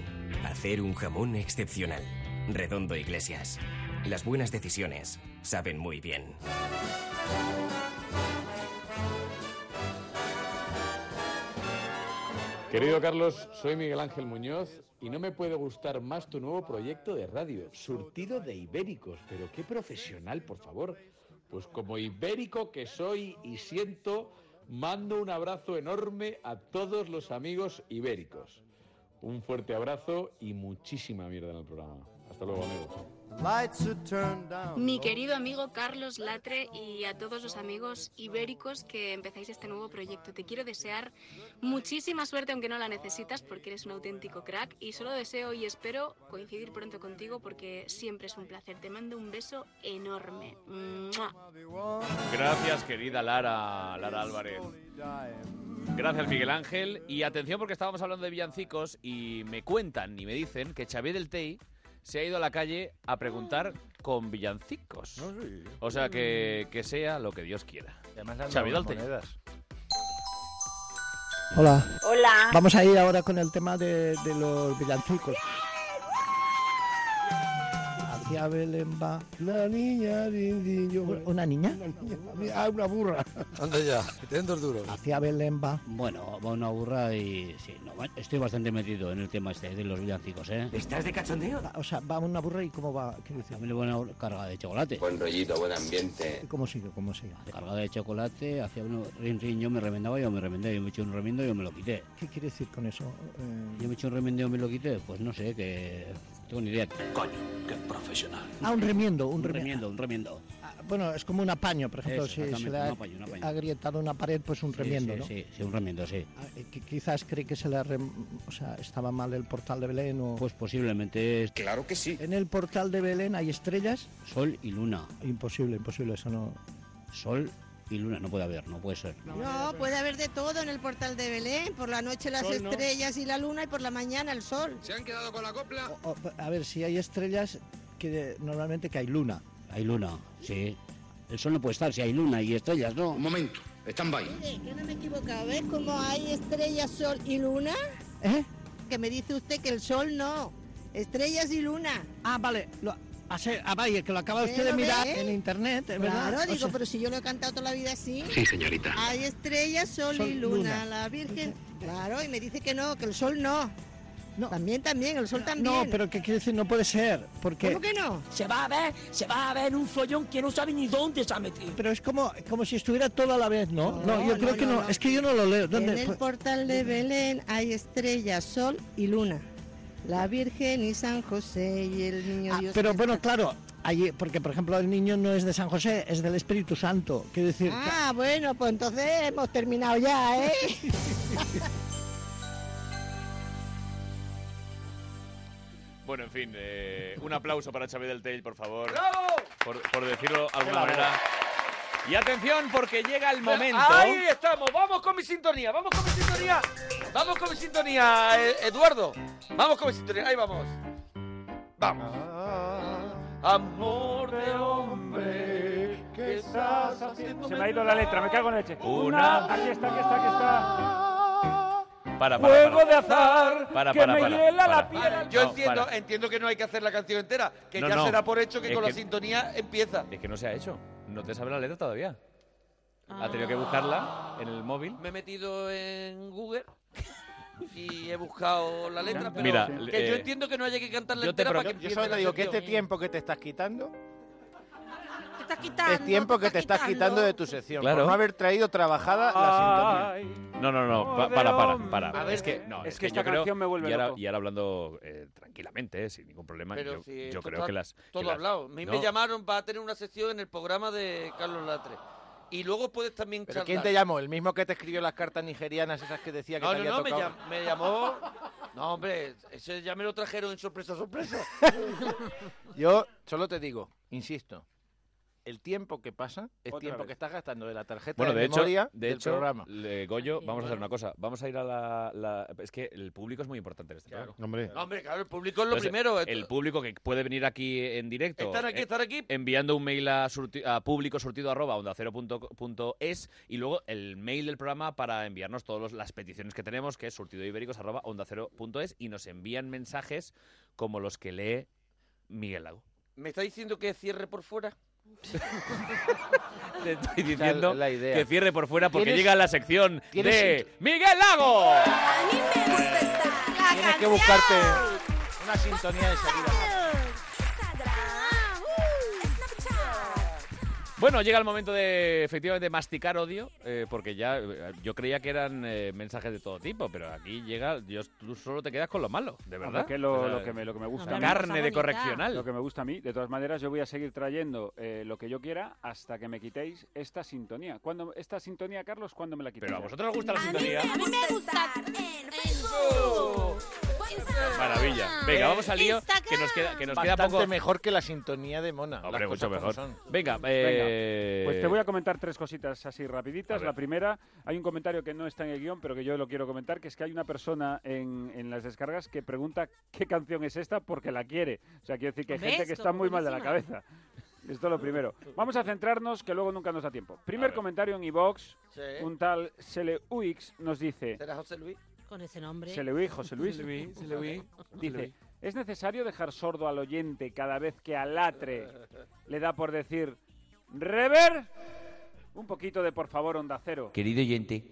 Speaker 25: Hacer un jamón excepcional. Redondo Iglesias. Las buenas decisiones saben muy bien.
Speaker 26: Querido Carlos, soy Miguel Ángel Muñoz y no me puede gustar más tu nuevo proyecto de radio, Surtido de Ibéricos. Pero qué profesional, por favor. Pues como ibérico que soy y siento, mando un abrazo enorme a todos los amigos ibéricos. Un fuerte abrazo y muchísima mierda en el programa. Hasta luego, amigos.
Speaker 27: Mi querido amigo Carlos Latre y a todos los amigos ibéricos que empezáis este nuevo proyecto, te quiero desear muchísima suerte, aunque no la necesitas, porque eres un auténtico crack. Y solo deseo y espero coincidir pronto contigo, porque siempre es un placer. Te mando un beso enorme. ¡Mua!
Speaker 1: Gracias, querida Lara, Lara Álvarez. Gracias, Miguel Ángel. Y atención, porque estábamos hablando de villancicos y me cuentan y me dicen que Xavier del Tey se ha ido a la calle a preguntar con villancicos. O sea, que, que sea lo que Dios quiera.
Speaker 6: Además, le han dado
Speaker 1: Xavier
Speaker 6: unas
Speaker 1: del Tey.
Speaker 28: Hola.
Speaker 29: Hola.
Speaker 28: Vamos a ir ahora con el tema de, de los villancicos. Hacia Belén va la niña, din, din, yo- ¿Una niña? Ah, una burra.
Speaker 30: Anda ya, que te den dos duros.
Speaker 28: Hacia Belén va.
Speaker 30: Bueno, va una burra y sí, no, va- estoy bastante metido en el tema este de los villancicos, ¿eh? ¿Estás de cachondeo?
Speaker 28: Va- O sea, va una burra y cómo va, ¿qué dice?
Speaker 30: También le voy a una carga de chocolate. Buen rollito, buen ambiente.
Speaker 28: ¿Y ¿Cómo sigue? ¿Cómo sigue?
Speaker 30: Carga de chocolate, hacía un rin rin, yo me remendaba, yo me remendé, yo me eché un remiendo, yo me lo quité.
Speaker 28: ¿Qué quiere decir con eso? Eh,
Speaker 30: Yo me eché un remiendo, me lo quité, pues no sé, que... Tengo ni idea. Coño, qué profesional.
Speaker 28: Ah, un remiendo, un
Speaker 30: Un
Speaker 28: remi-
Speaker 30: remiendo, un remiendo.
Speaker 28: Eh, Bueno, es como un apaño, por ejemplo,
Speaker 30: Eso,
Speaker 28: si se
Speaker 30: exactamente,
Speaker 28: le ha
Speaker 30: un apaño, un apaño.
Speaker 28: agrietado una pared, pues un
Speaker 30: Sí,
Speaker 28: remiendo,
Speaker 30: sí,
Speaker 28: ¿no?
Speaker 30: Sí, sí, un remiendo, sí.
Speaker 28: Ah, eh, qui- Quizás cree que se le ha rem- o sea, estaba mal el portal de Belén o...
Speaker 30: Pues posiblemente... Claro que sí.
Speaker 28: En el portal de Belén hay estrellas.
Speaker 30: Sol y luna.
Speaker 28: Imposible, imposible, eso no...
Speaker 30: Sol y luna, no puede haber, no puede ser.
Speaker 31: No, puede haber de todo en el portal de Belén. Por la noche las
Speaker 28: Sol, ¿no?
Speaker 31: estrellas y la luna y por la mañana el sol. ¿Se han quedado con la copla?
Speaker 28: O- a ver, si hay estrellas, que de- normalmente que hay luna.
Speaker 30: Hay luna, sí. El sol no puede estar si hay luna y estrellas, ¿no? Un momento, están by.
Speaker 31: que no me he equivocado. ¿Ves cómo hay estrellas, sol y luna?
Speaker 28: ¿Eh?
Speaker 31: Que me dice usted que el sol no. Estrellas y luna.
Speaker 28: Ah, vale. Lo, a ser- ah, vaya, que lo acaba usted de
Speaker 31: Pero ve.
Speaker 28: mirar en internet, es ¿verdad?
Speaker 31: Claro,
Speaker 28: O
Speaker 31: digo,
Speaker 28: sea,
Speaker 31: pero si yo lo he cantado toda la vida así.
Speaker 28: Sí, señorita.
Speaker 31: Hay estrellas, sol,
Speaker 28: Sol,
Speaker 31: y luna,
Speaker 28: luna.
Speaker 31: la Virgen. Claro, y me dice que no, que el sol no. También, también, el sol también.
Speaker 28: No, pero ¿qué quiere decir? No puede ser, porque...
Speaker 31: ¿Cómo que no? Se va a ver, se va a ver un follón que no sabe ni dónde se ha metido.
Speaker 28: Pero es como, como si estuviera todo a la vez, ¿no? No, yo
Speaker 31: no,
Speaker 28: creo que
Speaker 31: no,
Speaker 28: no.
Speaker 31: no.
Speaker 28: Es que yo no lo leo. ¿Dónde?
Speaker 31: En el
Speaker 28: Pues-
Speaker 31: portal de Belén hay estrellas, sol y luna. La Virgen y San José y el niño Dios.
Speaker 28: ah, Pero bueno, claro, allí, porque por ejemplo el niño no es de San José, es del Espíritu Santo. Quiero decir,
Speaker 31: Ah, bueno, pues entonces hemos terminado ya, ¿eh?
Speaker 1: Bueno, en fin, eh, un aplauso para Xavier del Tell, por favor.
Speaker 5: ¡Bravo!
Speaker 1: Por, por decirlo de alguna
Speaker 5: Bravo.
Speaker 1: manera. Y atención, porque llega el momento.
Speaker 5: Ahí estamos, vamos con mi sintonía, vamos con mi sintonía. Vamos con mi sintonía, eh, Eduardo. Vamos con mi sintonía, ahí vamos. Vamos.
Speaker 1: Ah.
Speaker 5: Amor de hombre, que estás haciendo.
Speaker 4: Se me ha ido la letra, me cago en la leche.
Speaker 1: Una-
Speaker 4: Aquí está, aquí está, aquí está.
Speaker 1: Para, para,
Speaker 4: Juego
Speaker 1: para.
Speaker 4: de azar
Speaker 1: Para,
Speaker 4: que
Speaker 1: para,
Speaker 4: me
Speaker 1: para,
Speaker 4: hiela
Speaker 1: para.
Speaker 4: la piel.
Speaker 1: Vale,
Speaker 5: Yo
Speaker 1: no,
Speaker 5: entiendo,
Speaker 1: para.
Speaker 5: entiendo que no hay que hacer la canción entera, que
Speaker 1: No,
Speaker 5: ya
Speaker 1: no.
Speaker 5: se da por hecho que
Speaker 1: Es
Speaker 5: con
Speaker 1: que-
Speaker 5: la sintonía empieza.
Speaker 1: Es que no se ha hecho. No te sabe la letra todavía. Ha tenido que buscarla en el móvil.
Speaker 5: Me he metido en Google y he buscado la letra, pero
Speaker 1: Mira,
Speaker 5: que yo
Speaker 1: eh,
Speaker 5: entiendo que no haya que cantarla
Speaker 1: yo te este
Speaker 5: entera
Speaker 1: pro-
Speaker 5: para que
Speaker 6: Yo
Speaker 5: empiece
Speaker 6: solo te
Speaker 5: la
Speaker 6: digo este que
Speaker 5: canción.
Speaker 6: este tiempo que te estás quitando
Speaker 2: estás quitando.
Speaker 6: Es tiempo que te estás quitando de tu sección.
Speaker 1: Claro.
Speaker 6: Por no haber traído trabajada la sintonía.
Speaker 1: No, no, no, pa- para, para, para.
Speaker 6: A ver,
Speaker 1: es que, no,
Speaker 6: es
Speaker 1: es
Speaker 6: que
Speaker 1: que
Speaker 6: esta
Speaker 1: yo creo-
Speaker 6: canción me vuelve
Speaker 1: y ahora,
Speaker 6: loco.
Speaker 1: y ahora hablando eh, tranquilamente, eh, sin ningún problema,
Speaker 5: Pero
Speaker 1: yo,
Speaker 5: si
Speaker 1: yo
Speaker 5: esto
Speaker 1: creo
Speaker 5: está
Speaker 1: que las... que
Speaker 5: Todo
Speaker 1: las-
Speaker 5: hablado. A mí me
Speaker 1: no,
Speaker 5: llamaron para tener una sección en el programa de Carlos Latre. Y luego puedes también
Speaker 6: ¿Pero
Speaker 5: charlar.
Speaker 6: quién te llamó? ¿El mismo que te escribió las cartas nigerianas esas que decía que
Speaker 5: No,
Speaker 6: te
Speaker 5: no,
Speaker 6: había
Speaker 5: no, me,
Speaker 6: tocado?
Speaker 5: llam- me llamó... No, hombre, ese ya me lo trajeron en sorpresa, sorpresa.
Speaker 6: Yo solo te digo, insisto, el tiempo que pasa es
Speaker 5: Otra
Speaker 6: tiempo
Speaker 5: vez.
Speaker 6: que estás gastando de la tarjeta
Speaker 1: Bueno,
Speaker 6: de,
Speaker 1: de hecho,
Speaker 6: memoria
Speaker 1: de
Speaker 6: del
Speaker 1: hecho
Speaker 6: programa.
Speaker 1: le- Goyo, vamos a hacer una cosa. Vamos a ir a la, la- Es que el público es muy importante en este programa.
Speaker 6: Hombre.
Speaker 5: No, hombre, claro, el público es lo
Speaker 6: Pues, eh,
Speaker 1: Entonces,
Speaker 5: primero. esto-
Speaker 1: El público que puede venir aquí en directo.
Speaker 5: Estar aquí,
Speaker 1: eh,
Speaker 5: estar aquí.
Speaker 1: Enviando un mail a, surti- a público surtido arroba onda cero punto co- punto es y luego el mail del programa para enviarnos todas las peticiones que tenemos, que es surtidoibéricos arroba onda cero punto es y nos envían mensajes como los que lee Miguel Lago.
Speaker 5: ¿Me está diciendo que cierre por fuera?
Speaker 1: Te estoy
Speaker 6: Esa es
Speaker 1: diciendo
Speaker 6: la idea.
Speaker 1: que cierre por fuera porque
Speaker 6: Tienes-
Speaker 1: llega la sección
Speaker 6: tienes-
Speaker 1: de Miguel Lago.
Speaker 6: Tienes que buscarte una sintonía de salida.
Speaker 1: Bueno, llega el momento de efectivamente masticar odio, eh, porque ya eh, yo creía que eran eh, mensajes de todo tipo, pero aquí llega, Dios, tú solo te quedas con lo malo, de verdad.
Speaker 4: Hombre, que lo,
Speaker 1: O sea,
Speaker 4: lo que me, lo que me gusta. a mí.
Speaker 1: Carne de correccional.
Speaker 4: Lo que me gusta a mí. De todas maneras, yo voy a seguir trayendo eh, lo que yo quiera hasta que me quitéis esta sintonía. ¿Cuándo, ¿Esta sintonía, Carlos, cuándo me la quitéis?
Speaker 1: Pero a vosotros os gusta la sintonía.
Speaker 19: mí me gusta en Facebook.
Speaker 1: Maravilla.
Speaker 16: Eh,
Speaker 1: Venga, vamos al lío,
Speaker 19: Instagram.
Speaker 1: que nos queda, que nos queda
Speaker 6: Bastante
Speaker 1: poco.
Speaker 6: mejor que la sintonía de Mona. las
Speaker 1: Hombre,
Speaker 6: cosas
Speaker 1: mucho
Speaker 6: como
Speaker 1: mejor.
Speaker 6: son.
Speaker 1: Venga,
Speaker 4: Venga,
Speaker 1: eh,
Speaker 4: Pues te voy a comentar tres cositas así
Speaker 1: A
Speaker 4: rapiditas.
Speaker 1: ver.
Speaker 4: La primera, hay un comentario que no está en el guión, pero que yo lo quiero comentar, que es que hay una persona en, en las descargas que pregunta qué canción es esta porque la quiere. O sea, quiero decir que hay
Speaker 7: Hombre,
Speaker 4: gente que
Speaker 7: esto,
Speaker 4: está muy mal de la
Speaker 7: buenísima.
Speaker 4: cabeza. Esto es lo primero. Vamos a centrarnos, que luego nunca nos da tiempo. Primer comentario en iVox,
Speaker 5: Sí.
Speaker 4: un tal Seleuix nos dice...
Speaker 5: ¿Será José Luis?
Speaker 2: Con ese nombre.
Speaker 4: Seleuix, José Luis. Dice,
Speaker 5: Seleuix.
Speaker 4: ¿es necesario dejar sordo al oyente cada vez que alatre le da por decir rever? Un poquito de por favor, onda cero.
Speaker 8: Querido oyente,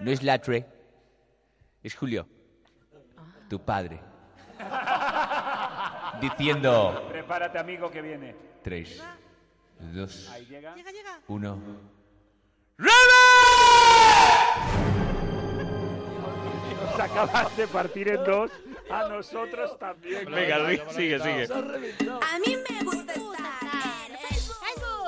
Speaker 8: no es Latre, es Julio, tu padre, diciendo
Speaker 4: Prepárate, amigo, que viene.
Speaker 8: 3, 2,
Speaker 4: Ahí llega.
Speaker 8: 1.
Speaker 4: Nos acabas de partir en dos. A nosotros también.
Speaker 1: Venga, Luis, sigue, sigue.
Speaker 19: A mí me gusta estar en Facebook.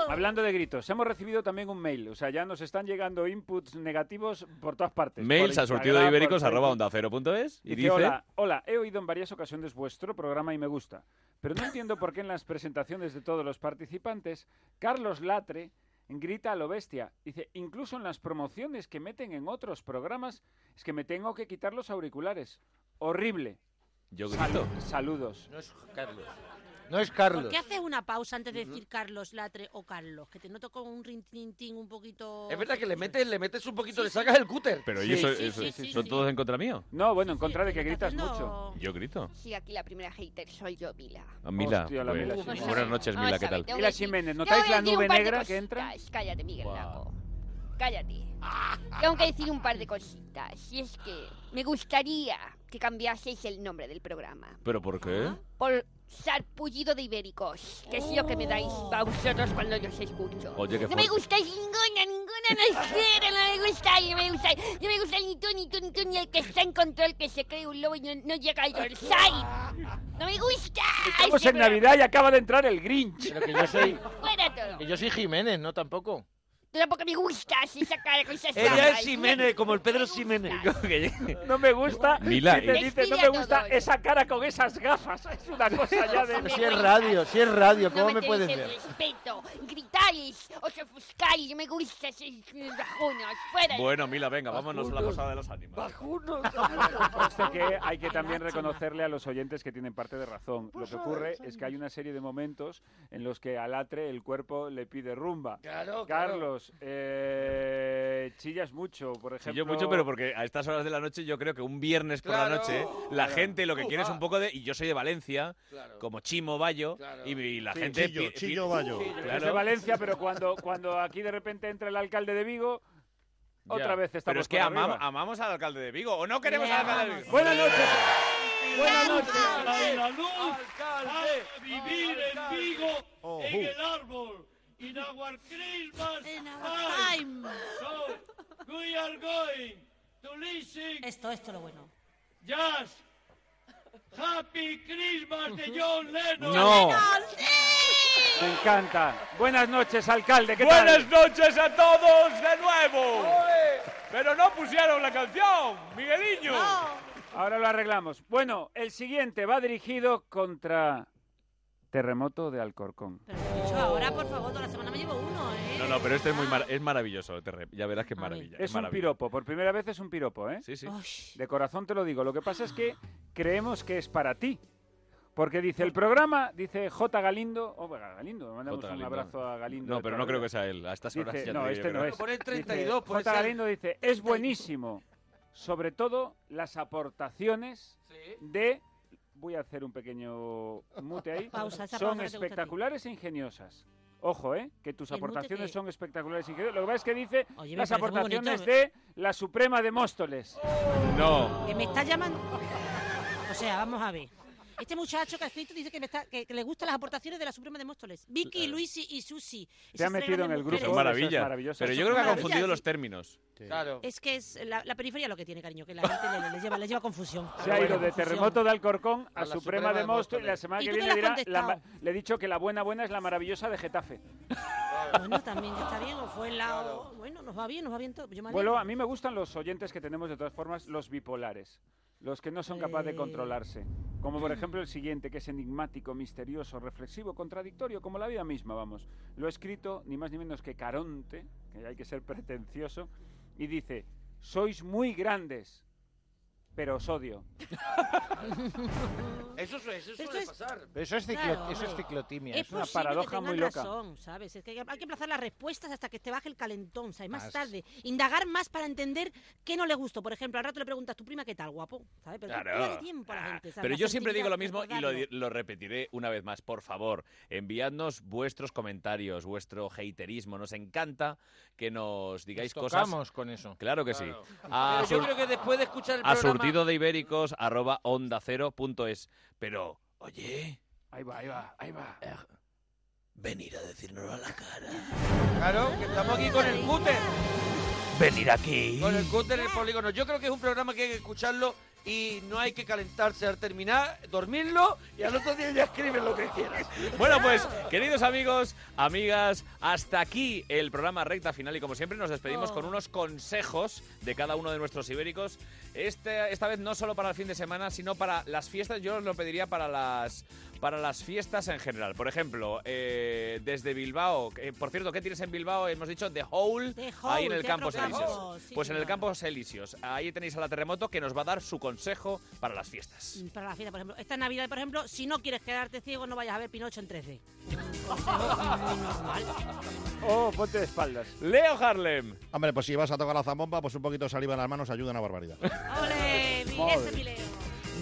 Speaker 4: Hablando de gritos, hemos recibido también un mail. O sea, ya nos están llegando inputs negativos por todas partes.
Speaker 1: mails
Speaker 4: Por
Speaker 1: a surtido
Speaker 4: Instagram,
Speaker 1: ibéricos
Speaker 4: por
Speaker 1: arroba
Speaker 4: Facebook.
Speaker 1: onda cero punto es y
Speaker 4: Dice,
Speaker 1: dice...
Speaker 4: Hola, hola, he oído en varias ocasiones vuestro programa y me gusta, pero no entiendo por qué en las presentaciones de todos los participantes, Carlos Latre grita a lo bestia. Dice, incluso en las promociones que meten en otros programas, es que me tengo que quitar los auriculares. Horrible.
Speaker 1: Yo
Speaker 4: Salu-
Speaker 1: grito.
Speaker 4: saludos.
Speaker 6: No es Carlos. No es Carlos.
Speaker 2: ¿Por qué haces una pausa antes de decir Carlos Latre o Carlos? Que te noto con un rintintín un poquito...
Speaker 5: Es verdad que le metes, le metes un poquito, le sacas el cúter.
Speaker 1: Pero
Speaker 5: Sí,
Speaker 1: ¿y eso,
Speaker 5: sí,
Speaker 1: eso-
Speaker 5: sí, sí,
Speaker 1: son
Speaker 5: sí.
Speaker 1: todos en contra mío?
Speaker 4: No, bueno, en contra de que gritas mucho.
Speaker 1: Yo grito.
Speaker 9: Sí, aquí la primera hater soy yo, Mila.
Speaker 1: Ah, Mila,
Speaker 4: Hostia, la
Speaker 1: pues,
Speaker 4: Mila Jiménez.
Speaker 1: buenas noches,
Speaker 9: Vamos
Speaker 1: Mila,
Speaker 9: a
Speaker 1: ¿qué
Speaker 9: ver,
Speaker 1: tal?
Speaker 9: tengo que
Speaker 4: Mila
Speaker 9: decir-
Speaker 4: Jiménez,
Speaker 9: tengo
Speaker 4: ¿notáis
Speaker 9: que
Speaker 4: la
Speaker 9: decir un
Speaker 4: nube
Speaker 9: par de
Speaker 4: negra que entra?
Speaker 9: cositas. Cállate, Miguel Lago. Cállate. Tengo que decir un par de cositas. Y es que me gustaría que cambiaseis el nombre del programa
Speaker 1: ¿Pero por qué?
Speaker 9: por Sarpullido de Ibéricos, que es lo que me dais a vosotros cuando los escucho.
Speaker 1: Oye, qué
Speaker 9: no me
Speaker 1: fuerte.
Speaker 9: gustáis ninguna, ninguna, no es cero, no me gustáis, no me gustáis. No me gustáis ni tú, ni tú, ni tú, ni el que está en control, que se cree un lobo y no, no llega al dorsal. No me gusta.
Speaker 4: Estamos
Speaker 9: este
Speaker 4: en Navidad y acaba de entrar el Grinch.
Speaker 6: Pero que yo soy,
Speaker 9: programa. Fuera todo.
Speaker 6: que yo soy Jiménez, ¿no? Tampoco.
Speaker 9: Tú tampoco me gustas y sacar cosas
Speaker 5: Ella es
Speaker 9: raras.
Speaker 5: Jiménez, como el Pedro Jiménez.
Speaker 4: No me gusta.
Speaker 1: Mila, eh.
Speaker 4: que te
Speaker 1: y-
Speaker 4: dice, no me
Speaker 9: Respira
Speaker 4: gusta
Speaker 9: todo
Speaker 4: esa cara con esas gafas. Es una cosa ya de...
Speaker 6: Pero si es radio, si es radio, ¿cómo
Speaker 9: no
Speaker 6: me
Speaker 9: tenéis
Speaker 6: puedes
Speaker 9: el
Speaker 6: ver?
Speaker 9: respeto. Gritáis, os ofuscáis, no me gusta, sois unos bajones. Fuera.
Speaker 1: Bueno, Mila, venga, vámonos a la posada de los ánimos.
Speaker 4: Conste que hay que también reconocerle a los oyentes que tienen parte de razón. Lo que ocurre es que hay una serie de momentos en los que al atre el cuerpo le pide rumba.
Speaker 5: Claro, claro.
Speaker 4: Carlos, eh, chillas mucho, por ejemplo.
Speaker 1: Yo mucho, pero porque a estas horas de la noche yo creo que un viernes por la
Speaker 4: Claro.
Speaker 1: noche la
Speaker 4: Claro.
Speaker 1: gente lo que quiere es
Speaker 4: Ufa.
Speaker 1: un poco de... Y yo soy de Valencia, como Chimo Bayo, y, y la
Speaker 4: Sí.
Speaker 1: gente...
Speaker 4: Chillo,
Speaker 1: pi- pi-
Speaker 4: Chillo Bayo.
Speaker 1: Claro.
Speaker 4: Es de Valencia, pero cuando, cuando aquí de repente entra el alcalde de Vigo,
Speaker 1: Ya.
Speaker 4: otra vez estamos
Speaker 1: Pero es que
Speaker 4: por
Speaker 1: amam-
Speaker 4: arriba.
Speaker 1: amamos al alcalde de Vigo, ¿o no queremos al alcalde de Vigo?
Speaker 4: Buenas noches.
Speaker 1: Buenas noches.
Speaker 19: ¡Alcalde! ¡Alcalde! ¡A vivir en Vigo! en el árbol. In our Christmas time. So, we are going to listen. Esto, esto lo bueno. Just Happy Christmas de John Lennon.
Speaker 4: No. Me encanta. Buenas noches, alcalde. ¿Qué tal?
Speaker 1: Buenas noches a todos de nuevo. Pero no pusieron la canción, Migueliño.
Speaker 4: Ahora lo arreglamos. Bueno, el siguiente va dirigido contra Terremoto de Alcorcón.
Speaker 2: Yo ahora, por favor, toda la semana me llevo uno, ¿eh?
Speaker 1: No, no, pero este es muy mar- es maravilloso, Terrem. Ya verás qué maravilla.
Speaker 4: Es un
Speaker 1: maravilla.
Speaker 4: piropo, por primera vez es un piropo, ¿eh?
Speaker 1: Sí, sí.
Speaker 4: De corazón te lo digo. Lo que pasa es que creemos que es para ti. Porque dice el programa, dice J. Galindo. Oh, bueno, Galindo, mandamos
Speaker 1: J.
Speaker 4: un
Speaker 1: Galindo.
Speaker 4: abrazo a Galindo.
Speaker 1: No,
Speaker 4: de
Speaker 1: pero
Speaker 4: toda
Speaker 1: no
Speaker 4: la
Speaker 1: creo
Speaker 4: vida.
Speaker 1: que sea él. A estas
Speaker 4: Dice-
Speaker 1: horas ya
Speaker 4: No,
Speaker 1: te
Speaker 4: este
Speaker 1: digo
Speaker 4: no
Speaker 1: que
Speaker 4: es.
Speaker 1: no. Pon el
Speaker 4: Dice-
Speaker 1: 32, pon
Speaker 4: J.
Speaker 1: ese-
Speaker 4: Galindo dice: es buenísimo. Sobre todo las aportaciones de. Voy a hacer un pequeño mute ahí.
Speaker 2: Pausa,
Speaker 4: son
Speaker 2: esa pausa que te gusta a ti.
Speaker 4: espectaculares e ingeniosas. Ojo, ¿eh? Que tus
Speaker 2: El mute
Speaker 4: aportaciones
Speaker 2: que-
Speaker 4: son espectaculares e ingeniosas. Lo que pasa es que dice
Speaker 2: me
Speaker 4: las
Speaker 2: parece muy
Speaker 4: aportaciones
Speaker 2: bonito,
Speaker 4: de la Suprema de Móstoles.
Speaker 1: No.
Speaker 2: Que me está llamando. O sea, vamos a ver. Este muchacho que ha escrito dice que, me está- que- que le gustan las aportaciones de la Suprema de Móstoles. Vicky, Luisi y Susi.
Speaker 4: Se ha
Speaker 2: Esas tres
Speaker 4: metido en
Speaker 2: grandes
Speaker 4: el grupo.
Speaker 1: Son
Speaker 4: Eso es
Speaker 1: maravillas.
Speaker 4: maravilloso.
Speaker 1: Pero
Speaker 4: Eso es
Speaker 1: yo creo que ha
Speaker 4: maravilloso.
Speaker 1: confundido los términos.
Speaker 2: Claro. Es que es la, la periferia lo que tiene, cariño, que la gente le, le lleva, le lleva confusión.
Speaker 4: Se ha
Speaker 2: Bueno,
Speaker 4: ido de
Speaker 2: confusión.
Speaker 4: terremoto de Alcorcón a,
Speaker 2: A la
Speaker 4: Suprema,
Speaker 2: Suprema
Speaker 4: de
Speaker 2: de
Speaker 4: Móstoles.
Speaker 2: Móstoles.
Speaker 4: y la semana
Speaker 2: ¿Y
Speaker 4: que
Speaker 2: tú qué
Speaker 4: viene
Speaker 2: le has
Speaker 4: dirá, la ma-
Speaker 2: contestado?
Speaker 4: le he dicho que la buena buena es la maravillosa de Getafe.
Speaker 2: Bueno, también que está bien, o fue el lado. Bueno, nos va bien, nos va bien todo. Yo me
Speaker 4: Bueno,
Speaker 2: alegro.
Speaker 4: a mí me gustan los oyentes que tenemos de todas formas, los bipolares, los que no son capaces de
Speaker 2: Eh.
Speaker 4: controlarse. Como por ejemplo el siguiente, que es enigmático, misterioso, reflexivo, contradictorio, como la vida misma, vamos. Lo ha escrito ni más ni menos que Caronte, que hay que ser pretencioso, y dice, sois muy grandes, pero os odio.
Speaker 5: Eso, su- eso suele pasar.
Speaker 6: Pero eso es, ciclo-
Speaker 2: Claro,
Speaker 6: eso es
Speaker 2: hombre.
Speaker 6: ciclotimia.
Speaker 2: Es
Speaker 6: eso.
Speaker 2: posible que tengan razón, ¿sabes? Es que hay que emplazar las respuestas hasta que te baje el calentón, ¿sabes? Más
Speaker 6: Más.
Speaker 2: tarde. Indagar más para entender qué no le gustó. Por ejemplo, al rato le preguntas, ¿tu prima qué tal, guapo? ¿Sabes? Pero
Speaker 1: Claro. Ah,
Speaker 2: dale tiempo a la gente, ¿sabes?
Speaker 1: Pero
Speaker 2: La
Speaker 1: yo siempre digo lo mismo
Speaker 2: sensibilidad,
Speaker 1: y lo, di-
Speaker 2: recordarlo.
Speaker 1: lo repetiré una vez más. Por favor, enviadnos vuestros comentarios, vuestro haterismo. Nos encanta que nos digáis
Speaker 6: Nos
Speaker 1: cosas.
Speaker 6: tocamos con eso.
Speaker 1: Claro que
Speaker 6: Claro.
Speaker 1: sí. A
Speaker 5: Pero yo
Speaker 1: sur-
Speaker 5: creo que después de escuchar el
Speaker 1: a
Speaker 5: programa-
Speaker 1: surtido de ibéricos arroba onda cero punto es. Pero, oye,
Speaker 4: Ahí va, ahí va, ahí va.
Speaker 1: venir a decirnos a la cara.
Speaker 5: Claro, que estamos aquí con el cúter.
Speaker 1: Venir aquí.
Speaker 5: Con el cúter, el polígono. Yo creo que es un programa que hay que escucharlo y no hay que calentarse al terminar, dormirlo y al otro día ya escribes lo que quieras.
Speaker 1: Bueno, pues, queridos amigos, amigas, hasta aquí el programa recta final y como siempre nos despedimos
Speaker 5: Oh.
Speaker 1: con unos consejos de cada uno de nuestros ibéricos. Este, esta vez no solo para el fin de semana, sino para las fiestas. Yo os lo pediría para las, para las fiestas en general. Por ejemplo, eh, desde Bilbao. eh, por cierto, ¿qué tienes en Bilbao? Hemos dicho The Hole,
Speaker 2: The
Speaker 1: ahí
Speaker 2: Hole,
Speaker 1: en el
Speaker 2: Teatro
Speaker 1: Campos
Speaker 2: Bravo,
Speaker 1: Elíseos.
Speaker 2: sí,
Speaker 1: pues en el
Speaker 2: señor.
Speaker 1: Campos Elíseos. Ahí tenéis a la Terremoto que nos va a dar su consejo para las fiestas.
Speaker 2: Para la fiesta, por ejemplo. Esta Navidad, por ejemplo, si no quieres quedarte ciego, no vayas a ver Pinocho en 3D.
Speaker 4: Oh, ponte de espaldas.
Speaker 1: Leo Harlem.
Speaker 7: Hombre, pues si vas a tocar la zambomba, pues un poquito de saliva en las manos ayuda una barbaridad.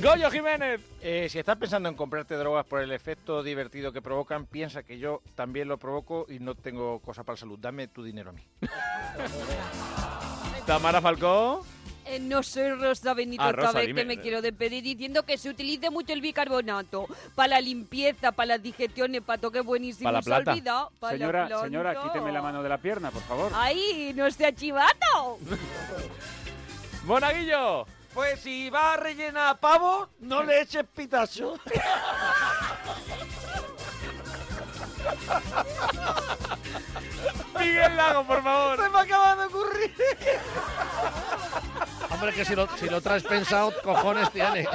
Speaker 1: Goyo Jiménez.
Speaker 6: Eh, si estás pensando en comprarte drogas por el efecto divertido que provocan, piensa que yo también lo provoco y no tengo cosa para la salud. Dame tu dinero a mí.
Speaker 1: Tamara Falcó.
Speaker 24: Eh, no soy Rosa Benito
Speaker 1: Ah, Rosa,
Speaker 24: otra vez
Speaker 1: dime.
Speaker 24: que me quiero despedir diciendo que se utilice mucho el bicarbonato para la limpieza, para las digestiones, pato, que buenísimo.
Speaker 4: Para la
Speaker 24: Se
Speaker 4: plata.
Speaker 24: olvida,
Speaker 12: pues
Speaker 24: para la
Speaker 4: señora,
Speaker 24: planta.
Speaker 4: señora, quíteme la mano de la pierna, por favor.
Speaker 12: Ah.
Speaker 24: ¡Ay, no sea chivato!
Speaker 1: Monaguillo.
Speaker 5: Pues si va a rellenar pavo, no le eches pitazo.
Speaker 1: Miguel Lago, por favor.
Speaker 5: Se me acaba de ocurrir.
Speaker 7: Hombre, que si lo, si lo traes pensado, cojones tiene.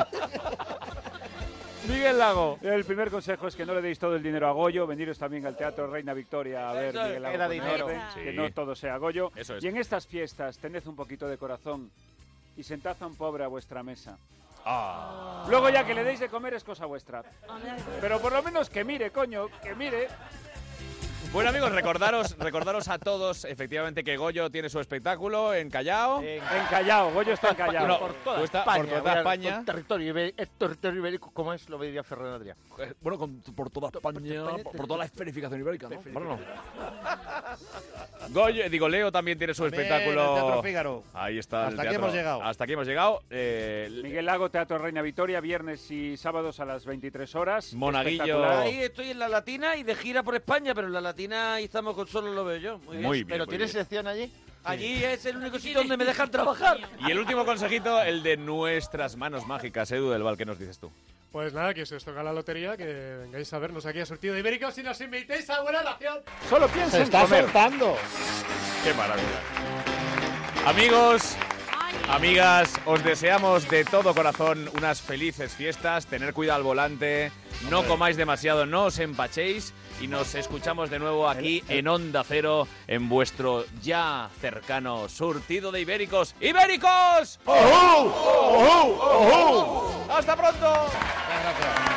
Speaker 1: Miguel Lago.
Speaker 4: El primer consejo es que no le deis todo el dinero a Goyo, veniros también al Teatro Reina Victoria a ver
Speaker 6: Eso es,
Speaker 4: Miguel Lago
Speaker 6: era
Speaker 4: con
Speaker 6: dinero.
Speaker 4: arte,
Speaker 6: Sí.
Speaker 4: que no todo sea Goyo.
Speaker 1: Eso es.
Speaker 4: Y en estas fiestas tened un poquito de corazón y sentad a un pobre a vuestra mesa.
Speaker 6: Ah.
Speaker 4: Luego ya que le deis de comer es cosa vuestra. Pero por lo menos que mire, coño, que mire.
Speaker 1: Bueno amigos, recordaros, recordaros a todos efectivamente que Goyo tiene su espectáculo en Callao.
Speaker 4: En Callao, Goyo está en Callao.
Speaker 1: por toda España. Por toda
Speaker 6: voy a-
Speaker 1: España.
Speaker 6: por territorio, ibé- es territorio ibérico, ¿cómo es? Lo diría Ferran Adrià.
Speaker 1: Eh, Bueno, por toda España, por, toda la esferificación ibérica, ¿no? Bueno, Goyo, digo, Leo también tiene su
Speaker 7: También,
Speaker 1: espectáculo.
Speaker 7: el Teatro Fígaro.
Speaker 1: Ahí está. el
Speaker 7: Hasta aquí
Speaker 1: teatro.
Speaker 7: hemos llegado.
Speaker 1: Hasta aquí hemos llegado. Eh,
Speaker 4: Miguel Lago, Teatro Reina Victoria, viernes y sábados a las 23 horas.
Speaker 1: Monaguillo.
Speaker 4: Espectacular.
Speaker 5: Ahí estoy en la latina y de gira por España, pero en la latina ahí estamos con solo lo veo yo. Muy bien.
Speaker 1: Muy bien,
Speaker 5: pero
Speaker 1: muy
Speaker 5: tienes
Speaker 1: bien.
Speaker 6: sección allí.
Speaker 5: Allí es el único sitio donde me dejan trabajar.
Speaker 1: Y el último consejito, el de nuestras manos mágicas, Edu del Val, ¿qué nos dices tú?
Speaker 10: Pues nada, que si os toca la lotería, que vengáis a vernos aquí a Surtido de Ibéricos y nos invitéis a buena ración.
Speaker 4: Solo piensa
Speaker 7: Se está
Speaker 1: soltando. Qué maravilla. Amigos, amigas, os deseamos de todo corazón unas felices fiestas, tener cuidado al volante, no comáis demasiado, no os empachéis y nos escuchamos de nuevo aquí en Onda Cero en vuestro ya cercano surtido de ibéricos. ¡Ibéricos!
Speaker 19: ¡Ojú!
Speaker 1: ¡Hasta pronto!
Speaker 19: Muchas gracias.